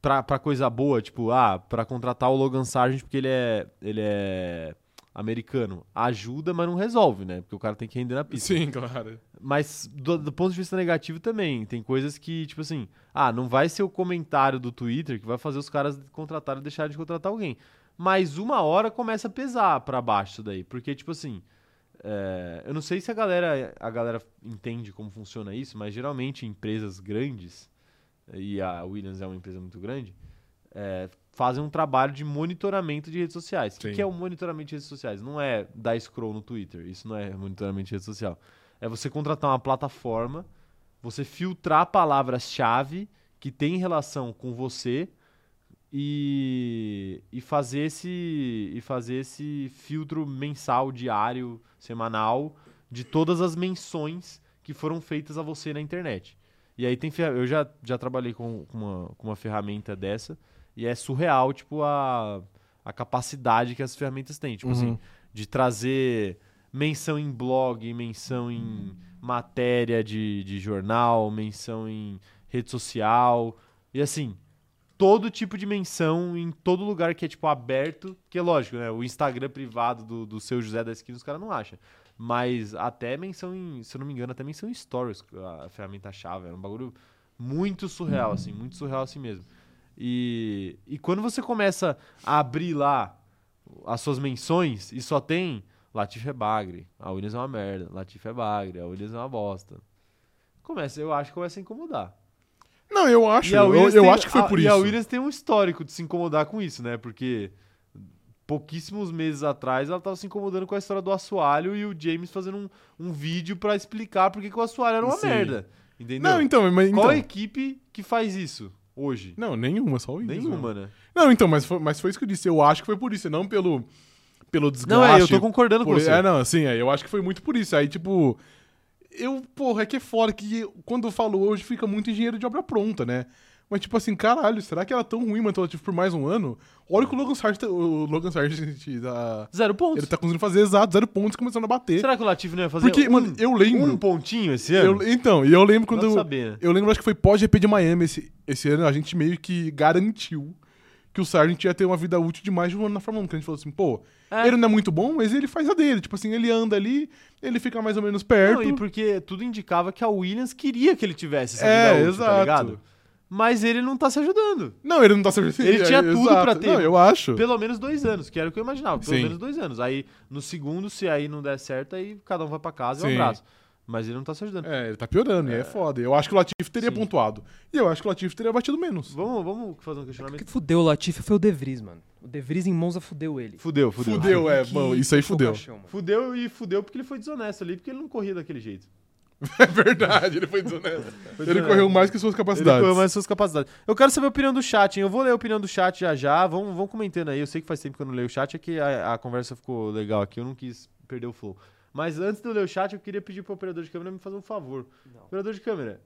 A: Pra, pra coisa boa, tipo, ah, pra contratar o Logan Sargent porque ele é, ele é americano. Ajuda, mas não resolve, né? Porque o cara tem que render na pista.
B: Sim, claro.
A: Mas do, do ponto de vista negativo também, tem coisas que, tipo assim, ah, não vai ser o comentário do Twitter que vai fazer os caras contratarem ou deixarem de contratar alguém. Mas uma hora começa a pesar pra baixo isso daí, porque, tipo assim, é, eu não sei se a galera, a galera entende como funciona isso, mas geralmente empresas grandes, e a Williams é uma empresa muito grande, é, fazem um trabalho de monitoramento de redes sociais. O que
B: Sim.
A: que é o monitoramento de redes sociais? Não é dar scroll no Twitter, isso não é monitoramento de rede social. É você contratar uma plataforma, você filtrar palavras-chave que tem relação com você e, e fazer esse e fazer esse filtro mensal, diário, semanal de todas as menções que foram feitas a você na internet. E aí tem ferra- eu já, já trabalhei com, com uma, com uma ferramenta dessa e é surreal tipo a, a capacidade que as ferramentas têm, tipo
B: Uhum.
A: assim, de trazer menção em blog, menção em matéria de, de jornal, menção em rede social e assim todo tipo de menção em todo lugar que é, tipo, aberto. Que é lógico, né? O Instagram privado do, do seu José da Esquina os caras não acham. Mas até menção em, se eu não me engano, até menção em stories, a ferramenta-chave. Era um bagulho muito surreal, assim, muito surreal assim mesmo. E, e quando você começa a abrir lá as suas menções e só tem Latif é bagre, a Williams é uma merda, Latif é bagre, a Williams é uma bosta. Começa, eu acho que começa a incomodar.
B: Não, eu acho.
A: E a
B: Eu,
A: Williams
B: eu
A: tem-
B: acho que foi
A: a-
B: por
A: E a
B: isso.
A: Williams tem um histórico de se incomodar com isso, né? Porque pouquíssimos meses atrás ela tava se incomodando com a história do assoalho e o James fazendo um, um vídeo pra explicar por que que o assoalho era uma
B: Sim.
A: merda. Entendeu?
B: Não, então, mas.
A: Qual é?
B: Então,
A: equipe que faz isso hoje?
B: não, nenhuma, só o Williams. mano.
A: Nenhuma, né?
B: Não, então, mas foi, mas foi isso que eu disse. Eu acho que foi por isso, e não pelo, pelo desgaste.
A: Não, é, eu tô concordando
B: por-
A: com você.
B: É, não, assim, é, eu acho que foi muito por isso. Aí, tipo, eu, porra, é que é foda que quando eu falo hoje fica muito engenheiro de obra pronta, né? Mas, tipo assim, caralho, será que era tão ruim manter o Latifi por mais um ano? Olha o que o Logan Sargent, o Logan Sargent tá,
A: Zero
B: ele
A: pontos.
B: tá conseguindo fazer exato, zero pontos começando a bater.
A: Será que o Latifi não ia fazer
B: Porque,
A: um,
B: mano, eu lembro.
A: um pontinho esse
B: eu-
A: ano?
B: então, e eu lembro
A: Dá pra
B: quando. eu-
A: saber, né?
B: eu lembro, acho que foi pós-GP de Miami esse, esse ano, a gente meio que garantiu que o Sargent ia ter uma vida útil de mais de um ano na Fórmula 1. Que a gente falou assim, pô,
A: É.
B: ele não é muito bom, mas ele faz a dele. Tipo assim, ele anda ali, ele fica mais ou menos perto.
A: Não, e porque tudo indicava que a Williams queria que ele tivesse essa
B: É,
A: vida útil, tá
B: exato.
A: ligado? Mas ele não tá se ajudando.
B: Não, ele não tá servindo.
A: Ele tinha tudo pra ter.
B: Não, eu acho.
A: Pelo menos dois anos, que era o que eu imaginava. Pelo
B: Sim.
A: menos dois anos. Aí, no segundo, se aí não der certo, aí cada um vai pra casa e um
B: Sim.
A: abraço. Mas ele não tá se ajudando.
B: É, ele tá piorando, e é foda. Eu acho que o Latifi teria
A: Sim.
B: pontuado. E eu acho que o Latifi teria batido menos.
A: Vamos, vamos fazer um
C: O que
A: questionamento.
C: fudeu o Latifi foi o De Vries, mano. O De Vries em Monza fudeu ele.
A: Fudeu, fudeu.
B: Fudeu, é,
C: Que
B: mano, isso aí fudeu.
C: focação, mano.
A: Fudeu e fudeu porque ele foi desonesto ali, porque ele não corria daquele jeito.
B: É verdade, ele foi desonesto. ele
A: desonesto.
B: correu mais que suas
A: Ele
B: capacidades.
A: correu mais suas capacidades. Eu quero saber a opinião do chat, hein? Eu vou ler a opinião do chat já já. Vão, vão comentando aí. Eu sei que faz tempo que eu não leio o chat, é que a, a conversa ficou legal aqui. Eu não quis perder o flow. Mas antes de eu ler o chat, eu queria pedir pro operador de câmera me fazer um favor.
C: Não.
A: Operador de câmera,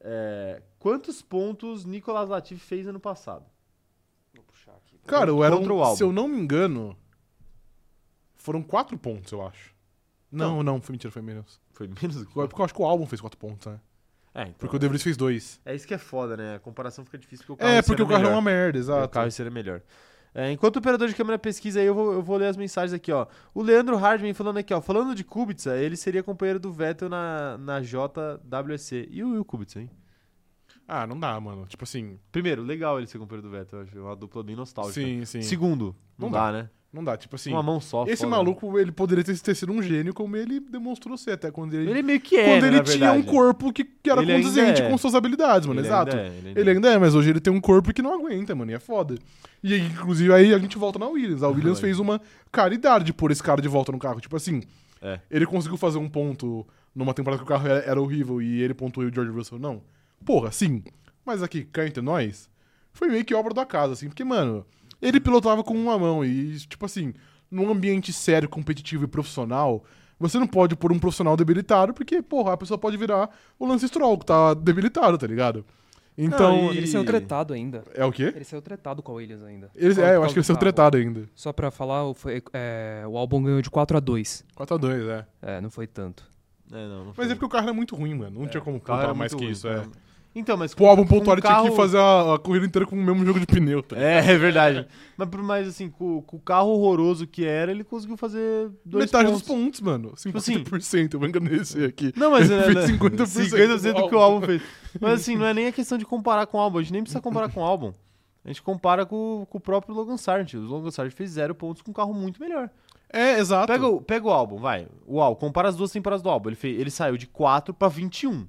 A: é, quantos pontos Nicolas Latifi fez ano passado?
C: Vou puxar aqui.
B: Cara, eu era
A: Contra o
B: um,
A: álbum.
B: se eu não me engano, foram quatro pontos, eu acho. Não, não, foi mentira, foi menos. É,
A: Foi menos do que.
B: Porque eu acho que o álbum fez quatro pontos, né?
A: É, então,
B: Porque o De Vries fez dois.
A: é isso que é foda, né? A comparação fica difícil porque o carro
B: É,
A: esse
B: porque o
A: ano
B: carro é
A: melhor.
B: uma merda,
A: É, O
B: exato.
A: carro seria melhor. É, enquanto o operador de câmera pesquisa aí, eu vou, eu vou ler as mensagens aqui, ó. O Leandro Hardman falando aqui, ó. Falando de Kubica, ele seria companheiro do Vettel na, na JWC. E o Will Kubica, hein?
B: Ah, não dá, mano. Tipo assim,
A: Primeiro, legal ele ser companheiro do Vettel. eu Acho uma dupla bem nostálgica.
B: sim, sim.
A: Segundo, não,
B: Não
A: dá, né?
B: Não dá, tipo assim.
A: Uma mão só. né?
B: Esse
A: foda,
B: maluco, ele poderia ter ter sido um gênio como ele demonstrou ser, até quando
A: né?
B: ele.
A: Ele meio que é,
B: quando
A: né,
B: ele
A: na
B: tinha um
A: verdade.
B: corpo que, que era
A: Ele ainda
B: condizente
A: é.
B: com suas habilidades, mano.
A: Ele ainda
B: exato.
A: é, ele ainda
B: Ele
A: é.
B: ainda é, mas hoje ele tem um corpo que não aguenta, mano, e é foda. E aí, inclusive, aí a gente volta na Williams. A Williams fez uma caridade de pôr esse cara de volta no carro. Tipo assim,
A: É.
B: ele conseguiu fazer um ponto numa temporada que o carro era, era horrível e ele pontuou e o George Russell não. Porra, sim. Mas aqui, cá entre nós, foi meio que obra do acaso, assim. Porque, mano, ele pilotava com uma mão e, tipo assim, num ambiente sério, competitivo e profissional... Você não pode pôr um profissional debilitado, porque, porra, a pessoa pode virar o Lance Stroll, que tá debilitado, tá ligado? Então.
A: Não, e-
C: Ele saiu tretado ainda.
B: É o quê?
C: Ele saiu tretado com a Williams ainda.
B: Eles,
C: Por causa-
B: é, eu
C: por
B: acho que ele saiu
C: causa do carro.
B: tretado ainda.
C: Só pra falar, o- foi, é, o álbum ganhou de 4 a 2
B: 4x2, é.
C: É, não foi tanto.
A: É, não, não
B: Mas é
A: foi.
B: porque o carro era muito ruim, mano. Não tinha como
A: É, O carro
B: pontuar
A: era
B: mais
A: muito
B: que
A: ruim,
B: isso, é.
A: cara. Então, mas
B: Pô, o álbum
A: com um
B: pontuar, ele tinha
A: carro-
B: que fazer a, a corrida inteira com o mesmo jogo de pneu, tá?
A: É, é verdade. mas, por- mas assim, com, com o carro horroroso que era, ele conseguiu fazer dois
B: Metade
A: pontos.
B: dos pontos, mano.
A: assim-
B: 50%, eu vou engrandecer aqui.
A: Não, mas
B: Ele
A: né,
B: fez
A: né,
B: 50%
A: 50% do que o
B: álbum.
A: álbum fez. Mas assim, não é nem a questão de comparar com o álbum. A gente nem precisa comparar com o álbum. A gente compara com, com o próprio Logan Sargent. O Logan Sargent fez zero pontos com um carro muito melhor.
B: É, exato.
A: Pega o, pega o álbum, vai. O álbum, compara as duas temporadas do álbum. Ele, fez, ele saiu de 4 pra 21.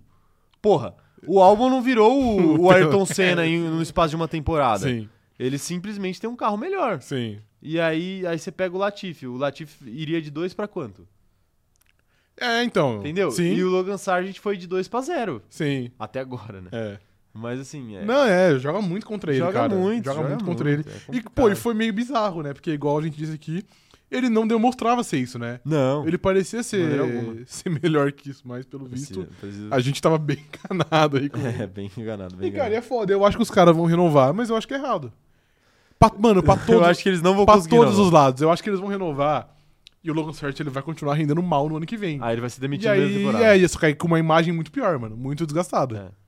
A: Porra, o álbum não virou o, o Ayrton Senna em, no espaço de uma temporada.
B: Sim,
A: Ele simplesmente tem um carro melhor.
B: sim.
A: E aí, aí você pega o Latifi. O Latifi iria de 2 pra quanto?
B: É, então.
A: Entendeu?
B: Sim,
A: E o Logan Sargent foi de 2 pra 0.
B: sim.
A: Até agora, né?
B: É.
A: Mas assim, é.
B: Não, é, joga muito contra ele,
A: Joga
B: cara.
A: muito,
B: joga,
A: joga
B: muito contra
A: muito,
B: ele.
A: é
B: e, pô, e
A: complicado.
B: foi meio bizarro, né? Porque, igual a gente disse aqui, ele não demonstrava ser isso, né?
A: Não.
B: Ele parecia ser,
A: maneira alguma.
B: ser melhor que isso, mas pelo visto,
A: Precisa-
B: a gente tava bem enganado aí com
A: É, bem enganado, bem
B: E, cara,
A: enganado.
B: é foda. Eu acho que os caras vão renovar, mas eu acho que é errado. Pra- mano, pra todos,
A: Eu acho que eles não vão
B: pra
A: conseguir.
B: todos
A: não.
B: os lados. Eu acho que eles vão renovar. E o Logan Sartre, ele vai continuar rendendo mal no ano que vem.
A: Aí ele vai ser
B: e
A: demitido na mesma
B: aí,
A: temporada.
B: é isso, cair com uma imagem muito pior, mano. Muito desgastada.
A: É.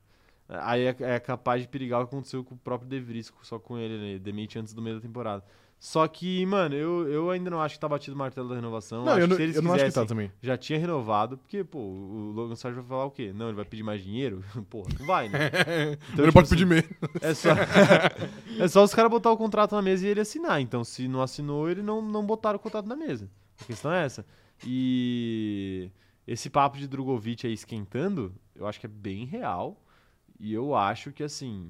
A: Aí é, é capaz de perigar o que aconteceu com o próprio De Vries, só com ele, né? Demite antes do meio da temporada. Só que, mano, eu, eu ainda não acho que tá batido o martelo da renovação.
B: Não,
A: acho
B: eu,
A: que
B: não,
A: se eles
B: eu não acho que
A: quisessem,
B: tá também.
A: já tinha renovado, porque, pô, o Logan Sargent vai falar o quê? Não, ele vai pedir mais dinheiro? Porra, não vai, né?
B: Então,
A: tipo
B: ele pode
A: assim,
B: pedir menos.
A: É só, é só os caras botar o contrato na mesa e ele assinar. Então, se não assinou, ele não, não botaram o contrato na mesa. A questão é essa. E esse papo de Drogovic aí esquentando, eu acho que é bem real. E eu acho que, assim,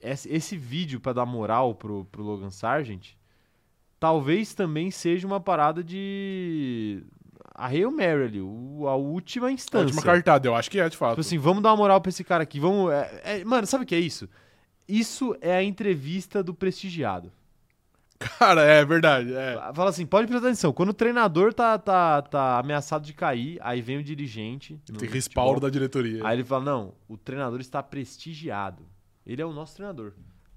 A: esse, esse vídeo pra dar moral pro, pro Logan Sargent, talvez também seja uma parada de... A Hail Mary ali, o- a última
B: A
A: instância.
B: última cartada, eu acho que é, de fato.
A: então, assim, Tipo assim, vamos dar uma moral pra esse cara aqui. Vamos. é- é- mano, sabe o que é isso? Isso é a entrevista do prestigiado.
B: Cara, é verdade. É.
A: Fala assim, pode prestar atenção. Quando o treinador tá, tá, tá ameaçado de cair, aí vem o dirigente. no
B: Tem
A: futebol,
B: respaldo da diretoria.
A: é tipo, Aí ele fala: não, o treinador está prestigiado. Ele é o nosso treinador.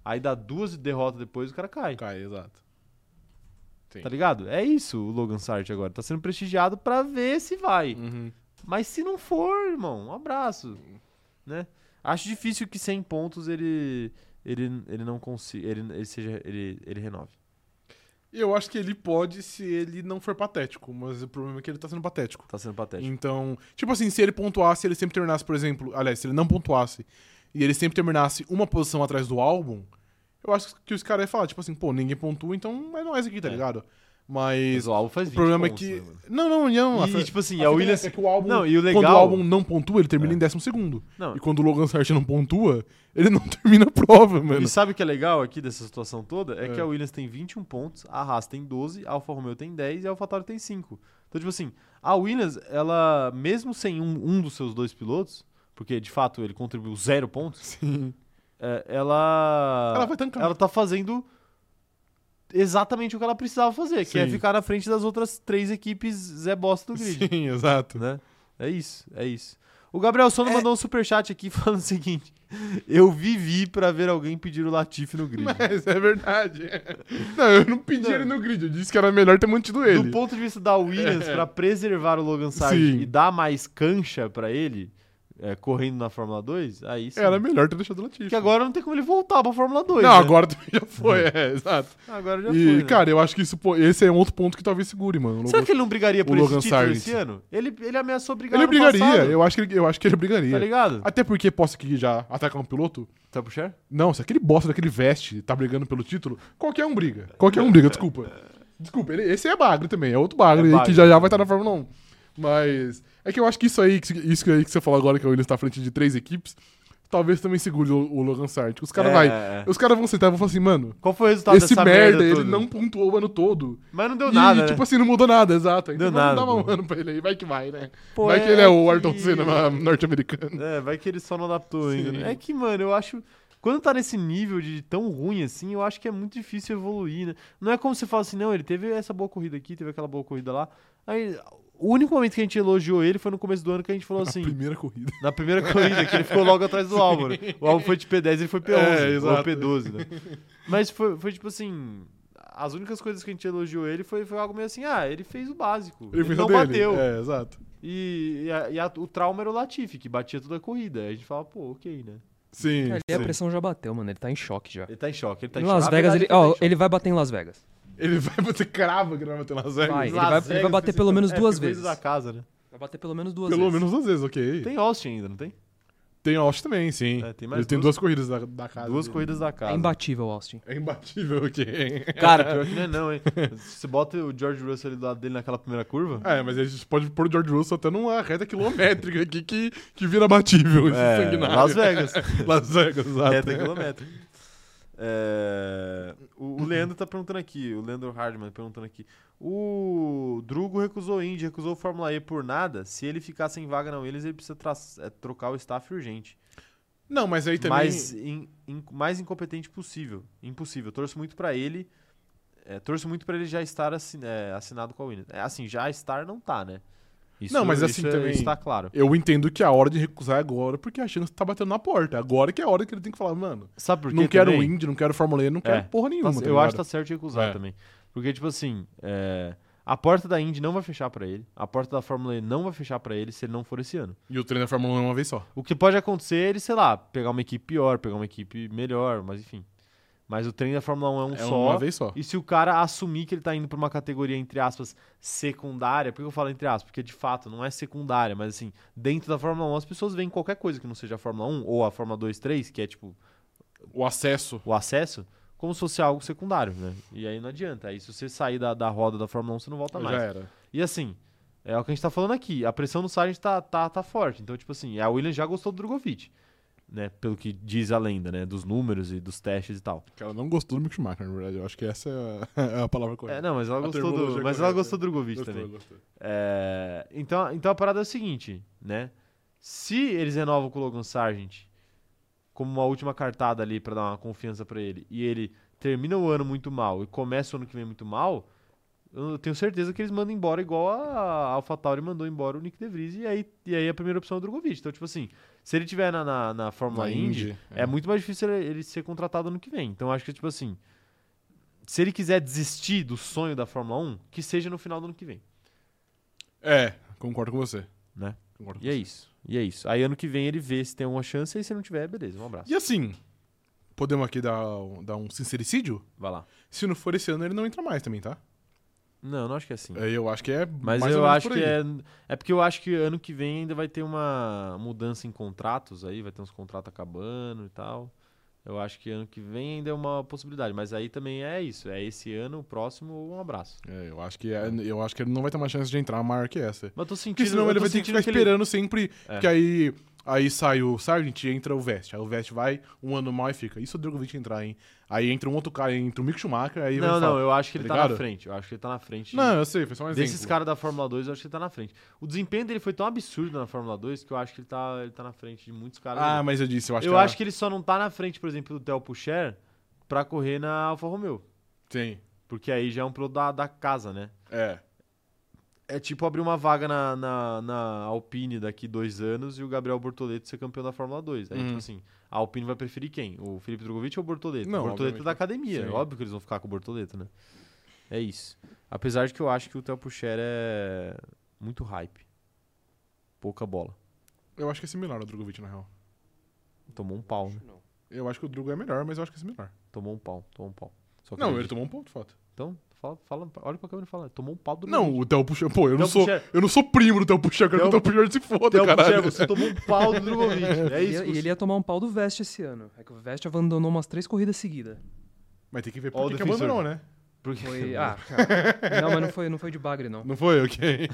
A: Aí dá duas derrotas depois o cara cai.
B: Cai, exato.
A: Tá ligado? É isso o Logan Sartre agora. Tá sendo prestigiado pra ver se vai.
B: Uhum.
A: Mas se não for, irmão, um abraço, né? Acho difícil que 100 pontos ele ele, ele não consiga, ele, ele seja ele, ele renove.
B: Eu acho que ele pode se ele não for patético, mas o problema é que ele tá sendo patético.
A: Tá sendo patético.
B: Então, tipo assim, se ele pontuasse, ele sempre terminasse, por exemplo, aliás, se ele não pontuasse e ele sempre terminasse uma posição atrás do álbum, eu acho que os caras iam falar, tipo assim, pô, ninguém pontua, então é nóis aqui, tá
A: É.
B: ligado?
A: Mas
B: Mas
A: o álbum faz
B: o
A: 20
B: problema é
A: pontos,
B: que.
A: né, mano?
B: Não, não, não. a
A: E,
B: fa-
A: tipo assim, a
B: a fita
A: Williams...
B: é que o álbum.
A: Não, e o legal...
B: Quando o álbum não pontua, ele termina
A: É.
B: em décimo segundo.
A: Não,
B: E quando o Logan Sartre não pontua, ele não termina a prova, mano.
A: e sabe o que é legal aqui dessa situação toda? É,
B: É.
A: que a Williams tem 21 pontos, a Haas tem 12, a Alfa Romeo tem 10 e a Alfa Tauri tem 5. Então, tipo assim, a Williams, ela, mesmo sem um, um dos seus dois pilotos, porque de fato ele contribuiu zero pontos,
B: Sim.
A: é, ela...
B: Ela vai tancar.
A: ela tá fazendo exatamente o que ela precisava fazer, que é
B: Sim.
A: ficar na frente das outras três equipes Zé Bosta do grid,
B: Sim, exato.
A: né? É isso, é isso. O Gabriel Sono
B: É-
A: mandou um superchat aqui falando o seguinte: Eu vivi pra ver alguém pedir o Latifi no grid.
B: Mas é verdade. Não, eu não pedi
A: Não.
B: ele no grid, eu disse que era melhor ter mantido ele. É.
A: Do ponto de vista da Williams, pra preservar o Logan Sargent
B: Sim.
A: e dar mais cancha pra ele, é, correndo na Fórmula 2, aí sim.
B: Era melhor ter deixado o Latifi.
A: Porque agora não tem como ele voltar pra Fórmula 2.
B: Não,
A: né?
B: agora também já foi, é, exato.
A: Agora já
B: e,
A: foi. né?
B: cara, eu acho que isso, pô, esse é um outro ponto que talvez segure, mano.
A: Será que ele não brigaria por esse
B: o Logan
A: título
B: Sargent.
A: esse ano? Ele, ele ameaçou brigar
B: Ele
A: no
B: brigaria,
A: passado,
B: eu acho que ele, eu acho que ele
A: Tá
B: brigaria.
A: ligado?
B: Até porque posso aqui já atacar um piloto?
A: Tá puxando?
B: Não, se aquele bosta daquele veste tá brigando pelo título, qualquer um briga. Qualquer um briga, desculpa. Desculpa, ele- esse é bagre também, é outro bagre,
A: É
B: aí
A: bagre.
B: que já já vai estar na Fórmula 1. Mas é que eu acho que isso aí, que- isso aí que você falou agora, que o Williams tá à frente de três equipes, talvez também segure o, o Logan Sartre. Os caras
A: É,
B: vai,
A: é.
B: os caras vão sentar e vão falar assim, mano,
A: Qual foi o resultado
B: esse
A: dessa
B: merda,
A: merda?
B: ele
A: toda?
B: não pontuou o ano todo.
A: Mas não deu
B: e,
A: nada,
B: tipo
A: né?
B: assim, não mudou nada, exato.
A: Deu
B: Então vamos
A: nada,
B: dar um
A: pô.
B: ano pra ele aí, vai que vai, né?
A: Pô,
B: vai que ele é o
A: que-
B: Ayrton Senna norte-americano.
A: É, vai que ele só não adaptou ainda.
B: Sim.
A: né? É que, mano, eu acho... Quando tá nesse nível de tão ruim assim, eu acho que é muito difícil evoluir, né? Não é como você fala assim, não, ele teve essa boa corrida aqui, teve aquela boa corrida lá. Aí O único momento que a gente elogiou ele foi no começo do ano que a gente falou
B: A
A: assim,
B: primeira corrida.
A: na primeira corrida, que ele ficou logo atrás do Álvaro. O Álvaro foi de P10 ele foi P11,
B: É,
A: ou
B: exato.
A: P12, né? Mas foi, foi tipo assim, as únicas coisas que a gente elogiou ele foi, foi algo meio assim, ah, ele fez o básico, ele,
B: fez a
A: não
B: dele.
A: bateu.
B: É, exato.
A: E, e a- e a- o trauma era o Latifi, que batia toda a corrida. Aí a gente fala, pô, ok, né?
B: Sim.
C: É, Ali a
B: sim.
C: pressão já bateu, mano. Ele tá em choque já.
A: Ele tá em choque, ele tá
C: em
A: em
C: Las
A: choque.
C: Vegas,
A: Na
C: ele,
A: verdade,
C: ó, ele vai bater em Las Vegas.
B: Ele vai bater crava que não vai bater Las Vegas.
C: Vai, ele
A: Las
C: vai, ele vai
A: Vegas
C: bater pelo menos
A: tá em choque.
C: duas
A: porque coisa
C: vezes.
A: da casa, né?
C: Vai bater pelo menos duas
B: Pelo
C: vezes.
B: menos duas vezes, ok.
A: Tem Austin ainda, não tem?
B: Tem Austin também, sim.
A: É, tem mais
B: Ele tem
A: duas-
B: duas corridas da, da casa.
A: Duas
B: dele.
A: corridas da
C: É
A: casa.
C: imbatível, Austin.
B: É imbatível, ok.
A: Cara, pior que não é não, hein? Você bota o George Russell ali do lado dele naquela primeira curva.
B: É, mas a gente pode pôr o George Russell até numa reta quilométrica aqui que, que vira batível. esse sanguinário.
A: É, Las Vegas.
B: Las Vegas, exato.
A: Reta quilométrica. É, o, o Leandro tá perguntando aqui, o Leandro Hardman perguntando aqui. O Drugo recusou Indy, recusou Fórmula E por nada. Se ele ficar sem vaga na Williams, ele precisa tra- é, trocar o staff urgente.
B: Não, mas aí também.
A: mais, in- in- mais incompetente possível. Impossível. Torço muito pra ele. é, torço muito pra ele já estar assin- é, assinado com a Williams. É, assim, já estar não tá, né? Isso,
B: Não, mas assim
A: isso é-
B: também-
A: Isso tá claro.
B: Eu entendo que a hora de recusar é agora, porque a chance tá batendo na porta. Agora que é a hora que ele tem que falar, mano,
A: Sabe por quê?
B: não quero
A: também?
B: Indy, não quero Fórmula E, não quero
A: É.
B: porra nenhuma.
A: Tá-
B: tá
A: eu acho que
B: ligado?
A: tá certo de recusar
B: É.
A: também. Porque, tipo assim, é, a porta da Indy não vai fechar pra ele. A porta da Fórmula E não vai fechar pra ele se ele não for esse ano.
B: E o treino da Fórmula 1 é uma vez só.
A: O que pode acontecer é ele, sei lá, pegar uma equipe pior, pegar uma equipe melhor, mas enfim. Mas o trem da Fórmula 1 é um
B: é
A: só.
B: uma vez só.
A: E se o cara assumir que ele tá indo pra uma categoria, entre aspas, secundária, por que eu falo entre aspas? Porque de fato não é secundária, mas assim, dentro da Fórmula 1 as pessoas veem qualquer coisa que não seja a Fórmula 1 ou a Fórmula 2, 3, que é tipo
B: O acesso.
A: o acesso, como se fosse algo secundário, né? E aí não adianta. Aí se você sair da, da roda da Fórmula 1, você não volta
B: Já
A: Tá mais.
B: era.
A: E assim, é o que a gente tá falando aqui. A pressão no Sargent tá, tá, tá forte. Então, tipo assim, a Williams já gostou do Drogovic, né? Pelo que diz a lenda, né? Dos números e dos testes e tal.
B: Cara, não gostou do Mick Schumacher, na verdade. Eu acho que essa é a, é a palavra
A: É,
B: correta.
A: não, mas ela
B: A
A: gostou do.
B: terminologia
A: Mas ela
B: correta.
A: gostou do Drogovic também. É, então, então a parada é o seguinte, né? Se eles renovam com o Logan Sargent como uma última cartada ali pra dar uma confiança pra ele e ele termina o ano muito mal e começa o ano que vem muito mal, eu tenho certeza que eles mandam embora igual a AlphaTauri mandou embora o Nick DeVries e aí, e aí a primeira opção é o Drogovic. Então, tipo assim, se ele tiver na, na, na Fórmula
B: Na
A: Indy,
B: Indy,
A: é.
B: é.
A: muito mais difícil ele, ele ser contratado ano que vem. Então acho que, tipo assim, se ele quiser desistir do sonho da Fórmula 1, que seja no final do ano que vem,
B: É, concordo com você.
A: né?
B: Concordo com
A: E é
B: você.
A: isso. E é isso. Aí ano que vem ele vê se tem alguma chance e se não tiver, beleza. Um abraço.
B: E assim, podemos aqui dar, um- dar um sincericídio?
A: Vai lá.
B: Se não for esse ano, ele não entra mais também, tá?
A: Não, não acho que é assim.
B: Aí eu acho que é.
A: Mas
B: mais ou
A: eu
B: menos
A: acho
B: por
A: que
B: aí.
A: é. É porque eu acho que ano que vem ainda vai ter uma mudança em contratos aí, vai ter uns contratos acabando e tal. Eu acho que ano que vem ainda é uma possibilidade. Mas aí também é isso. É esse ano, o próximo, ou um abraço.
B: É, eu acho que é- eu acho que ele não vai ter mais chance de entrar maior que essa.
A: Mas eu tô sentindo.
B: Porque senão
A: eu
B: ele
A: tô
B: vai ter que
A: sentindo
B: ficar
A: ele- É.
B: esperando sempre. Que aí, aí sai o Sargent e entra o Vest. Aí o Vest vai um ano mal e fica. E se o Drogovic entrar, hein? Aí entra um outro cara, entra o Mick Schumacher, aí vai
A: Não, não,
B: falar,
A: eu acho que ele tá
B: tá
A: na
B: ligado?
A: frente. Eu acho que ele tá na frente.
B: Não, eu sei, foi só um exemplo.
A: Desses caras da Fórmula 2, eu acho que ele tá na frente. O desempenho dele foi tão absurdo na Fórmula 2 que eu acho que ele tá, ele tá na frente de muitos caras.
B: Ah,
A: ali.
B: mas eu disse, eu acho
A: eu
B: que.
A: acho que ele só não tá na frente, por exemplo, do Theo Pucher pra correr na Alfa Romeo.
B: Sim.
A: Porque aí já é um piloto da, da casa, né?
B: É.
A: É tipo abrir uma vaga na, na, na Alpine daqui dois anos e o Gabriel Bortoleto ser campeão da Fórmula 2. Aí,
B: Hum.
A: tipo assim, a Alpine vai preferir quem? O Felipe Drogovic ou o Bortoleto?
B: Não,
A: o Bortoleto é
B: obviamente
A: da academia.
B: Sim.
A: Óbvio que eles vão ficar com o Bortoleto, né? É isso. Apesar de que eu acho que o Theo Pucher é muito hype. Pouca bola.
B: Eu acho que é similar ao Drogovic, na real.
A: Tomou um pau,
C: é,
A: né?
B: Eu acho que o Drogo é melhor, mas eu acho que é similar.
A: Tomou um pau, tomou um pau. Só que
B: Não, ele tomou um ponto, foto.
A: Então, fala, fala, olha pra câmera e fala. Tomou um pau do
B: Não, o Theo Puxa. Pô, eu não,
A: Theo
B: sou,
A: Pucher-
B: eu não sou primo do Theo Puxa, eu quero que o
A: Theo-
B: Theo Puxa se foda,
A: Theo Pucher,
B: caralho.
A: você tomou um pau do Drogovic. É
C: E,
A: isso. que
C: e
A: você-
C: ele ia tomar um pau do Vest esse ano. É que o Vest abandonou umas três corridas seguidas.
B: Mas tem que ver
A: Ó, o
B: por que que
A: defensor.
B: abandonou, né?
A: Porque-
C: Foi. Ah, cara. Não, mas não foi, não foi de bagre, não.
B: Não foi? Ok.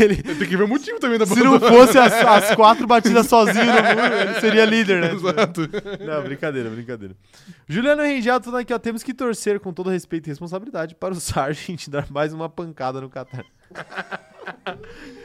A: Ele-
B: tem que ver o motivo também da
A: Se não fosse as, as quatro batidas sozinho no muro, ele seria líder, né?
B: Exato.
A: Não, brincadeira, brincadeira. Juliano Rengel falando aqui, ó. Temos que torcer com todo respeito e responsabilidade para o Sargent dar mais uma pancada no Qatar.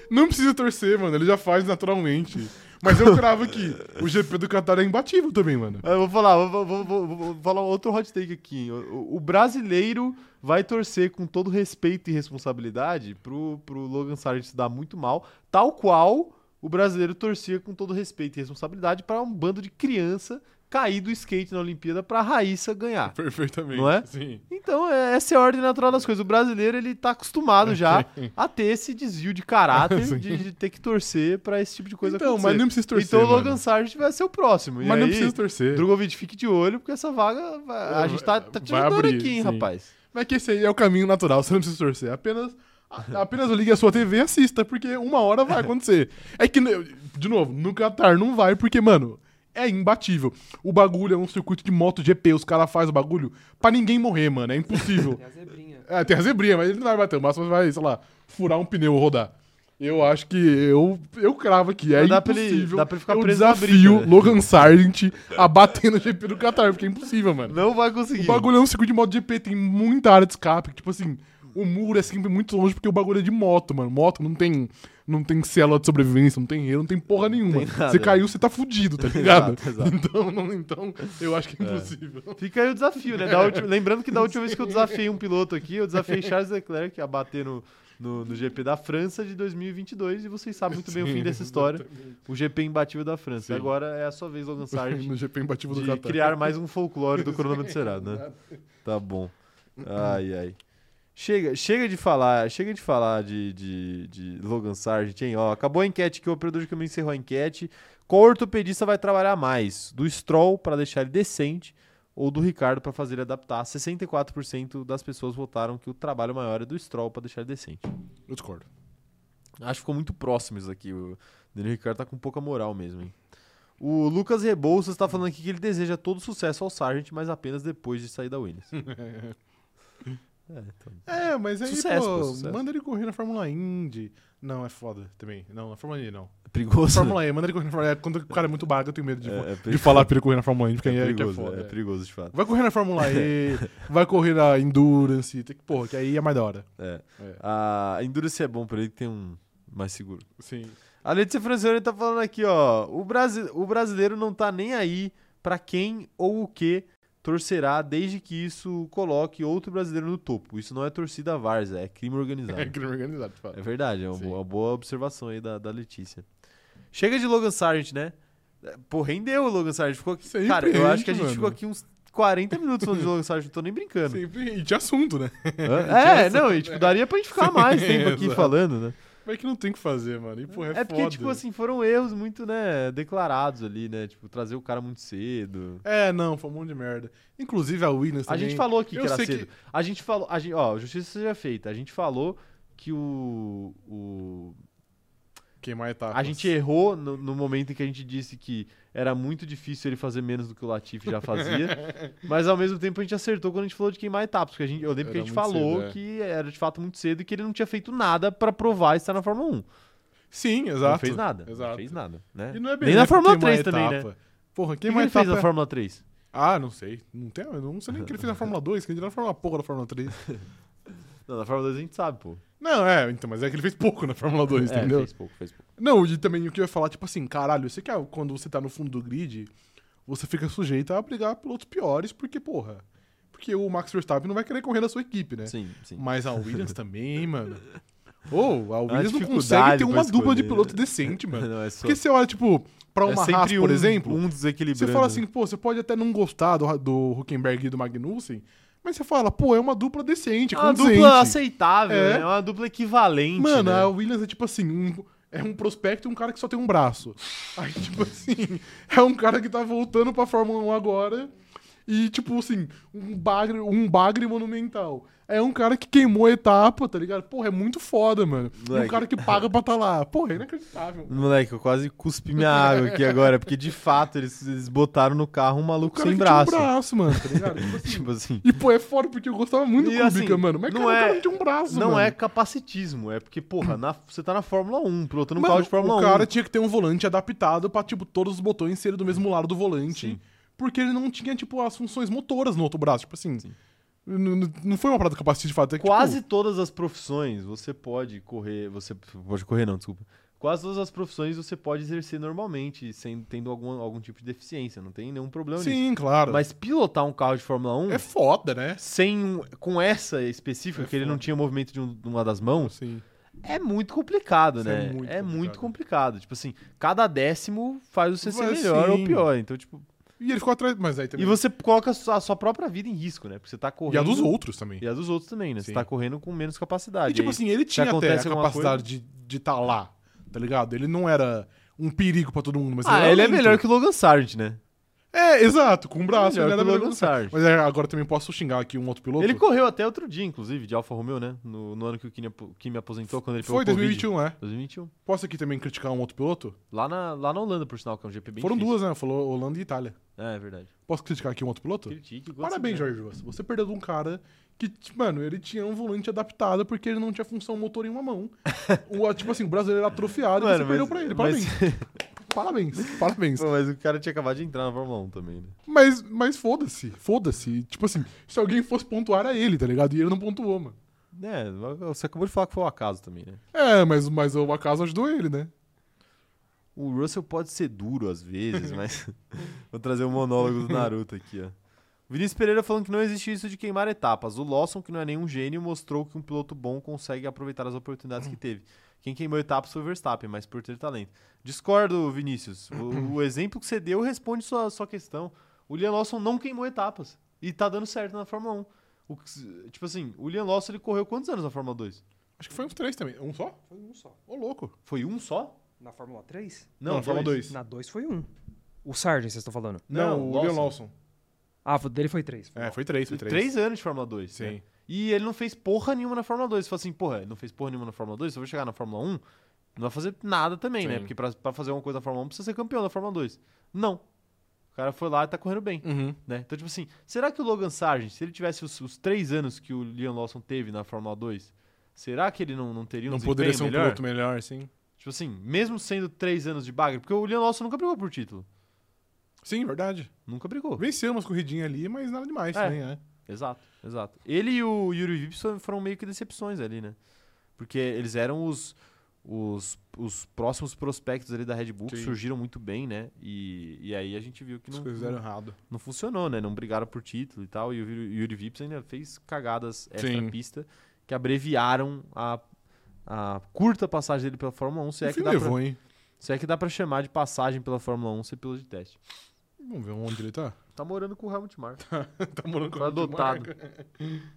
B: Não precisa torcer, mano. Ele já faz naturalmente. Mas eu cravo aqui. O GP do Qatar é imbatível também, mano.
A: Eu vou falar, vou, vou- vou- vou- vou falar outro hot take aqui. O, o brasileiro vai torcer com todo respeito e responsabilidade pro, pro Logan Sargent se dar muito mal, tal qual o brasileiro torcia com todo respeito e responsabilidade pra um bando de criança cair do skate na Olimpíada pra Raíssa ganhar.
B: Perfeitamente.
A: Não é?
B: Sim.
A: Então, é- essa é a ordem natural das coisas. O brasileiro, ele tá acostumado já a ter esse desvio de caráter,
B: Sim.
A: de, de ter que torcer pra esse tipo de coisa
B: então,
A: acontecer.
B: mas não precisa torcer.
A: então o Logan
B: mano.
A: Sargent vai ser o próximo. E
B: Mas não
A: aí-
B: precisa torcer.
A: Drogovic, fique de olho, porque essa vaga. vai- A
B: Vai-
A: gente tá, tá te
B: vai
A: ajudando
B: abrir,
A: aqui, hein,
B: sim.
A: rapaz.
B: Mas que esse aí é o caminho natural, você não precisa torcer. Apenas, a- apenas ligue a sua TV e assista, porque uma hora vai acontecer. É que, ne- de novo, no Qatar não vai, porque, mano, é imbatível. O bagulho é um circuito de MotoGP, os caras fazem o bagulho pra ninguém morrer, mano. É impossível.
C: Tem a zebrinha.
B: É, tem a zebrinha, mas ele não vai bater. O máximo vai, sei lá, furar um pneu ou rodar. Eu acho que eu, eu cravo aqui. É
A: Mas dá pra ele-
B: impossível.
A: dá pra ele ficar
B: eu
A: preso na
B: desafio
A: briga, né?
B: Logan Sargent a bater no GP do Qatar, porque é impossível, mano.
A: Não vai
B: O
A: conseguir.
B: bagulho é um circuito de moto GP, tem muita área de escape. que, Tipo assim, o muro é sempre muito longe porque o bagulho é de moto, mano. Moto não tem, não tem célula de sobrevivência, não tem erro, não tem porra nenhuma.
A: nada.
B: Você caiu, você tá fudido, tá ligado?
A: Exato, exato.
B: Então, não- então, eu acho que é impossível.
A: Fica aí o desafio, né? Da última- Lembrando que da última vez que eu desafiei um piloto aqui, eu desafiei Charles Leclerc a bater no, no, no GP da França de 2022, e vocês sabem muito bem o fim dessa história. O GP imbatível da França.
B: Sim.
A: Agora é a sua vez, Logan Sargent,
B: No GP imbatível do
A: de
B: Qatar.
A: criar mais um folclore do cronômetro cerado, né? Tá bom. Ai, ai. Chega, chega de falar, chega de falar de, de, de Logan Sargent, hein? Ó, acabou a enquete aqui, o operador de caminho encerrou a enquete. Qual ortopedista vai trabalhar mais? Do Stroll para deixar ele decente ou do Ricardo para fazer ele adaptar? 64% das pessoas votaram que o trabalho maior é do Stroll para deixar ele decente.
B: Eu discordo.
A: Acho que ficou muito próximo isso aqui. O Daniel Ricardo tá com pouca moral mesmo, hein? O Lucas Rebouças tá falando aqui que ele deseja todo sucesso ao Sargent, mas apenas depois de sair da Williams.
B: É, mas aí,
A: Sucesso,
B: pô,
A: pô, sucesso.
B: manda ele correr na Fórmula Indy. Não, é foda também. Não, na Fórmula E não.
A: É perigoso. né?
B: Fórmula E, manda ele correr na Fórmula E. Quando o cara é muito barato, eu tenho medo de,
A: É, é
B: de falar pra ele correr na Fórmula Indy, porque aí
A: é
B: é, que é
A: perigoso,
B: foda.
A: é perigoso de fato.
B: Vai correr na Fórmula E, vai correr na Endurance, tem que- porra, que aí é mais da hora.
A: É.
B: É.
A: A Endurance é bom pra ele que tem um mais seguro.
B: Sim.
A: A Letícia Francione tá falando aqui, ó. O, brasi o brasileiro não tá nem aí pra quem ou o que torcerá, desde que isso coloque outro brasileiro no topo. Isso não é torcida várzea, é crime
B: É
A: organizado.
B: crime organizado, de fato.
A: É verdade, é uma,
B: Sim.
A: boa, uma boa observação aí da, da Letícia. Chega de Logan Sargent, né? É, Pô, rendeu o Logan Sargent. Ficou aqui...
B: Sempre
A: Cara, eu
B: rende,
A: acho que a gente
B: mano.
A: ficou aqui uns 40 minutos falando de Logan Sargent, não tô nem brincando.
B: Sempre, e de assunto, né?
A: Hã? É, não, e tipo, daria pra gente ficar mais tempo aqui
B: exato.
A: falando, né?
B: Mas é que não tem o que fazer, mano. E, porra, é,
A: É porque,
B: foda.
A: tipo assim, foram erros muito, né, declarados ali, né? Tipo, trazer o cara muito cedo.
B: É, não, foi um monte de merda. Inclusive a Williams
A: A
B: também.
A: gente falou aqui
B: Eu
A: que era
B: sei
A: cedo. A gente falou, a gente, ó, justiça seja feita. A gente falou que o. o
B: Queimar etapas.
A: a gente errou no, no momento em que a gente disse que era muito difícil ele fazer menos do que o Latifi já fazia. mas ao mesmo tempo a gente acertou quando a gente falou de queimar etapas. Porque a gente, eu lembro que a
B: Era
A: gente
B: muito
A: falou
B: cedo, é.
A: que era de fato muito cedo e que ele não tinha feito nada pra provar estar na Fórmula 1.
B: Sim, exato.
A: Não fez nada. Não
B: Exato.
A: fez nada, né?
B: E não
A: Nem na
B: é benéfico
A: Fórmula
B: queimar
A: 3 também, né?
B: etapa. Porra,
A: Quem
B: queimar
A: mais tá fez
B: etapa... é-
A: na Fórmula 3?
B: Ah, não sei. Não, tem, eu não sei nem o que ele fez na Fórmula 2, que ele na Fórmula porra da Fórmula 3.
A: Não, na Fórmula 2 a gente sabe, pô.
B: Não, é, então, mas é que ele fez pouco na Fórmula 2,
A: É,
B: entendeu?
A: fez pouco, fez pouco.
B: Não, e também o que eu ia falar, tipo assim, caralho, você que quando você tá no fundo do grid, você fica sujeito a brigar pilotos piores, porque, porra. Porque o Max Verstappen não vai querer correr na sua equipe, né?
A: Sim, sim.
B: Mas a Williams também, hein, mano. Ou, a Williams não consegue
A: É dificuldade
B: ter
A: pra
B: uma dupla de
A: escolher,
B: piloto
A: né?
B: decente, mano.
A: Não, é só...
B: Porque você olha, tipo, pra uma
A: é
B: Haas,
A: sempre
B: por
A: um-
B: exemplo,
A: um
B: você
A: desequilibrando.
B: fala assim, pô, você pode até não gostar do, do Huckenberg e do Magnussen, mas você fala, pô, é uma dupla decente, é
A: uma
B: condizente.
A: dupla aceitável,
B: É.
A: né? É uma dupla equivalente,
B: Mano,
A: né?
B: a Williams é tipo assim, um- é um prospecto e um cara que só tem um braço. Aí, tipo assim, é um cara que tá voltando pra Fórmula 1 agora e, tipo assim, um bagre, um bagre monumental. É um cara que queimou a etapa, tá ligado? Porra, é muito foda, mano. E um
A: Moleque.
B: cara que paga pra tá lá. Porra, é inacreditável.
A: Moleque, eu quase cuspi minha água aqui agora, porque de fato eles, eles botaram no carro um
B: O
A: maluco
B: cara
A: sem
B: que tinha
A: braço.
B: um braço, mano, tá ligado? Tipo assim,
A: Tipo assim.
B: E, pô, é foda porque eu gostava muito
A: E,
B: do Kubica,
A: assim,
B: mano. Mas
A: não
B: cara, o
A: é-
B: cara não tinha um braço,
A: Não
B: mano.
A: é capacitismo, é porque, porra, na- você tá na Fórmula 1, pilotando um
B: Mano,
A: carro de Fórmula
B: o
A: 1.
B: cara tinha que ter um volante adaptado pra, tipo, todos os botões serem do mesmo lado do volante.
A: Sim.
B: Porque ele não tinha, tipo, as funções motoras no outro braço. Tipo assim. n- n- Não foi uma parada capacitante de fato. É que,
A: Quase
B: tipo,
A: todas as profissões você pode correr. Você pode correr, não, desculpa. quase todas as profissões você pode exercer normalmente, sem, tendo algum, algum tipo de deficiência. Não tem nenhum problema nisso.
B: Sim, claro.
A: Mas pilotar um carro de Fórmula 1
B: É foda, né?
A: sem um- com essa específica,
B: É
A: que ele não
B: foda.
A: tinha movimento de, um- de uma das mãos,
B: Sim.
A: é muito complicado,
B: Isso
A: né?
B: é muito
A: é muito
B: complicado.
A: complicado. Tipo assim, cada décimo faz você ser
B: Mas,
A: melhor ou
B: sim.
A: pior. Então, tipo.
B: E ele ficou atrás. Mas aí também.
A: E você coloca a sua, a sua própria vida em risco, né? Porque você tá correndo.
B: E a dos outros também.
A: E a dos outros também, né? Você
B: Sim.
A: tá correndo com menos capacidade. é
B: E tipo
A: Aí-
B: assim, ele tinha até a
A: acontece alguma
B: capacidade de estar de tá lá, tá ligado? Ele não era um perigo pra todo mundo, mas
A: ah,
B: era
A: ele é
B: lento.
A: melhor que o Logan Sargent, né?
B: É, exato, com um braço,
A: Melhor
B: ele era
A: que o
B: melhor
A: Logan
B: que o Sargent.
A: Sargent.
B: Mas é, agora também posso xingar aqui um outro piloto.
A: Ele correu até outro dia, inclusive, de Alfa Romeo, né? No, no ano que o Kimi, apo- Kimi aposentou, quando ele pegou
B: Foi
A: o Covid.
B: 2021, é.
A: 2021.
B: Posso aqui também criticar um outro piloto?
A: Lá na, lá na Holanda, por sinal, que é um GP bem
B: Foram
A: difícil.
B: duas, né? Falou Holanda e Itália.
A: É, é verdade.
B: Posso criticar aqui um outro piloto?
A: Critique, gosto
B: Parabéns,
A: dele.
B: Jorge Russell. Você perdeu de um cara que, t- mano, ele tinha um volante adaptado porque ele não tinha função motor em uma mão. o, tipo assim, o brasileiro era atrofiado e
A: Mano,
B: você perdeu
A: mas-
B: pra ele.
A: mas-
B: Parabéns. Parabéns, parabéns.
A: Pô, mas o cara tinha acabado de entrar na Fórmula 1 também, né?
B: Mas, mas foda-se, foda-se. Tipo assim, se alguém fosse pontuar, era ele, tá ligado? E ele não pontuou, mano.
A: É, você acabou de falar que foi um acaso também, né?
B: É, mas, mas o acaso ajudou ele, né?
A: O Russell pode ser duro às vezes, mas. Vou trazer o monólogo do Naruto aqui, ó. O Vinícius Pereira falando que não existe isso de queimar etapas. O Lawson, que não é nenhum gênio, mostrou que um piloto bom consegue aproveitar as oportunidades que teve. Quem queimou etapas foi o Verstappen, mas por ter talento. Discordo, Vinícius. O, o exemplo que você deu responde sua, sua questão. O Liam Lawson não queimou etapas. E tá dando certo na Fórmula 1. O que- tipo assim, o Liam Lawson ele correu quantos anos na Fórmula 2?
B: Acho que foi uns três também. Um só?
C: Foi um só.
B: Ô, louco.
A: Foi um só?
C: Na Fórmula 3?
A: Não,
B: na Fórmula
A: dois.
B: 2.
C: Na 2 foi um. O Sargent, vocês estão falando.
B: Não,
A: Não,
B: o Leon
A: Lawson.
B: Lawson.
C: Ah, o dele foi 3.
B: É, foi três, foi
A: Três.
B: três.
A: anos de Fórmula 2.
B: Sim.
A: né? E ele não fez porra nenhuma na Fórmula 2. Você fala assim, porra, ele não fez porra nenhuma na Fórmula 2, se eu vou chegar na Fórmula 1, não vai fazer nada também, né?
B: Sim.
A: Porque pra, pra fazer uma coisa na Fórmula 1 precisa ser campeão da Fórmula 2. Não. O cara foi lá e tá correndo bem,
B: Uhum.
A: né? Então, tipo assim, será que o Logan Sargent, se ele tivesse os, os três anos que o Liam Lawson teve na Fórmula 2, será que ele não, não teria um
B: Não
A: desempenho
B: poderia ser um
A: melhor?
B: piloto melhor, sim.
A: Tipo assim, mesmo sendo três anos de bagre, porque o Liam Lawson nunca brigou por título.
B: Sim, verdade.
A: Nunca brigou.
B: Venceu umas corridinhas ali, mas nada demais
A: É.
B: também, né?
A: Exato, exato. Ele e o Yuri Vips so- foram meio que decepções ali, né? Porque eles eram os, os, os próximos prospectos ali da Red Bull, que
B: Sim.
A: surgiram muito bem, né? E, e aí a gente viu que
B: As
A: não,
B: coisas deram errado.
A: não funcionou, né? Não brigaram por título e tal. E o Yuri, Yuri Vips ainda fez cagadas
B: Sim.
A: extra-pista que abreviaram a, a curta passagem dele pela Fórmula 1. Se é,
B: o fim
A: que dá
B: levou,
A: pra,
B: hein?
A: se é que dá pra chamar de passagem pela Fórmula 1 ser piloto de teste.
B: Vamos ver onde ele tá.
A: Tá morando com o Helmut Marko.
B: tá morando
A: Foi
B: o Helmut
A: adotado.
B: Marko.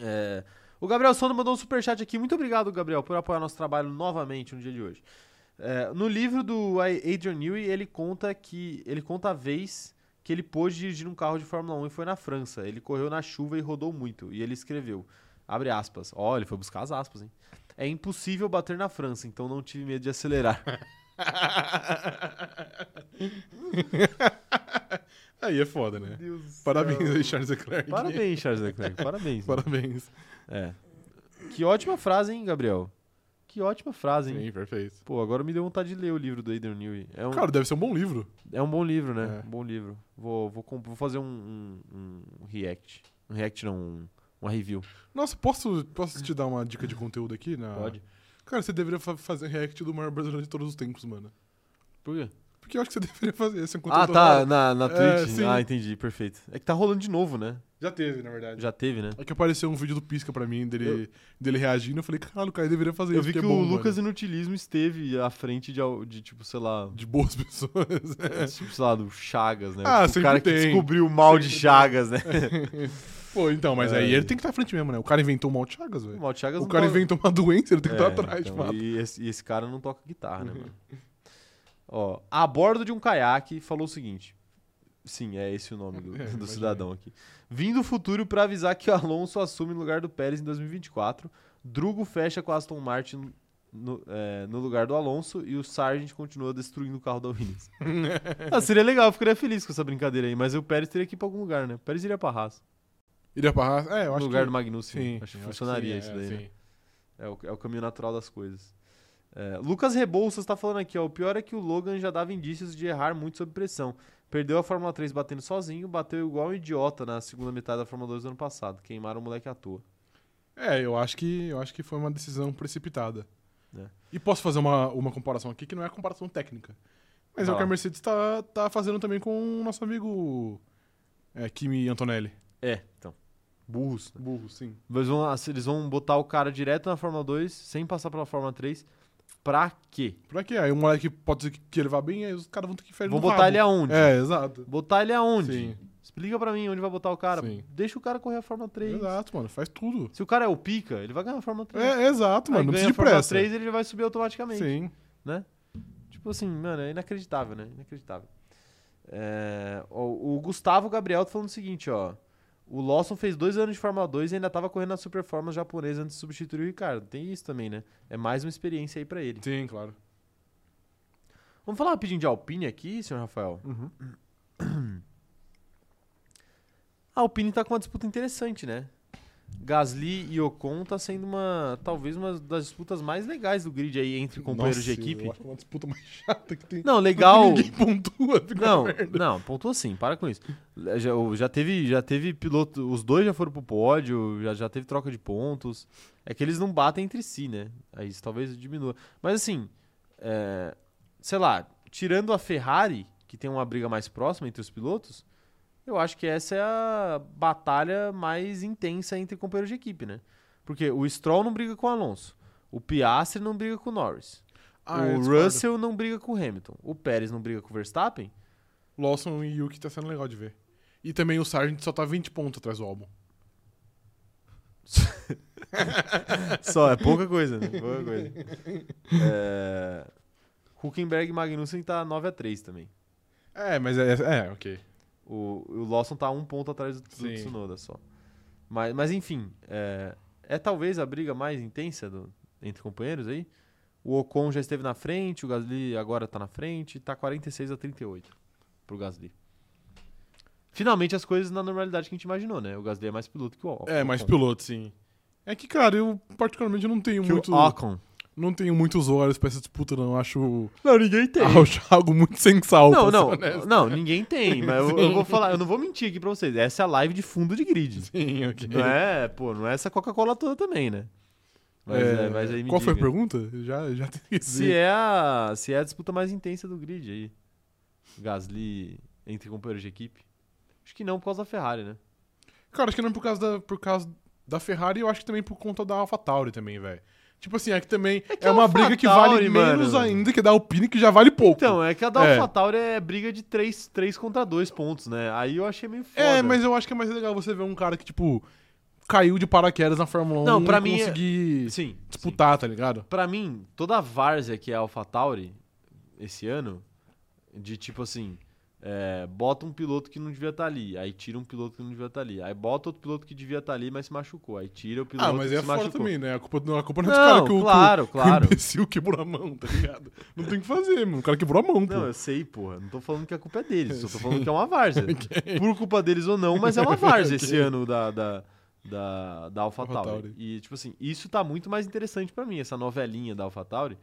A: É, O Gabriel Sono mandou um superchat aqui. Muito obrigado, Gabriel, por apoiar nosso trabalho novamente no dia de hoje. É, no livro do A- Adrian Newey, ele conta que ele conta a vez que ele pôde dirigir um carro de Fórmula 1 e foi na França. Ele correu na chuva e rodou muito. E ele escreveu, abre aspas. Ó, ele foi buscar as aspas, hein? É impossível bater na França, então não tive medo de acelerar.
B: Aí é foda, né?
A: Deus
B: Parabéns aí, Charles Leclerc.
A: Parabéns, Charles Leclerc. Parabéns.
B: Parabéns.
A: É. Que ótima frase, hein, Gabriel? Que ótima frase, hein?
B: Sim, perfeito.
A: Pô, agora me deu vontade de ler o livro do Adrian Newey. É um,
B: Cara, deve ser um bom livro.
A: é um bom livro, né?
B: É.
A: Um bom livro. Vou, vou, comp- vou fazer um, um- um, react. Um react não, um, uma review.
B: Nossa, posso, posso te dar uma dica de conteúdo aqui? Na... Cara, você deveria fa- fazer react do maior brasileiro de todos os tempos, mano.
A: Por quê?
B: Porque eu acho que você deveria fazer esse é um conteúdo.
A: Ah, tá.
B: raro.
A: Na, na
B: É,
A: Twitch.
B: sim.
A: ah, entendi. Perfeito. É que tá rolando de novo, né?
B: Já teve, na verdade.
A: Já teve, né?
B: É que apareceu um vídeo do Pisca pra mim, dele, dele reagindo. Eu falei, caralho, o cara deveria fazer
A: Eu
B: isso.
A: vi que,
B: porque é
A: o
B: bom,
A: Lucas
B: mano.
A: Inutilismo esteve à frente de, al- de tipo, sei lá.
B: De boas pessoas.
A: Tipo, sei lá, do Chagas, né?
B: Ah,
A: o
B: sempre
A: cara que
B: tem.
A: descobriu o mal de
B: Sempre tem.
A: Chagas, né?
B: Pô, então, mas aí
A: É.
B: ele tem que estar à frente mesmo, né? O cara inventou o mal de Chagas,
A: O
B: velho.
A: mal de Chagas
B: O
A: não
B: cara
A: tá-
B: inventou uma doença, ele tem que
A: É,
B: estar atrás,
A: então,
B: de fato. Uhum.
A: E esse, e esse cara não toca guitarra, né, mano? Ó, a bordo de um caiaque, falou o seguinte. Sim, é esse o nome do,
B: É,
A: do
B: imaginei.
A: cidadão aqui. Vim do futuro pra avisar que o Alonso assume o lugar do Pérez em 2024. Drugo fecha com a Aston Martin no, é, no lugar do Alonso e o Sargent continua destruindo o carro da Williams. ah, seria legal, eu ficaria feliz com essa brincadeira aí, mas o Pérez teria que ir pra algum lugar, né? O Pérez iria pra Haas,
B: Iria pra raça. É, eu
A: no
B: acho
A: um lugar
B: que...
A: do Magnussen.
B: Sim,
A: acho
B: eu
A: que funcionaria
B: sim,
A: isso daí,
B: é,
A: né?
B: sim.
A: É o, é o caminho natural das coisas. É, Lucas Rebouças tá falando aqui, ó. O pior é que o Logan já dava indícios de errar muito sob pressão. Perdeu a Fórmula 3 batendo sozinho, bateu igual um idiota na segunda metade da Fórmula 2 do ano passado. Queimaram o moleque à toa.
B: É, eu acho que eu acho que foi uma decisão precipitada. E posso fazer uma, uma comparação aqui que não é comparação técnica. Mas é
A: Vai
B: o que a
A: lá.
B: Mercedes tá, tá fazendo também com o nosso amigo é, Kimi Antonelli.
A: É, então. Burros. né?
B: Burro, sim.
A: Eles vão, eles vão botar o cara direto na Fórmula 2, sem passar pela Fórmula 3. Pra quê?
B: Pra quê? é Aí o moleque pode ser que- que ele vá bem, aí os caras vão ter que ferir
A: Vão
B: no
A: botar
B: rabo.
A: ele aonde?
B: É, exato.
A: Botar ele aonde?
B: Sim.
A: Explica pra mim onde vai botar o cara.
B: Sim.
A: Deixa o cara correr a Fórmula 3.
B: Exato, mano. Faz tudo.
A: Se o cara é o pica, ele vai ganhar a Fórmula 3.
B: É, exato,
A: Aí
B: mano. Não
A: ganha
B: precisa
A: a
B: de
A: Fórmula
B: pressa.
A: 3 ele vai subir automaticamente.
B: Sim.
A: Tipo assim, mano, é inacreditável, né? Inacreditável. É, o, o Gustavo Gabriel tá falando o seguinte, ó. O Lawson fez dois anos de Fórmula 2 e ainda tava correndo na Superformas japonesa antes de substituir o Ricardo. Tem isso também, né? É mais uma experiência aí pra ele.
B: Sim, claro.
A: Vamos falar rapidinho de Alpine aqui, senhor Rafael?
B: Uhum.
A: A Alpine tá com uma disputa interessante, né? Gasly e Ocon tá sendo uma, talvez uma das disputas mais legais do grid aí entre companheiros um de
B: Nossa,
A: equipe.
B: Eu acho uma disputa mais chata que tem.
A: Não, legal.
B: Ninguém pontua. fica uma
A: Não,
B: merda.
A: não, pontua sim, para com isso. É, Já, já teve, já teve piloto, os dois já foram pro pódio, já, já teve troca de pontos. É que eles não batem entre si, né? Aí isso talvez diminua. Mas assim, é, sei lá, tirando a Ferrari, que tem uma briga mais próxima entre os pilotos, eu acho que essa é a batalha mais intensa entre companheiros de equipe, né? Porque o Stroll não briga com o Alonso, o Piastri não briga com o Norris,
B: Ah, eu
A: o
B: discordo.
A: Russell não briga com o Hamilton, o Pérez não briga com o Verstappen.
B: Lawson e Yuki tá sendo legal de ver. E também o Sargent só tá 20 pontos atrás do álbum.
A: Só, é pouca coisa, né? Pouca coisa. É... Huckenberg e Magnussen tá 9x3 também.
B: É, mas é, é ok.
A: O, o Lawson tá um ponto atrás do, do
B: Sim.
A: Tsunoda só. Mas, mas enfim, é, é talvez a briga mais intensa do- entre companheiros aí. O Ocon já esteve na frente, o Gasly agora tá na frente, tá 46 a 38 pro Gasly. Finalmente as coisas na normalidade que a gente imaginou, né? O Gasly é mais piloto que o Ocon.
B: É, mas piloto, sim. É que, cara, eu particularmente não tenho
A: que
B: muito.
A: o Ocon.
B: Não tenho muitos olhos pra essa disputa, não. Acho,
A: Não, ninguém tem.
B: acho algo muito sensal.
A: Não,
B: pra ser
A: não,
B: honesto.
A: não, ninguém tem, mas eu, eu vou falar, eu não vou mentir aqui pra vocês. Essa é a live de fundo de grid.
B: Sim, ok.
A: Não é, pô, não é essa Coca-Cola toda também, né? Mas,
B: É,
A: é, mas aí me
B: qual foi a
A: diga.
B: pergunta? Já, já tem que
A: Se é, a, se é a disputa mais intensa do grid aí. Gasly entre companheiros de equipe. Acho que não, por causa da Ferrari, né?
B: Cara, acho que não é por causa da, por causa da Ferrari, eu acho que também por conta da AlphaTauri também, velho. Tipo assim, é que também é,
A: que a
B: uma briga que vale
A: AlphaTauri, mano.
B: menos ainda que a da Alpine, que já vale pouco.
A: Então, é que a da
B: É.
A: AlphaTauri é briga de 3, três contra 2 pontos, né? Aí eu achei meio foda.
B: é, mas eu acho que é mais legal você ver um cara que, tipo, caiu de paraquedas na Fórmula
A: Não,
B: 1
A: pra
B: e
A: mim é-
B: conseguir
A: Sim, sim.
B: disputar, tá ligado?
A: Pra mim, toda a várzea que é a AlphaTauri esse ano, de tipo assim, é, bota um piloto que não devia estar ali, aí tira um piloto que não devia estar ali, aí bota outro piloto que devia estar ali, mas se machucou, aí tira o piloto
B: ah, mas
A: que
B: é
A: se
B: fora
A: machucou.
B: também, né? A culpa, não, a culpa não é
A: Não,
B: do cara que o, que o-
A: claro,
B: que o
A: claro.
B: imbecil quebrou a mão, tá ligado? Não tem o que fazer, mano. O cara quebrou a mão, pô.
A: Não, eu sei, porra. Não tô falando que a culpa é deles, só tô falando que é uma várzea. Por culpa deles ou não, mas é uma várzea esse ano da, da, da, da AlphaTauri.
B: AlphaTauri.
A: E, tipo assim, isso tá muito mais interessante pra mim, essa novelinha da AlphaTauri.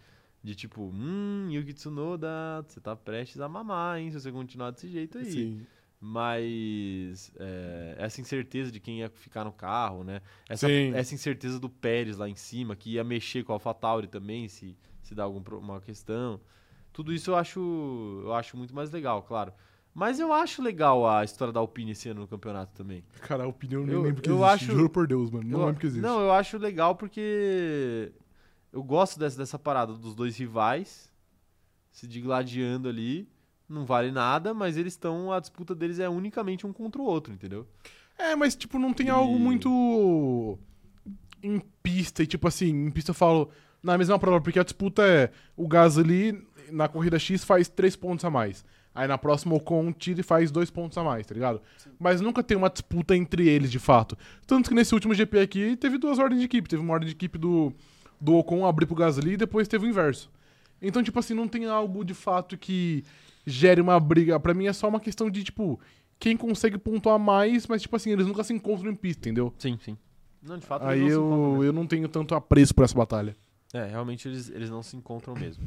A: De tipo, hum, Yuki Tsunoda, você tá prestes a mamar, hein, se você continuar desse jeito aí.
B: Sim.
A: Mas é, essa incerteza de quem ia ficar no carro, né? Essa,
B: Sim.
A: essa incerteza do Pérez lá em cima, que ia mexer com a AlphaTauri também, se, se dá alguma questão. Tudo isso eu acho, eu acho muito mais legal, claro. Mas eu acho legal a história da Alpine esse ano no campeonato também.
B: Cara, a opinião eu nem
A: Eu-
B: lembro que
A: eu
B: existe.
A: acho-
B: Juro por Deus, mano. Não
A: eu,
B: lembro que existe.
A: Não, eu acho legal porque eu gosto dessa, dessa parada dos dois rivais se digladiando ali. Não vale nada, mas eles estão. A disputa deles é unicamente um contra o outro, entendeu?
B: É, mas, tipo, não tem
A: E-
B: algo muito em pista. E, tipo assim, em pista eu falo na mesma prova, porque a disputa é o Gasly na corrida X faz três pontos a mais. Aí na próxima o Ocon tira e faz dois pontos a mais, tá ligado? Mas nunca tem uma disputa entre eles, de fato. Tanto que nesse último GP aqui teve duas ordens de equipe. Teve uma ordem de equipe do, do Ocon abrir pro Gasly e depois teve o inverso. Então, tipo assim, não tem algo de fato que gere uma briga. Pra mim é só uma questão de, tipo, quem consegue pontuar mais, mas, tipo assim, eles nunca se encontram em pista, entendeu?
A: Sim, sim. Não, de fato,
B: Aí
A: eles não se né? encontram
B: eu, eu não tenho tanto apreço por essa batalha.
A: mesmo. É, realmente eles, eles não se encontram mesmo.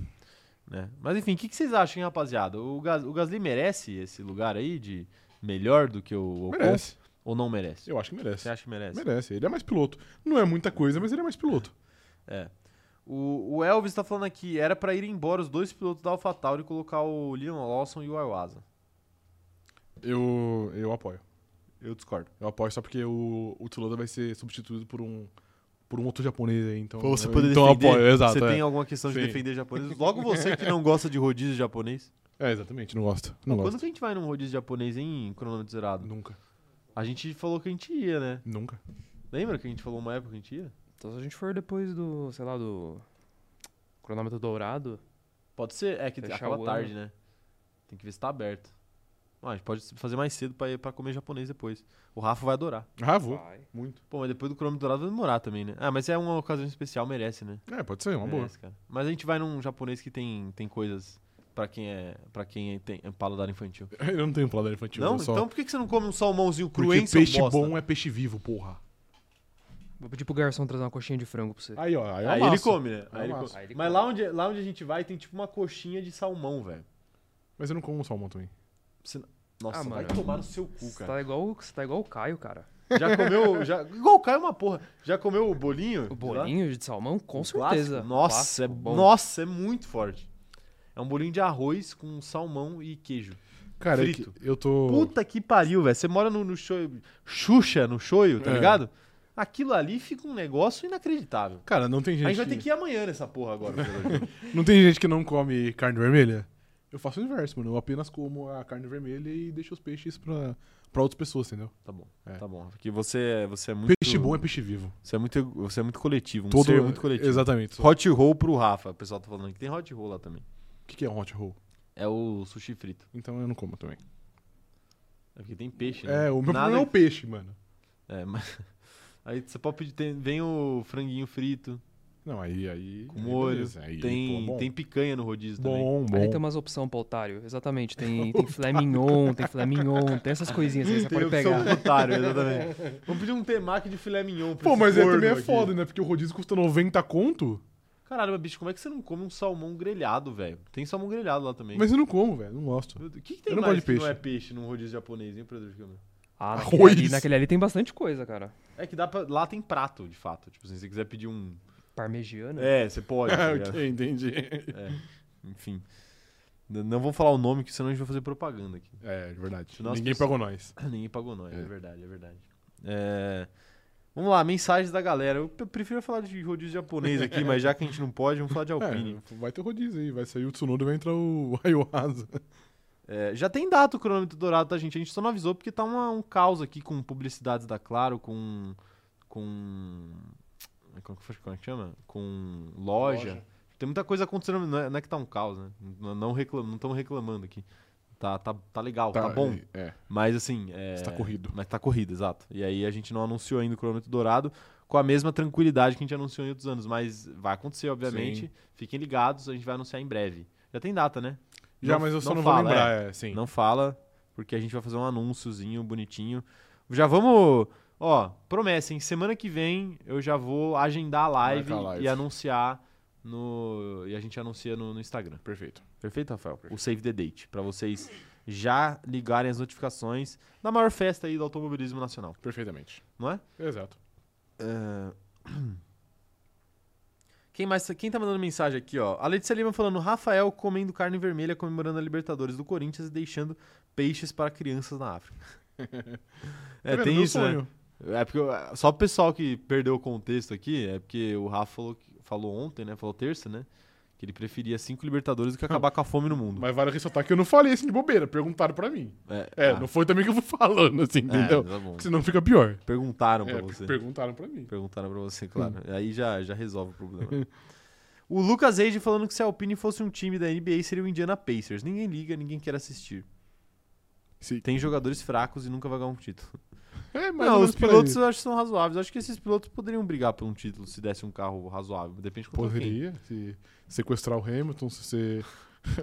A: né? Mas enfim, o que, que vocês acham, hein, rapaziada? O, Gas, o Gasly merece esse lugar aí de melhor do que o Ocon?
B: Merece.
A: Ou não merece?
B: Eu acho que
A: Você
B: merece.
A: acha que merece?
B: Merece. Ele é mais piloto. Não é muita coisa, mas ele é mais piloto.
A: O, o Elvis tá falando aqui, era pra ir embora os dois pilotos da AlphaTauri e colocar o Leon Lawson e o Iwasa.
B: Eu, eu apoio.
A: Eu discordo.
B: Eu apoio só porque o, o Tsunoda vai ser substituído por um, por um outro japonês aí, então.
A: Pra você
B: eu-
A: poder
B: então eu
A: defender,
B: apoio, exato.
A: você
B: é.
A: tem alguma questão de
B: Sim.
A: defender japonês? Logo você que não gosta de rodízio japonês.
B: É, exatamente, não gosto. Não
A: Quando
B: gosto.
A: que a gente vai num rodízio japonês em cronômetro zerado?
B: Nunca.
A: A gente falou que a gente ia, né?
B: Nunca.
A: Lembra que a gente falou uma época que a gente ia?
C: Então se a gente for depois do, sei lá, do cronômetro dourado,
A: Pode ser, é que
C: Fechar
A: acaba
C: o ano.
A: tarde, né? Tem que ver se tá aberto. Ah, a gente pode fazer mais cedo pra, ir- pra comer japonês depois. O Rafa vai adorar.
B: Ah, vou.
C: vai.
B: Muito.
A: Pô, mas depois do cronômetro dourado vai demorar também, né? Ah, mas é uma ocasião especial, merece, né?
B: É, pode ser, uma boa.
A: Merece, cara. Mas a gente vai num japonês que tem, tem coisas pra quem é para quem é- tem é paladar infantil.
B: Eu não tenho paladar infantil.
A: não?
B: eu só...
A: Então por que que você não come um salmãozinho cru,
B: Porque
A: hein, seu
B: peixe
A: bosta?
B: bom é peixe vivo, porra.
C: Vou pedir pro garçom trazer uma coxinha de frango pra você.
B: Aí, ó. Aí, eu
A: Aí ele
B: amasso.
A: come, né? Aí
B: Eu
A: ele
B: amasso.
A: come.
C: Aí ele
A: Mas
C: come.
A: lá onde, lá onde a gente vai tem tipo uma coxinha de salmão, velho.
B: Mas eu não como salmão também.
A: Você- Nossa,
C: Ah,
A: vai
C: mano.
A: tomar no seu cu,
C: Você
A: cara.
C: tá igual, o- você tá igual o Caio, cara.
A: Já comeu. Já... Igual o Caio é uma porra. Já comeu o bolinho?
C: O
A: de lá?
C: bolinho de salmão, com
A: O clássico?
C: certeza.
A: Nossa,
C: Clássico,
A: é,
C: bom.
A: nossa, é muito forte. É um bolinho de arroz com salmão e queijo.
B: Cara, é
A: Frito.
B: que eu tô.
A: Puta que pariu, velho. Você mora no, no shoyu, Xuxa, no shoyu, tá
B: É.
A: ligado? Aquilo ali fica um negócio inacreditável.
B: Cara, não tem gente.
A: a gente vai ter que ir amanhã nessa porra agora.
B: Não tem gente que não come carne vermelha? Eu faço o inverso, mano. Eu apenas como a carne vermelha e deixo os peixes pra, pra outras pessoas, entendeu?
A: tá bom,
B: É.
A: tá bom. Porque você, é- você é muito.
B: Peixe bom é peixe vivo.
A: Você é muito, você é muito coletivo. Um
B: Todo
A: ser muito coletivo.
B: Exatamente. O
A: Hot roll pro Rafa. O pessoal tá falando que tem hot roll lá também.
B: que, que é um hot roll?
A: É o sushi frito.
B: Então eu não como também.
A: É porque tem peixe, né?
B: É, o meu
A: Nada
B: problema é o peixe, mano.
A: É, mas. Aí você pode pedir. tem- vem o franguinho frito,
B: Não, aí. aí
A: com molho.
B: beleza. Aí,
A: tem,
B: pô, bom.
A: tem picanha no rodízio também.
B: Bom, bom.
C: Ali tem umas opções pra otário, exatamente. Tem, tem filé mignon, tem filé mignon, tem essas coisinhas aí que você
A: Tem
C: pode
A: opção
C: pegar.
A: pro um otário, exatamente. Vamos pedir um temaki de filé mignon pra
B: É. Pô,
A: esse
B: mas aí
A: corno
B: também é
A: aqui.
B: foda, né? Porque o rodízio custa 90 conto.
A: Caralho, mas bicho, como é que você não come um salmão grelhado, velho? Tem salmão grelhado lá também.
B: Mas eu não como, velho. Não gosto.
A: Meu Deus, O que, que tem
B: Eu não
A: mais
B: gosto
A: que
B: de
A: não é peixe num rodízio japonês, hein, produtor de câmera?
C: Ah, naquele
B: Arroz.
C: ali, naquele ali tem bastante coisa, cara.
A: É que dá pra... lá tem prato, de fato. Tipo, assim, se você quiser pedir um...
C: Parmegiana.
A: É, você pode, tá
B: Ah,
A: ligado?
B: ok, entendi.
A: Enfim. N- Não vamos falar o nome, que senão a gente vai fazer propaganda aqui.
B: É, de verdade.
A: Nossa,
B: Ninguém
A: pessoal.
B: pagou nós.
A: Ninguém pagou nós, é,
B: É.
A: verdade, é verdade. É, Vamos lá, mensagens da galera. Eu pre- prefiro falar de rodízio japonês aqui, mas já que a gente não pode, vamos falar de Alpine.
B: É, vai ter rodízio aí, vai sair o Tsunoda e vai entrar o Ayohasa.
A: É, já tem data o cronômetro dourado, tá, gente? A gente só não avisou porque tá uma- um caos aqui com publicidades da Claro, com. com. Como que, foi- como é que chama? Com loja.
B: Loja.
A: Tem muita coisa acontecendo, não é, não é que tá um caos, né? Não estamos reclamando aqui. Tá, tá, tá legal, tá, bom.
B: É,
A: Mas assim. É,
B: está corrido.
A: Mas tá corrido, exato. E aí a gente não anunciou ainda o cronômetro dourado com a mesma tranquilidade que a gente anunciou em outros anos. Mas vai acontecer, obviamente.
B: Sim.
A: Fiquem ligados, a gente vai anunciar em breve. Já tem data, né?
B: Já,
A: Não-
B: mas eu só
A: não
B: não, vou
A: fala,
B: lembrar, é, sim.
A: Não fala, porque a gente vai fazer um anúnciozinho bonitinho. Já vamos. Ó, promessa, hein? Semana que vem eu já vou agendar a live,
B: Marca a live.
A: e anunciar no. E a gente anuncia no, no Instagram.
B: Perfeito.
A: Perfeito, Rafael? O Save the Date, pra vocês já ligarem as notificações da maior festa aí do automobilismo nacional,
B: Perfeitamente.
A: não é?
B: Exato.
A: É. Quem mais quem tá mandando mensagem aqui, ó? A Letícia Lima falando: Rafael comendo carne vermelha, comemorando a Libertadores do Corinthians e deixando peixes para crianças na África. é,
B: Tá vendo?
A: tem
B: Meu
A: isso, né?
B: sonho.
A: É porque eu- só o pessoal que perdeu o contexto aqui, é porque o Rafa falou, que- falou ontem, né? Falou terça, né? Que ele preferia cinco Libertadores do que acabar com a fome no mundo.
B: Mas vale ressaltar que eu não falei assim de bobeira, perguntaram pra mim. É,
A: ah,
B: não foi também que eu fui falando, assim,
A: é,
B: entendeu?
A: tá bom.
B: Senão fica pior.
A: Perguntaram pra
B: É,
A: você.
B: perguntaram pra mim.
A: Perguntaram pra você, claro. né? Aí já, já resolve o problema. o Lucas Eide falando que se a Alpine fosse um time da NBA, seria o Indiana Pacers. Ninguém liga, ninguém quer assistir.
B: Sim.
A: Tem jogadores fracos e nunca vai ganhar um título.
B: É, mas
A: Não, os pilotos eu acho que são razoáveis. Eu acho que esses pilotos poderiam brigar por um título se desse um carro razoável. Depende de quanto quem.
B: Poderia se sequestrar o Hamilton, se você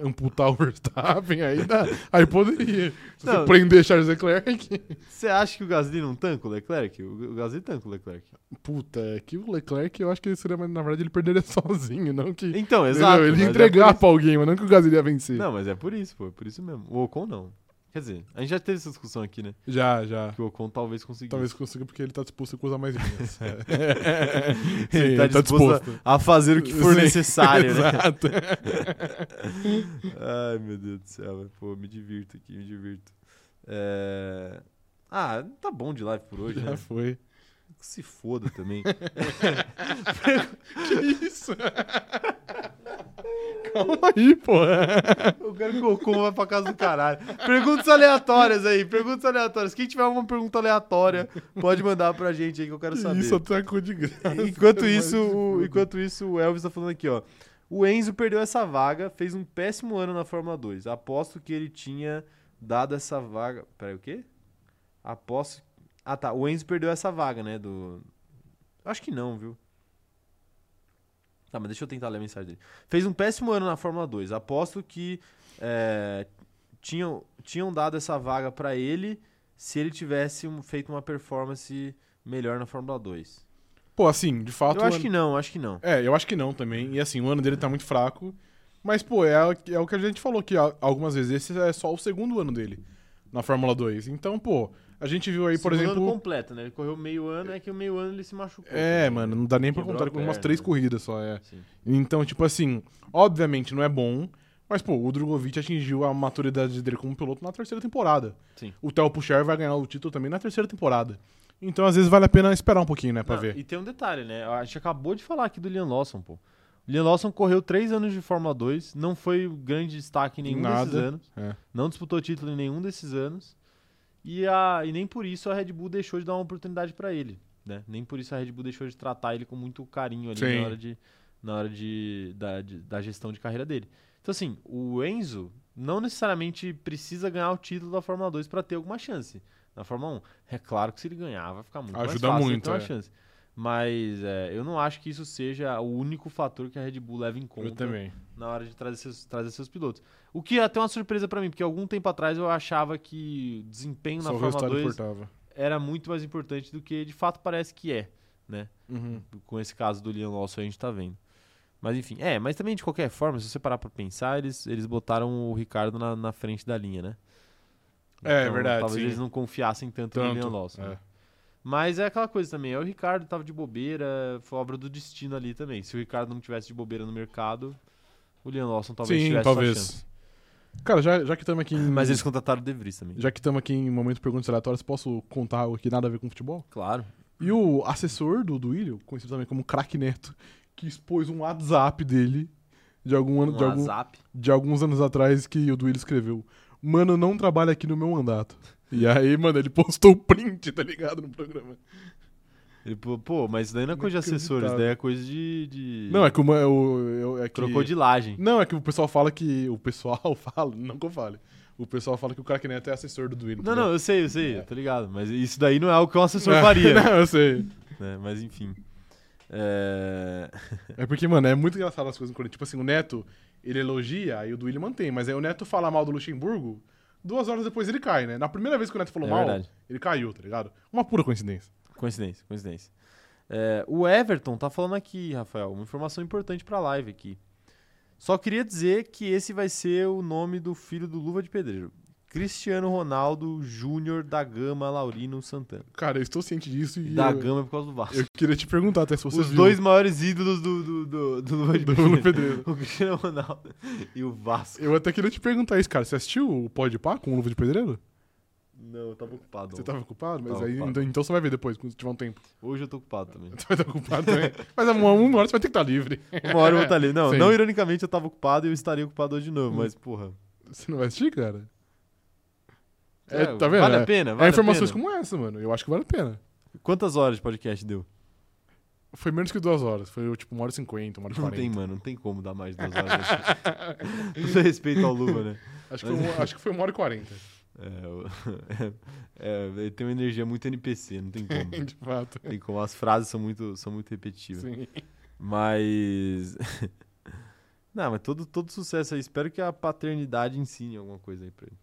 B: amputar o Verstappen, aí dá. Aí poderia. Se
A: Não.
B: você prender Charles Leclerc.
A: Você acha que o Gasly não tanca o Leclerc? O o Gasly tanca o Leclerc.
B: Puta, é que o Leclerc eu acho que ele seria, mas na verdade ele perderia sozinho, não que.
A: Então,
B: Entendeu?
A: exato.
B: ele
A: mas
B: ia
A: é por
B: entregar
A: isso-
B: pra alguém, mas não que o Gasly ia vencer.
A: Não, mas é por isso, pô. É por isso mesmo. O Ocon não. Quer dizer, a gente já teve essa discussão aqui, né?
B: Já, já.
A: Que o Ocon talvez conseguisse.
B: Talvez consiga porque ele tá disposto a cruzar mais linhas. É.
A: ele tá disposto, a fazer o que for
B: Sim,
A: necessário, né?
B: Exato.
A: Ai, meu Deus do céu, velho. pô, me divirto aqui, me divirto. É, Ah, tá bom de live por hoje, né?
B: Já foi.
A: Que Se foda também.
B: Isso. Calma aí, pô.
A: Eu quero que o Ocon vá pra casa do caralho. Perguntas aleatórias aí, perguntas aleatórias. Quem tiver uma pergunta aleatória, pode mandar pra gente aí que eu quero saber.
B: Isso até com de graça.
A: Enquanto
B: Mas
A: isso, o, enquanto isso, o Elvis tá falando aqui, ó. O Enzo perdeu essa vaga, fez um péssimo ano na Fórmula 2. Aposto que ele tinha dado essa vaga. Peraí, o quê? Aposto. Ah, tá. O Enzo perdeu essa vaga, né? Do. Acho que não, viu? Tá, mas deixa eu tentar ler a mensagem dele. Fez um péssimo ano na Fórmula 2. Aposto que é, tinham, tinham dado essa vaga pra ele se ele tivesse um- feito uma performance melhor na Fórmula 2.
B: Pô, assim, de fato.
A: Eu acho que não, acho que não.
B: É, eu acho que não também. E assim, o ano dele tá muito fraco. Mas, pô, é, a- é o que a gente falou aqui a- algumas vezes. Esse é só o segundo ano dele na Fórmula 2. Então, pô, a gente viu aí, por
A: Segundo
B: exemplo.
A: ano completo, né? Ele correu meio ano, é que o meio ano ele se machucou.
B: É, mano, não dá nem pra
A: né? Quebrou
B: contar
A: a
B: com umas
A: perna,
B: três
A: né?
B: corridas só, é.
A: Sim.
B: Então, tipo assim, obviamente não é bom, mas, pô, o Drogovic atingiu a maturidade dele como piloto na terceira temporada.
A: Sim.
B: O Theo Pucher vai ganhar o título também na terceira temporada. Então, às vezes, vale a pena esperar um pouquinho, né, pra
A: Não,
B: ver.
A: E tem um detalhe, né? A gente acabou de falar aqui do Liam Lawson, pô. O Liam Lawson correu três anos de Fórmula 2, não foi um grande destaque em nenhum
B: Nada,
A: desses anos.
B: é.
A: Não disputou título em nenhum desses anos. E, a, e nem por isso a Red Bull deixou de dar uma oportunidade pra ele, né? Nem por isso a Red Bull deixou de tratar ele com muito carinho ali
B: Sim.
A: na hora, de, na hora de, da, de- da gestão de carreira dele. Então, assim, o Enzo não necessariamente precisa ganhar o título da Fórmula 2 pra ter alguma chance na Fórmula 1. É claro que se ele ganhar, vai ficar muito
B: Ajuda
A: mais fácil ele
B: muito,
A: ter uma
B: é.
A: chance. Mas é, eu não acho que isso seja o único fator que a Red Bull leva em conta
B: Eu também.
A: na hora de trazer seus, trazer seus pilotos. O que é até uma surpresa pra mim, porque algum tempo atrás eu achava que desempenho
B: Só
A: na
B: o
A: Fórmula
B: resultado
A: 2
B: importava.
A: era muito mais importante do que de fato parece que é, né?
B: Uhum,
A: Com esse caso do Liam Lawson aí a gente tá vendo. Mas enfim, é, mas também de qualquer forma, se você parar pra pensar, eles, eles botaram o Ricardo na, na frente da linha, né? Então,
B: É, verdade,
A: Talvez
B: sim.
A: eles não confiassem tanto, no Liam Lawson. né?
B: é.
A: Mas é aquela coisa também, é o Ricardo tava de bobeira, foi obra do destino ali também. Se o Ricardo não tivesse de bobeira no mercado, o Leon Lawson talvez
B: Sim,
A: tivesse
B: talvez. Hum.
A: sua chance.
B: Cara, já, já que estamos aqui em...
A: Mas eles contrataram o De Vries também.
B: Já que estamos aqui em momento de perguntas aleatórias, posso contar algo que nada a ver com futebol?
A: Claro.
B: E o assessor do Duílio, conhecido também como Crack Neto, que expôs um WhatsApp dele de, algum ano, de,
A: Um
B: algum-
A: WhatsApp.
B: de alguns anos atrás que o Duílio escreveu. Mano, não trabalha aqui no meu mandato. E aí, mano, ele postou o print, tá ligado, no programa.
A: Ele, pô, pô, mas isso daí não é coisa de assessor, isso daí é coisa de. de...
B: Não, é que uma, é o, eu- é que...
A: Crocodilagem.
B: Não, é que o pessoal fala que... O pessoal fala... Não que eu fale. O pessoal fala que o Crack Neto é assessor do Duílio.
A: Não,
B: entendeu?
A: não, eu sei, eu sei, eu tô ligado. Mas isso daí não é o que um assessor
B: É. Não,
A: faria.
B: não, eu sei.
A: né? Mas enfim. É...
B: É porque, mano, é muito engraçado as coisas no Corinthians. Tipo assim, o Neto, ele elogia, aí o Duílio mantém. Mas aí o Neto fala mal do Luxemburgo, duas horas depois ele cai, né? Na primeira vez que o Neto falou
A: É
B: mal,
A: verdade.
B: ele caiu, tá ligado? Uma pura coincidência.
A: Coincidência, coincidência. É, o Everton tá falando aqui, Rafael, uma informação importante pra live aqui. Só queria dizer que esse vai ser o nome do filho do Luva de Pedreiro. Cristiano Ronaldo Júnior da Gama Laurino Santana.
B: Cara, eu estou ciente disso e
A: Da
B: eu,
A: Gama é por causa do Vasco.
B: eu queria te perguntar até se você
A: Os
B: viu.
A: dois maiores ídolos do, do, do, do Luva de
B: Do
A: Pedreiro.
B: Luva Pedreiro.
A: O Cristiano Ronaldo e o Vasco.
B: Eu até queria te perguntar isso, cara. Você assistiu o Pode Pá com o Luva de Pedreiro?
A: Não, eu tava ocupado.
B: Você tava ocupado? Mas
A: Tava
B: aí,
A: ocupado.
B: então, então você vai ver depois, quando tiver um tempo.
A: Hoje eu tô ocupado também.
B: Você vai estar ocupado também. Mas uma, uma hora você vai ter que estar livre.
A: Uma hora eu vou estar ali. Não,
B: Sim. Hum.
A: não ironicamente eu tava ocupado e eu estaria ocupado hoje de novo, mas porra.
B: Você não vai assistir, cara? É,
A: É,
B: tá vendo?
A: Vale
B: É-
A: a pena,
B: é
A: vale
B: informações
A: a pena.
B: como essa, mano. Eu acho que vale a pena.
A: Quantas horas de podcast deu?
B: Foi menos que duas horas. Foi tipo uma hora e cinquenta, uma hora e
A: Não tem,
B: quarenta.
A: mano, não tem como dar mais de duas horas. Todo respeito ao Luva, né?
B: Acho que, foi uma, acho que foi uma hora e quarenta.
A: É, o- é, ele tem uma energia muito NPC, não tem como.
B: De fato.
A: Tem como. As frases são muito, são muito repetitivas.
B: Sim.
A: Mas. Não, mas todo, todo sucesso aí. Espero que a paternidade ensine alguma coisa aí pra ele.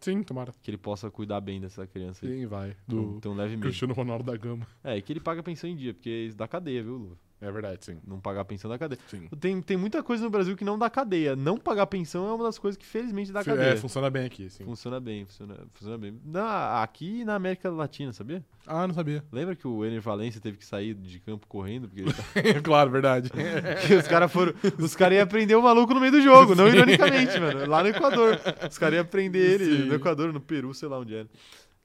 B: Sim, tomara.
A: Que ele possa cuidar bem dessa criança aí.
B: Sim, vai.
A: Então,
B: Do
A: Tem um leve medo.
B: Cristiano Ronaldo da Gama.
A: É, e que ele paga pensão em dia, porque isso dá cadeia, viu, Luva?
B: É verdade, sim.
A: Não pagar pensão da cadeia.
B: sim.
A: Tem, tem muita coisa no Brasil que não dá cadeia. Não pagar pensão é uma das coisas que felizmente dá
B: Fe-
A: cadeia.
B: É, funciona bem aqui, sim.
A: Funciona bem, funciona, funciona bem. Na, aqui na América Latina, sabia?
B: Ah, não sabia.
A: Lembra que o Ener Valencia teve que sair de campo correndo? Porque, ele tá-
B: É claro, verdade.
A: porque os caras foram. Os caras iam prender o maluco no meio do jogo, não ironicamente, mano. Lá no Equador. Os caras iam prender ele
B: Sim. É,
A: no Equador, no Peru, sei lá onde era.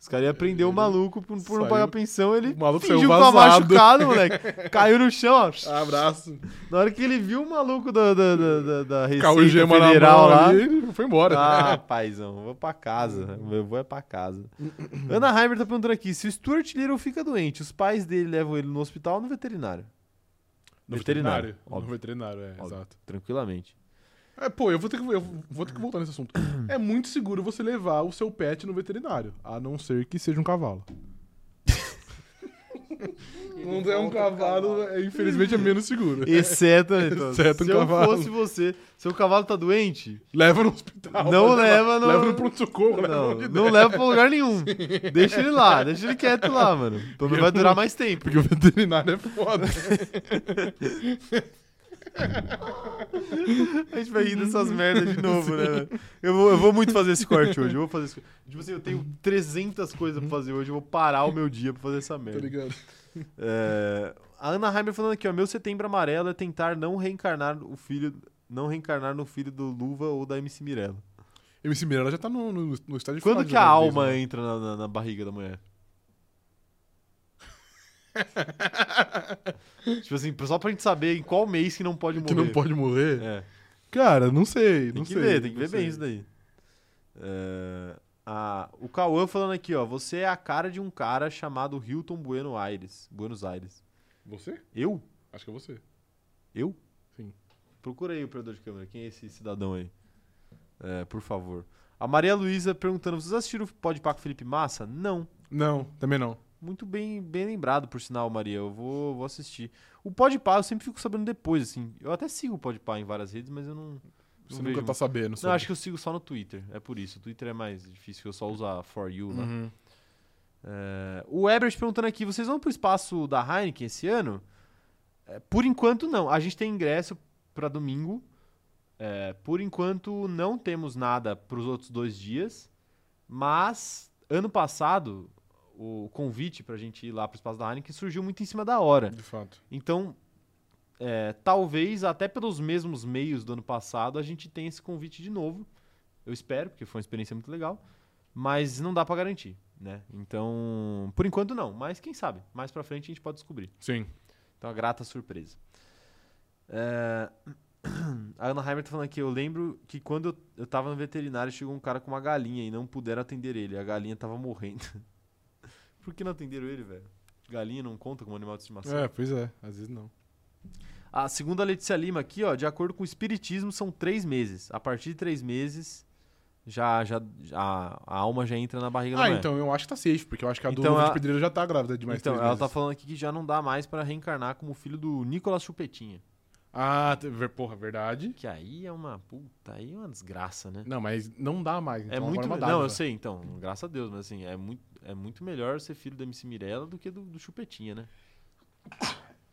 A: Os caras iam prender o maluco por, por não
B: saiu-
A: pagar pensão, ele
B: o maluco
A: fingiu que
B: saiu
A: tava
B: vazado.
A: machucado, moleque. Caiu no chão, ó.
B: Abraço.
A: Na hora que ele viu o maluco da, da, da, da, da
B: Cauê
A: Receita
B: Gema na
A: Federal
B: mão
A: lá.
B: é ali, ele foi embora.
A: Ah, paizão, vou pra casa. Eu vou é pra casa. Ana Heimer tá perguntando aqui: se o Stuart Little fica doente, os pais dele levam ele no hospital ou no veterinário?
B: No
A: veterinário,
B: No
A: óbvio.
B: veterinário, é,
A: Óbvio.
B: exato.
A: Tranquilamente.
B: É, pô, eu vou, ter que, eu vou ter que voltar nesse assunto. É muito seguro você levar o seu pet no veterinário, a não ser que seja um cavalo. Quando é um
A: né?
B: cavalo, é, infelizmente é menos seguro.
A: Exceto, né, Tom?
B: Exceto um
A: se eu
B: cavalo.
A: fosse você, seu cavalo tá doente,
B: Leva no hospital.
A: Não leva no-
B: Leva no pronto-socorro, leva
A: não,
B: onde
A: não
B: der.
A: leva pra lugar nenhum. Deixa ele lá, deixa ele quieto lá, mano. Pelo menos vai durar mais tempo.
B: Porque o veterinário é foda.
A: A gente vai rir
B: Uhum.
A: dessas merdas de novo, né? velho? Eu vou, eu vou muito fazer esse corte hoje. Eu vou fazer esse... Tipo assim, eu tenho 300 coisas pra fazer hoje. Eu vou parar o meu dia pra fazer essa
B: Tá
A: merda.
B: ligado?
A: É, a Ana Heimer falando aqui, ó. Meu setembro amarelo é tentar não reencarnar o filho. Não reencarnar no filho do Luva ou da MC Mirella.
B: MC Mirella já tá no, no, no estádio final
A: Quando
B: de
A: que a
B: gravidez,
A: alma
B: né?
A: entra na, na- na barriga da mulher? tipo assim, só pra gente saber em qual mês que não pode morrer.
B: Que não pode morrer?
A: É,
B: Cara, não sei,
A: tem
B: não
A: que
B: sei.
A: ver, tem que
B: não
A: ver bem
B: sei.
A: isso né? daí. É, a- o Cauã falando aqui, ó. Você é a cara de um cara chamado Hilton Bueno Aires. Buenos Aires.
B: Você?
A: Eu?
B: Acho que é você.
A: Eu?
B: Sim.
A: Procura aí, operador de câmera. Quem é esse cidadão aí? É, por favor. A Maria Luísa perguntando: vocês assistiram o Podpah com Felipe Massa? Não.
B: Não, também não.
A: Muito bem, bem lembrado, por sinal, Maria. Eu vou, vou assistir. O Podpah eu sempre fico sabendo depois, assim. Eu até sigo o Podpah em várias redes, mas eu não.
B: Você
A: Não
B: nunca
A: vejo
B: tá sabendo.
A: Não,
B: sobre.
A: acho que eu sigo só no Twitter. É por isso. O Twitter é mais difícil eu só usar For You lá.
B: Uhum.
A: É, o Ebert perguntando aqui: vocês vão pro espaço da Heineken esse ano? É, por enquanto, não. A gente tem ingresso pra domingo. É, por enquanto, não temos nada pros outros dois dias. Mas, ano passado, o convite pra gente ir lá pro espaço da Heineken surgiu muito em cima da hora.
B: De fato.
A: Então, é, talvez até pelos mesmos meios do ano passado a gente tenha esse convite de novo. Eu espero, porque foi uma experiência muito legal, mas não dá pra garantir, né? Então, por enquanto não, mas quem sabe, mais pra frente a gente pode descobrir.
B: Sim.
A: Então, uma grata surpresa. É, A Ana Heimer tá falando aqui, eu lembro que quando eu, eu tava no veterinário chegou um cara com uma galinha e não puderam atender ele, a galinha tava morrendo. por que não atenderam ele, velho? Galinha não conta como animal de estimação.
B: É, pois é. Às vezes não.
A: A segunda Letícia Lima aqui, ó, de acordo com o Espiritismo, são três meses. A partir de três meses, já, já, já- a alma já entra na barriga da
B: Ah,
A: mulher.
B: então eu acho que tá safe, porque eu acho que a do
A: Então
B: Luva de
A: a-
B: Pedreiro já tá grávida de mais
A: Então,
B: três
A: ela
B: meses.
A: tá falando aqui que já não dá mais pra reencarnar como filho do Nicolas Chupetinha.
B: Ah, te- ver- porra, verdade.
A: Que aí é uma puta, aí é uma desgraça, né?
B: Não, mas não dá mais. Então
A: é muito.
B: agora é uma
A: não,
B: dádiva.
A: eu sei, então, graças a Deus, mas assim, é muito, é muito melhor ser filho da MC Mirella do que do, do Chupetinha, né?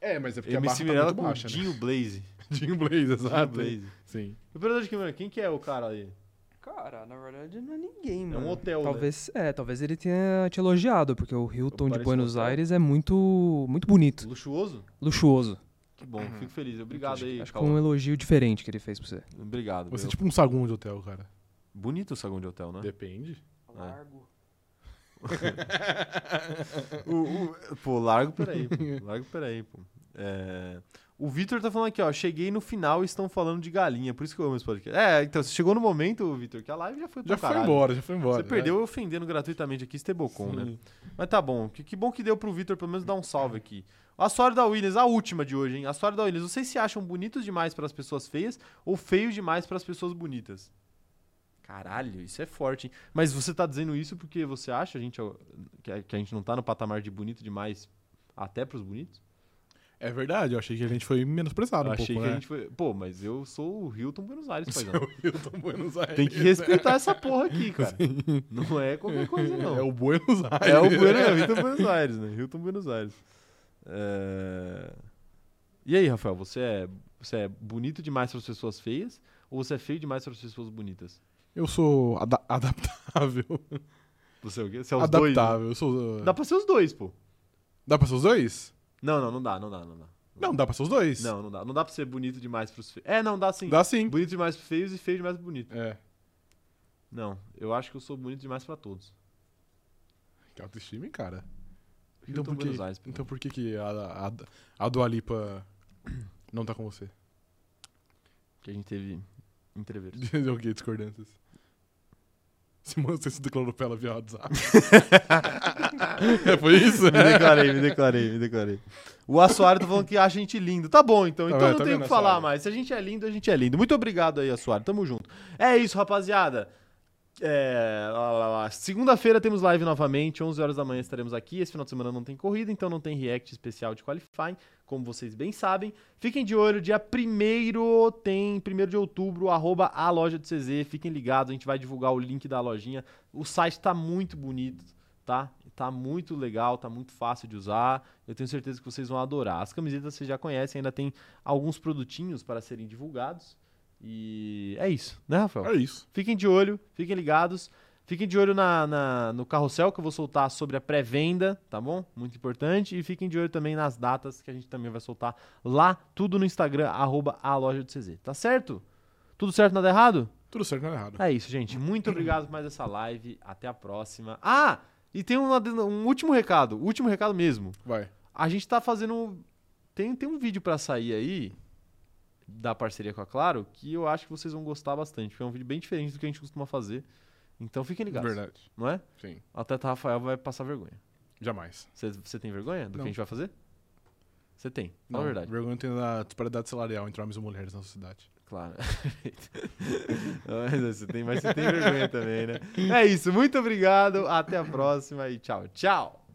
B: É, mas é porque
A: MC
B: a barra tá
A: Mirella
B: muito
A: com
B: baixa, né? Ah,
A: Dinho Blaze.
B: Dinho Blaze,
A: Dinho
B: exato.
A: Blaze.
B: Sim.
A: Operador de câmera, quem que é o cara ali?
C: Cara, na verdade não é ninguém,
A: um
C: mano.
B: Hum.
A: hotel, né?
C: talvez, É, talvez ele tenha te elogiado, porque o Hilton de
A: Parece um
C: Buenos
A: hotel.
C: Aires é muito, muito bonito,
A: Luxuoso?
C: luxuoso.
A: Que bom, fico feliz. Obrigado aí,
C: Acho que
A: Cauã.
C: foi um elogio diferente que ele fez pra você.
A: Obrigado.
B: Você
A: meu.
B: é tipo um saguão de hotel, cara.
A: Bonito o saguão de hotel, né?
B: Depende.
A: Largo. O- o- pô, largo, peraí. pô. Largo, peraí, pô. É, o Vitor tá falando aqui, ó. Cheguei no final e estão falando de galinha. Por isso que eu amo esse podcast. É, então, você chegou no momento, Vitor, que a live já foi pro
B: Já foi
A: caralho.
B: embora, já foi embora.
A: Você
B: né? Hum.
A: perdeu eu ofendendo gratuitamente aqui, Estebocon, né? Mas tá bom. Que, que bom que deu pro Vitor pelo menos dar um salve aqui. A Sora da Williams, a última de hoje, hein? A Sora da Williams, vocês se acham bonitos demais pras pessoas feias ou feios demais pras pessoas bonitas? Caralho, isso é forte, hein? Mas você tá dizendo isso porque você acha a gente, que a- que a gente não tá no patamar de bonito demais até pros bonitos?
B: É verdade, eu achei que a gente foi menosprezado
A: eu
B: um
A: achei
B: pouco,
A: que
B: né?
A: a gente foi. Pô, mas eu sou o Hilton Buenos Aires, paizão.
B: Eu tô em Buenos Aires.
A: Tem que respeitar essa porra aqui, cara. Não é qualquer coisa, não.
B: É o Buenos Aires.
A: É o Bueno, é o Hilton Buenos Aires, né? Hilton Buenos Aires. É... E aí, Rafael, você é, você é bonito demais para as pessoas feias ou você é feio demais para as pessoas bonitas?
B: Eu sou ada- adaptável.
A: Você é o quê? Você é os dois. né?
B: adaptável. Eu sou.
A: Dá pra ser os dois, pô.
B: Dá pra ser os dois?
A: Não, não, não dá, não dá, não dá.
B: Não, dá pra ser os dois.
A: Não, não dá. Não dá pra ser bonito demais pros feios. É, não, dá sim.
B: Dá sim.
A: Bonito demais pros feios e feio demais pro bonito.
B: É.
A: Não, eu acho que eu sou bonito demais pra todos.
B: Que autoestima, hein, cara.
A: Então,
B: por que,
A: Buenos Aires, pô.
B: então por que, que a, a, a Dua Lipa não tá com você?
A: Que a gente teve entreveiros.
B: Deu o quê? Discordâncias. Simão, você se declarou pra ela via WhatsApp. é, foi isso?
A: me declarei, me declarei, me declarei. O Assoalho tá falando que acha a gente lindo. Tá bom, então.
B: Tá
A: Então
B: vendo,
A: não
B: tá
A: tenho o
B: vendo,
A: que falar
B: Assoalho?
A: mais. Se a gente é lindo, a gente é lindo. Muito obrigado aí, Assoalho. Tamo junto. É isso, rapaziada. É, lá, lá, lá. Segunda-feira temos live novamente, 11 horas da manhã estaremos aqui. Esse final de semana não tem corrida, então não tem react especial de qualifying, como vocês bem sabem. Fiquem de olho, dia 1 tem, 1 de outubro, arroba a loja do CZ. Fiquem ligados, a gente vai divulgar o link da lojinha. O site tá muito bonito, tá? Tá muito legal, tá muito fácil de usar. Eu tenho certeza que vocês vão adorar. As camisetas vocês já conhecem, ainda tem alguns produtinhos para serem divulgados. E é isso, né, Rafael?
B: É isso.
A: Fiquem de olho, fiquem ligados. Fiquem de olho na, na- no carrossel que eu vou soltar sobre a pré-venda, tá bom? Muito importante. E fiquem de olho também nas datas que a gente também vai soltar lá, tudo no Instagram, arroba a loja do CZ. Tá certo? Tudo certo, nada errado?
B: Tudo certo, não é errado.
A: É isso, gente. Muito obrigado por mais essa live. Até a próxima. Ah! E tem uma- um último recado, último recado mesmo.
B: Vai.
A: A gente tá fazendo. Tem, tem um vídeo pra sair aí da parceria com a Claro que eu acho que vocês vão gostar bastante. Porque é um vídeo bem diferente do que a gente costuma fazer. Então fiquem ligados.
B: Verdade.
A: Não é?
B: Sim.
A: O Atleta Rafael vai passar vergonha.
B: Jamais.
A: Você- Você tem vergonha do que
B: Não.
A: a gente vai fazer? Você tem, fala
B: Não,
A: a verdade.
B: Vergonha tem na disparidade salarial entre homens e mulheres na sociedade.
A: Claro. mas você tem, mas você tem vergonha também, né? É isso, muito obrigado, até a próxima e tchau, tchau!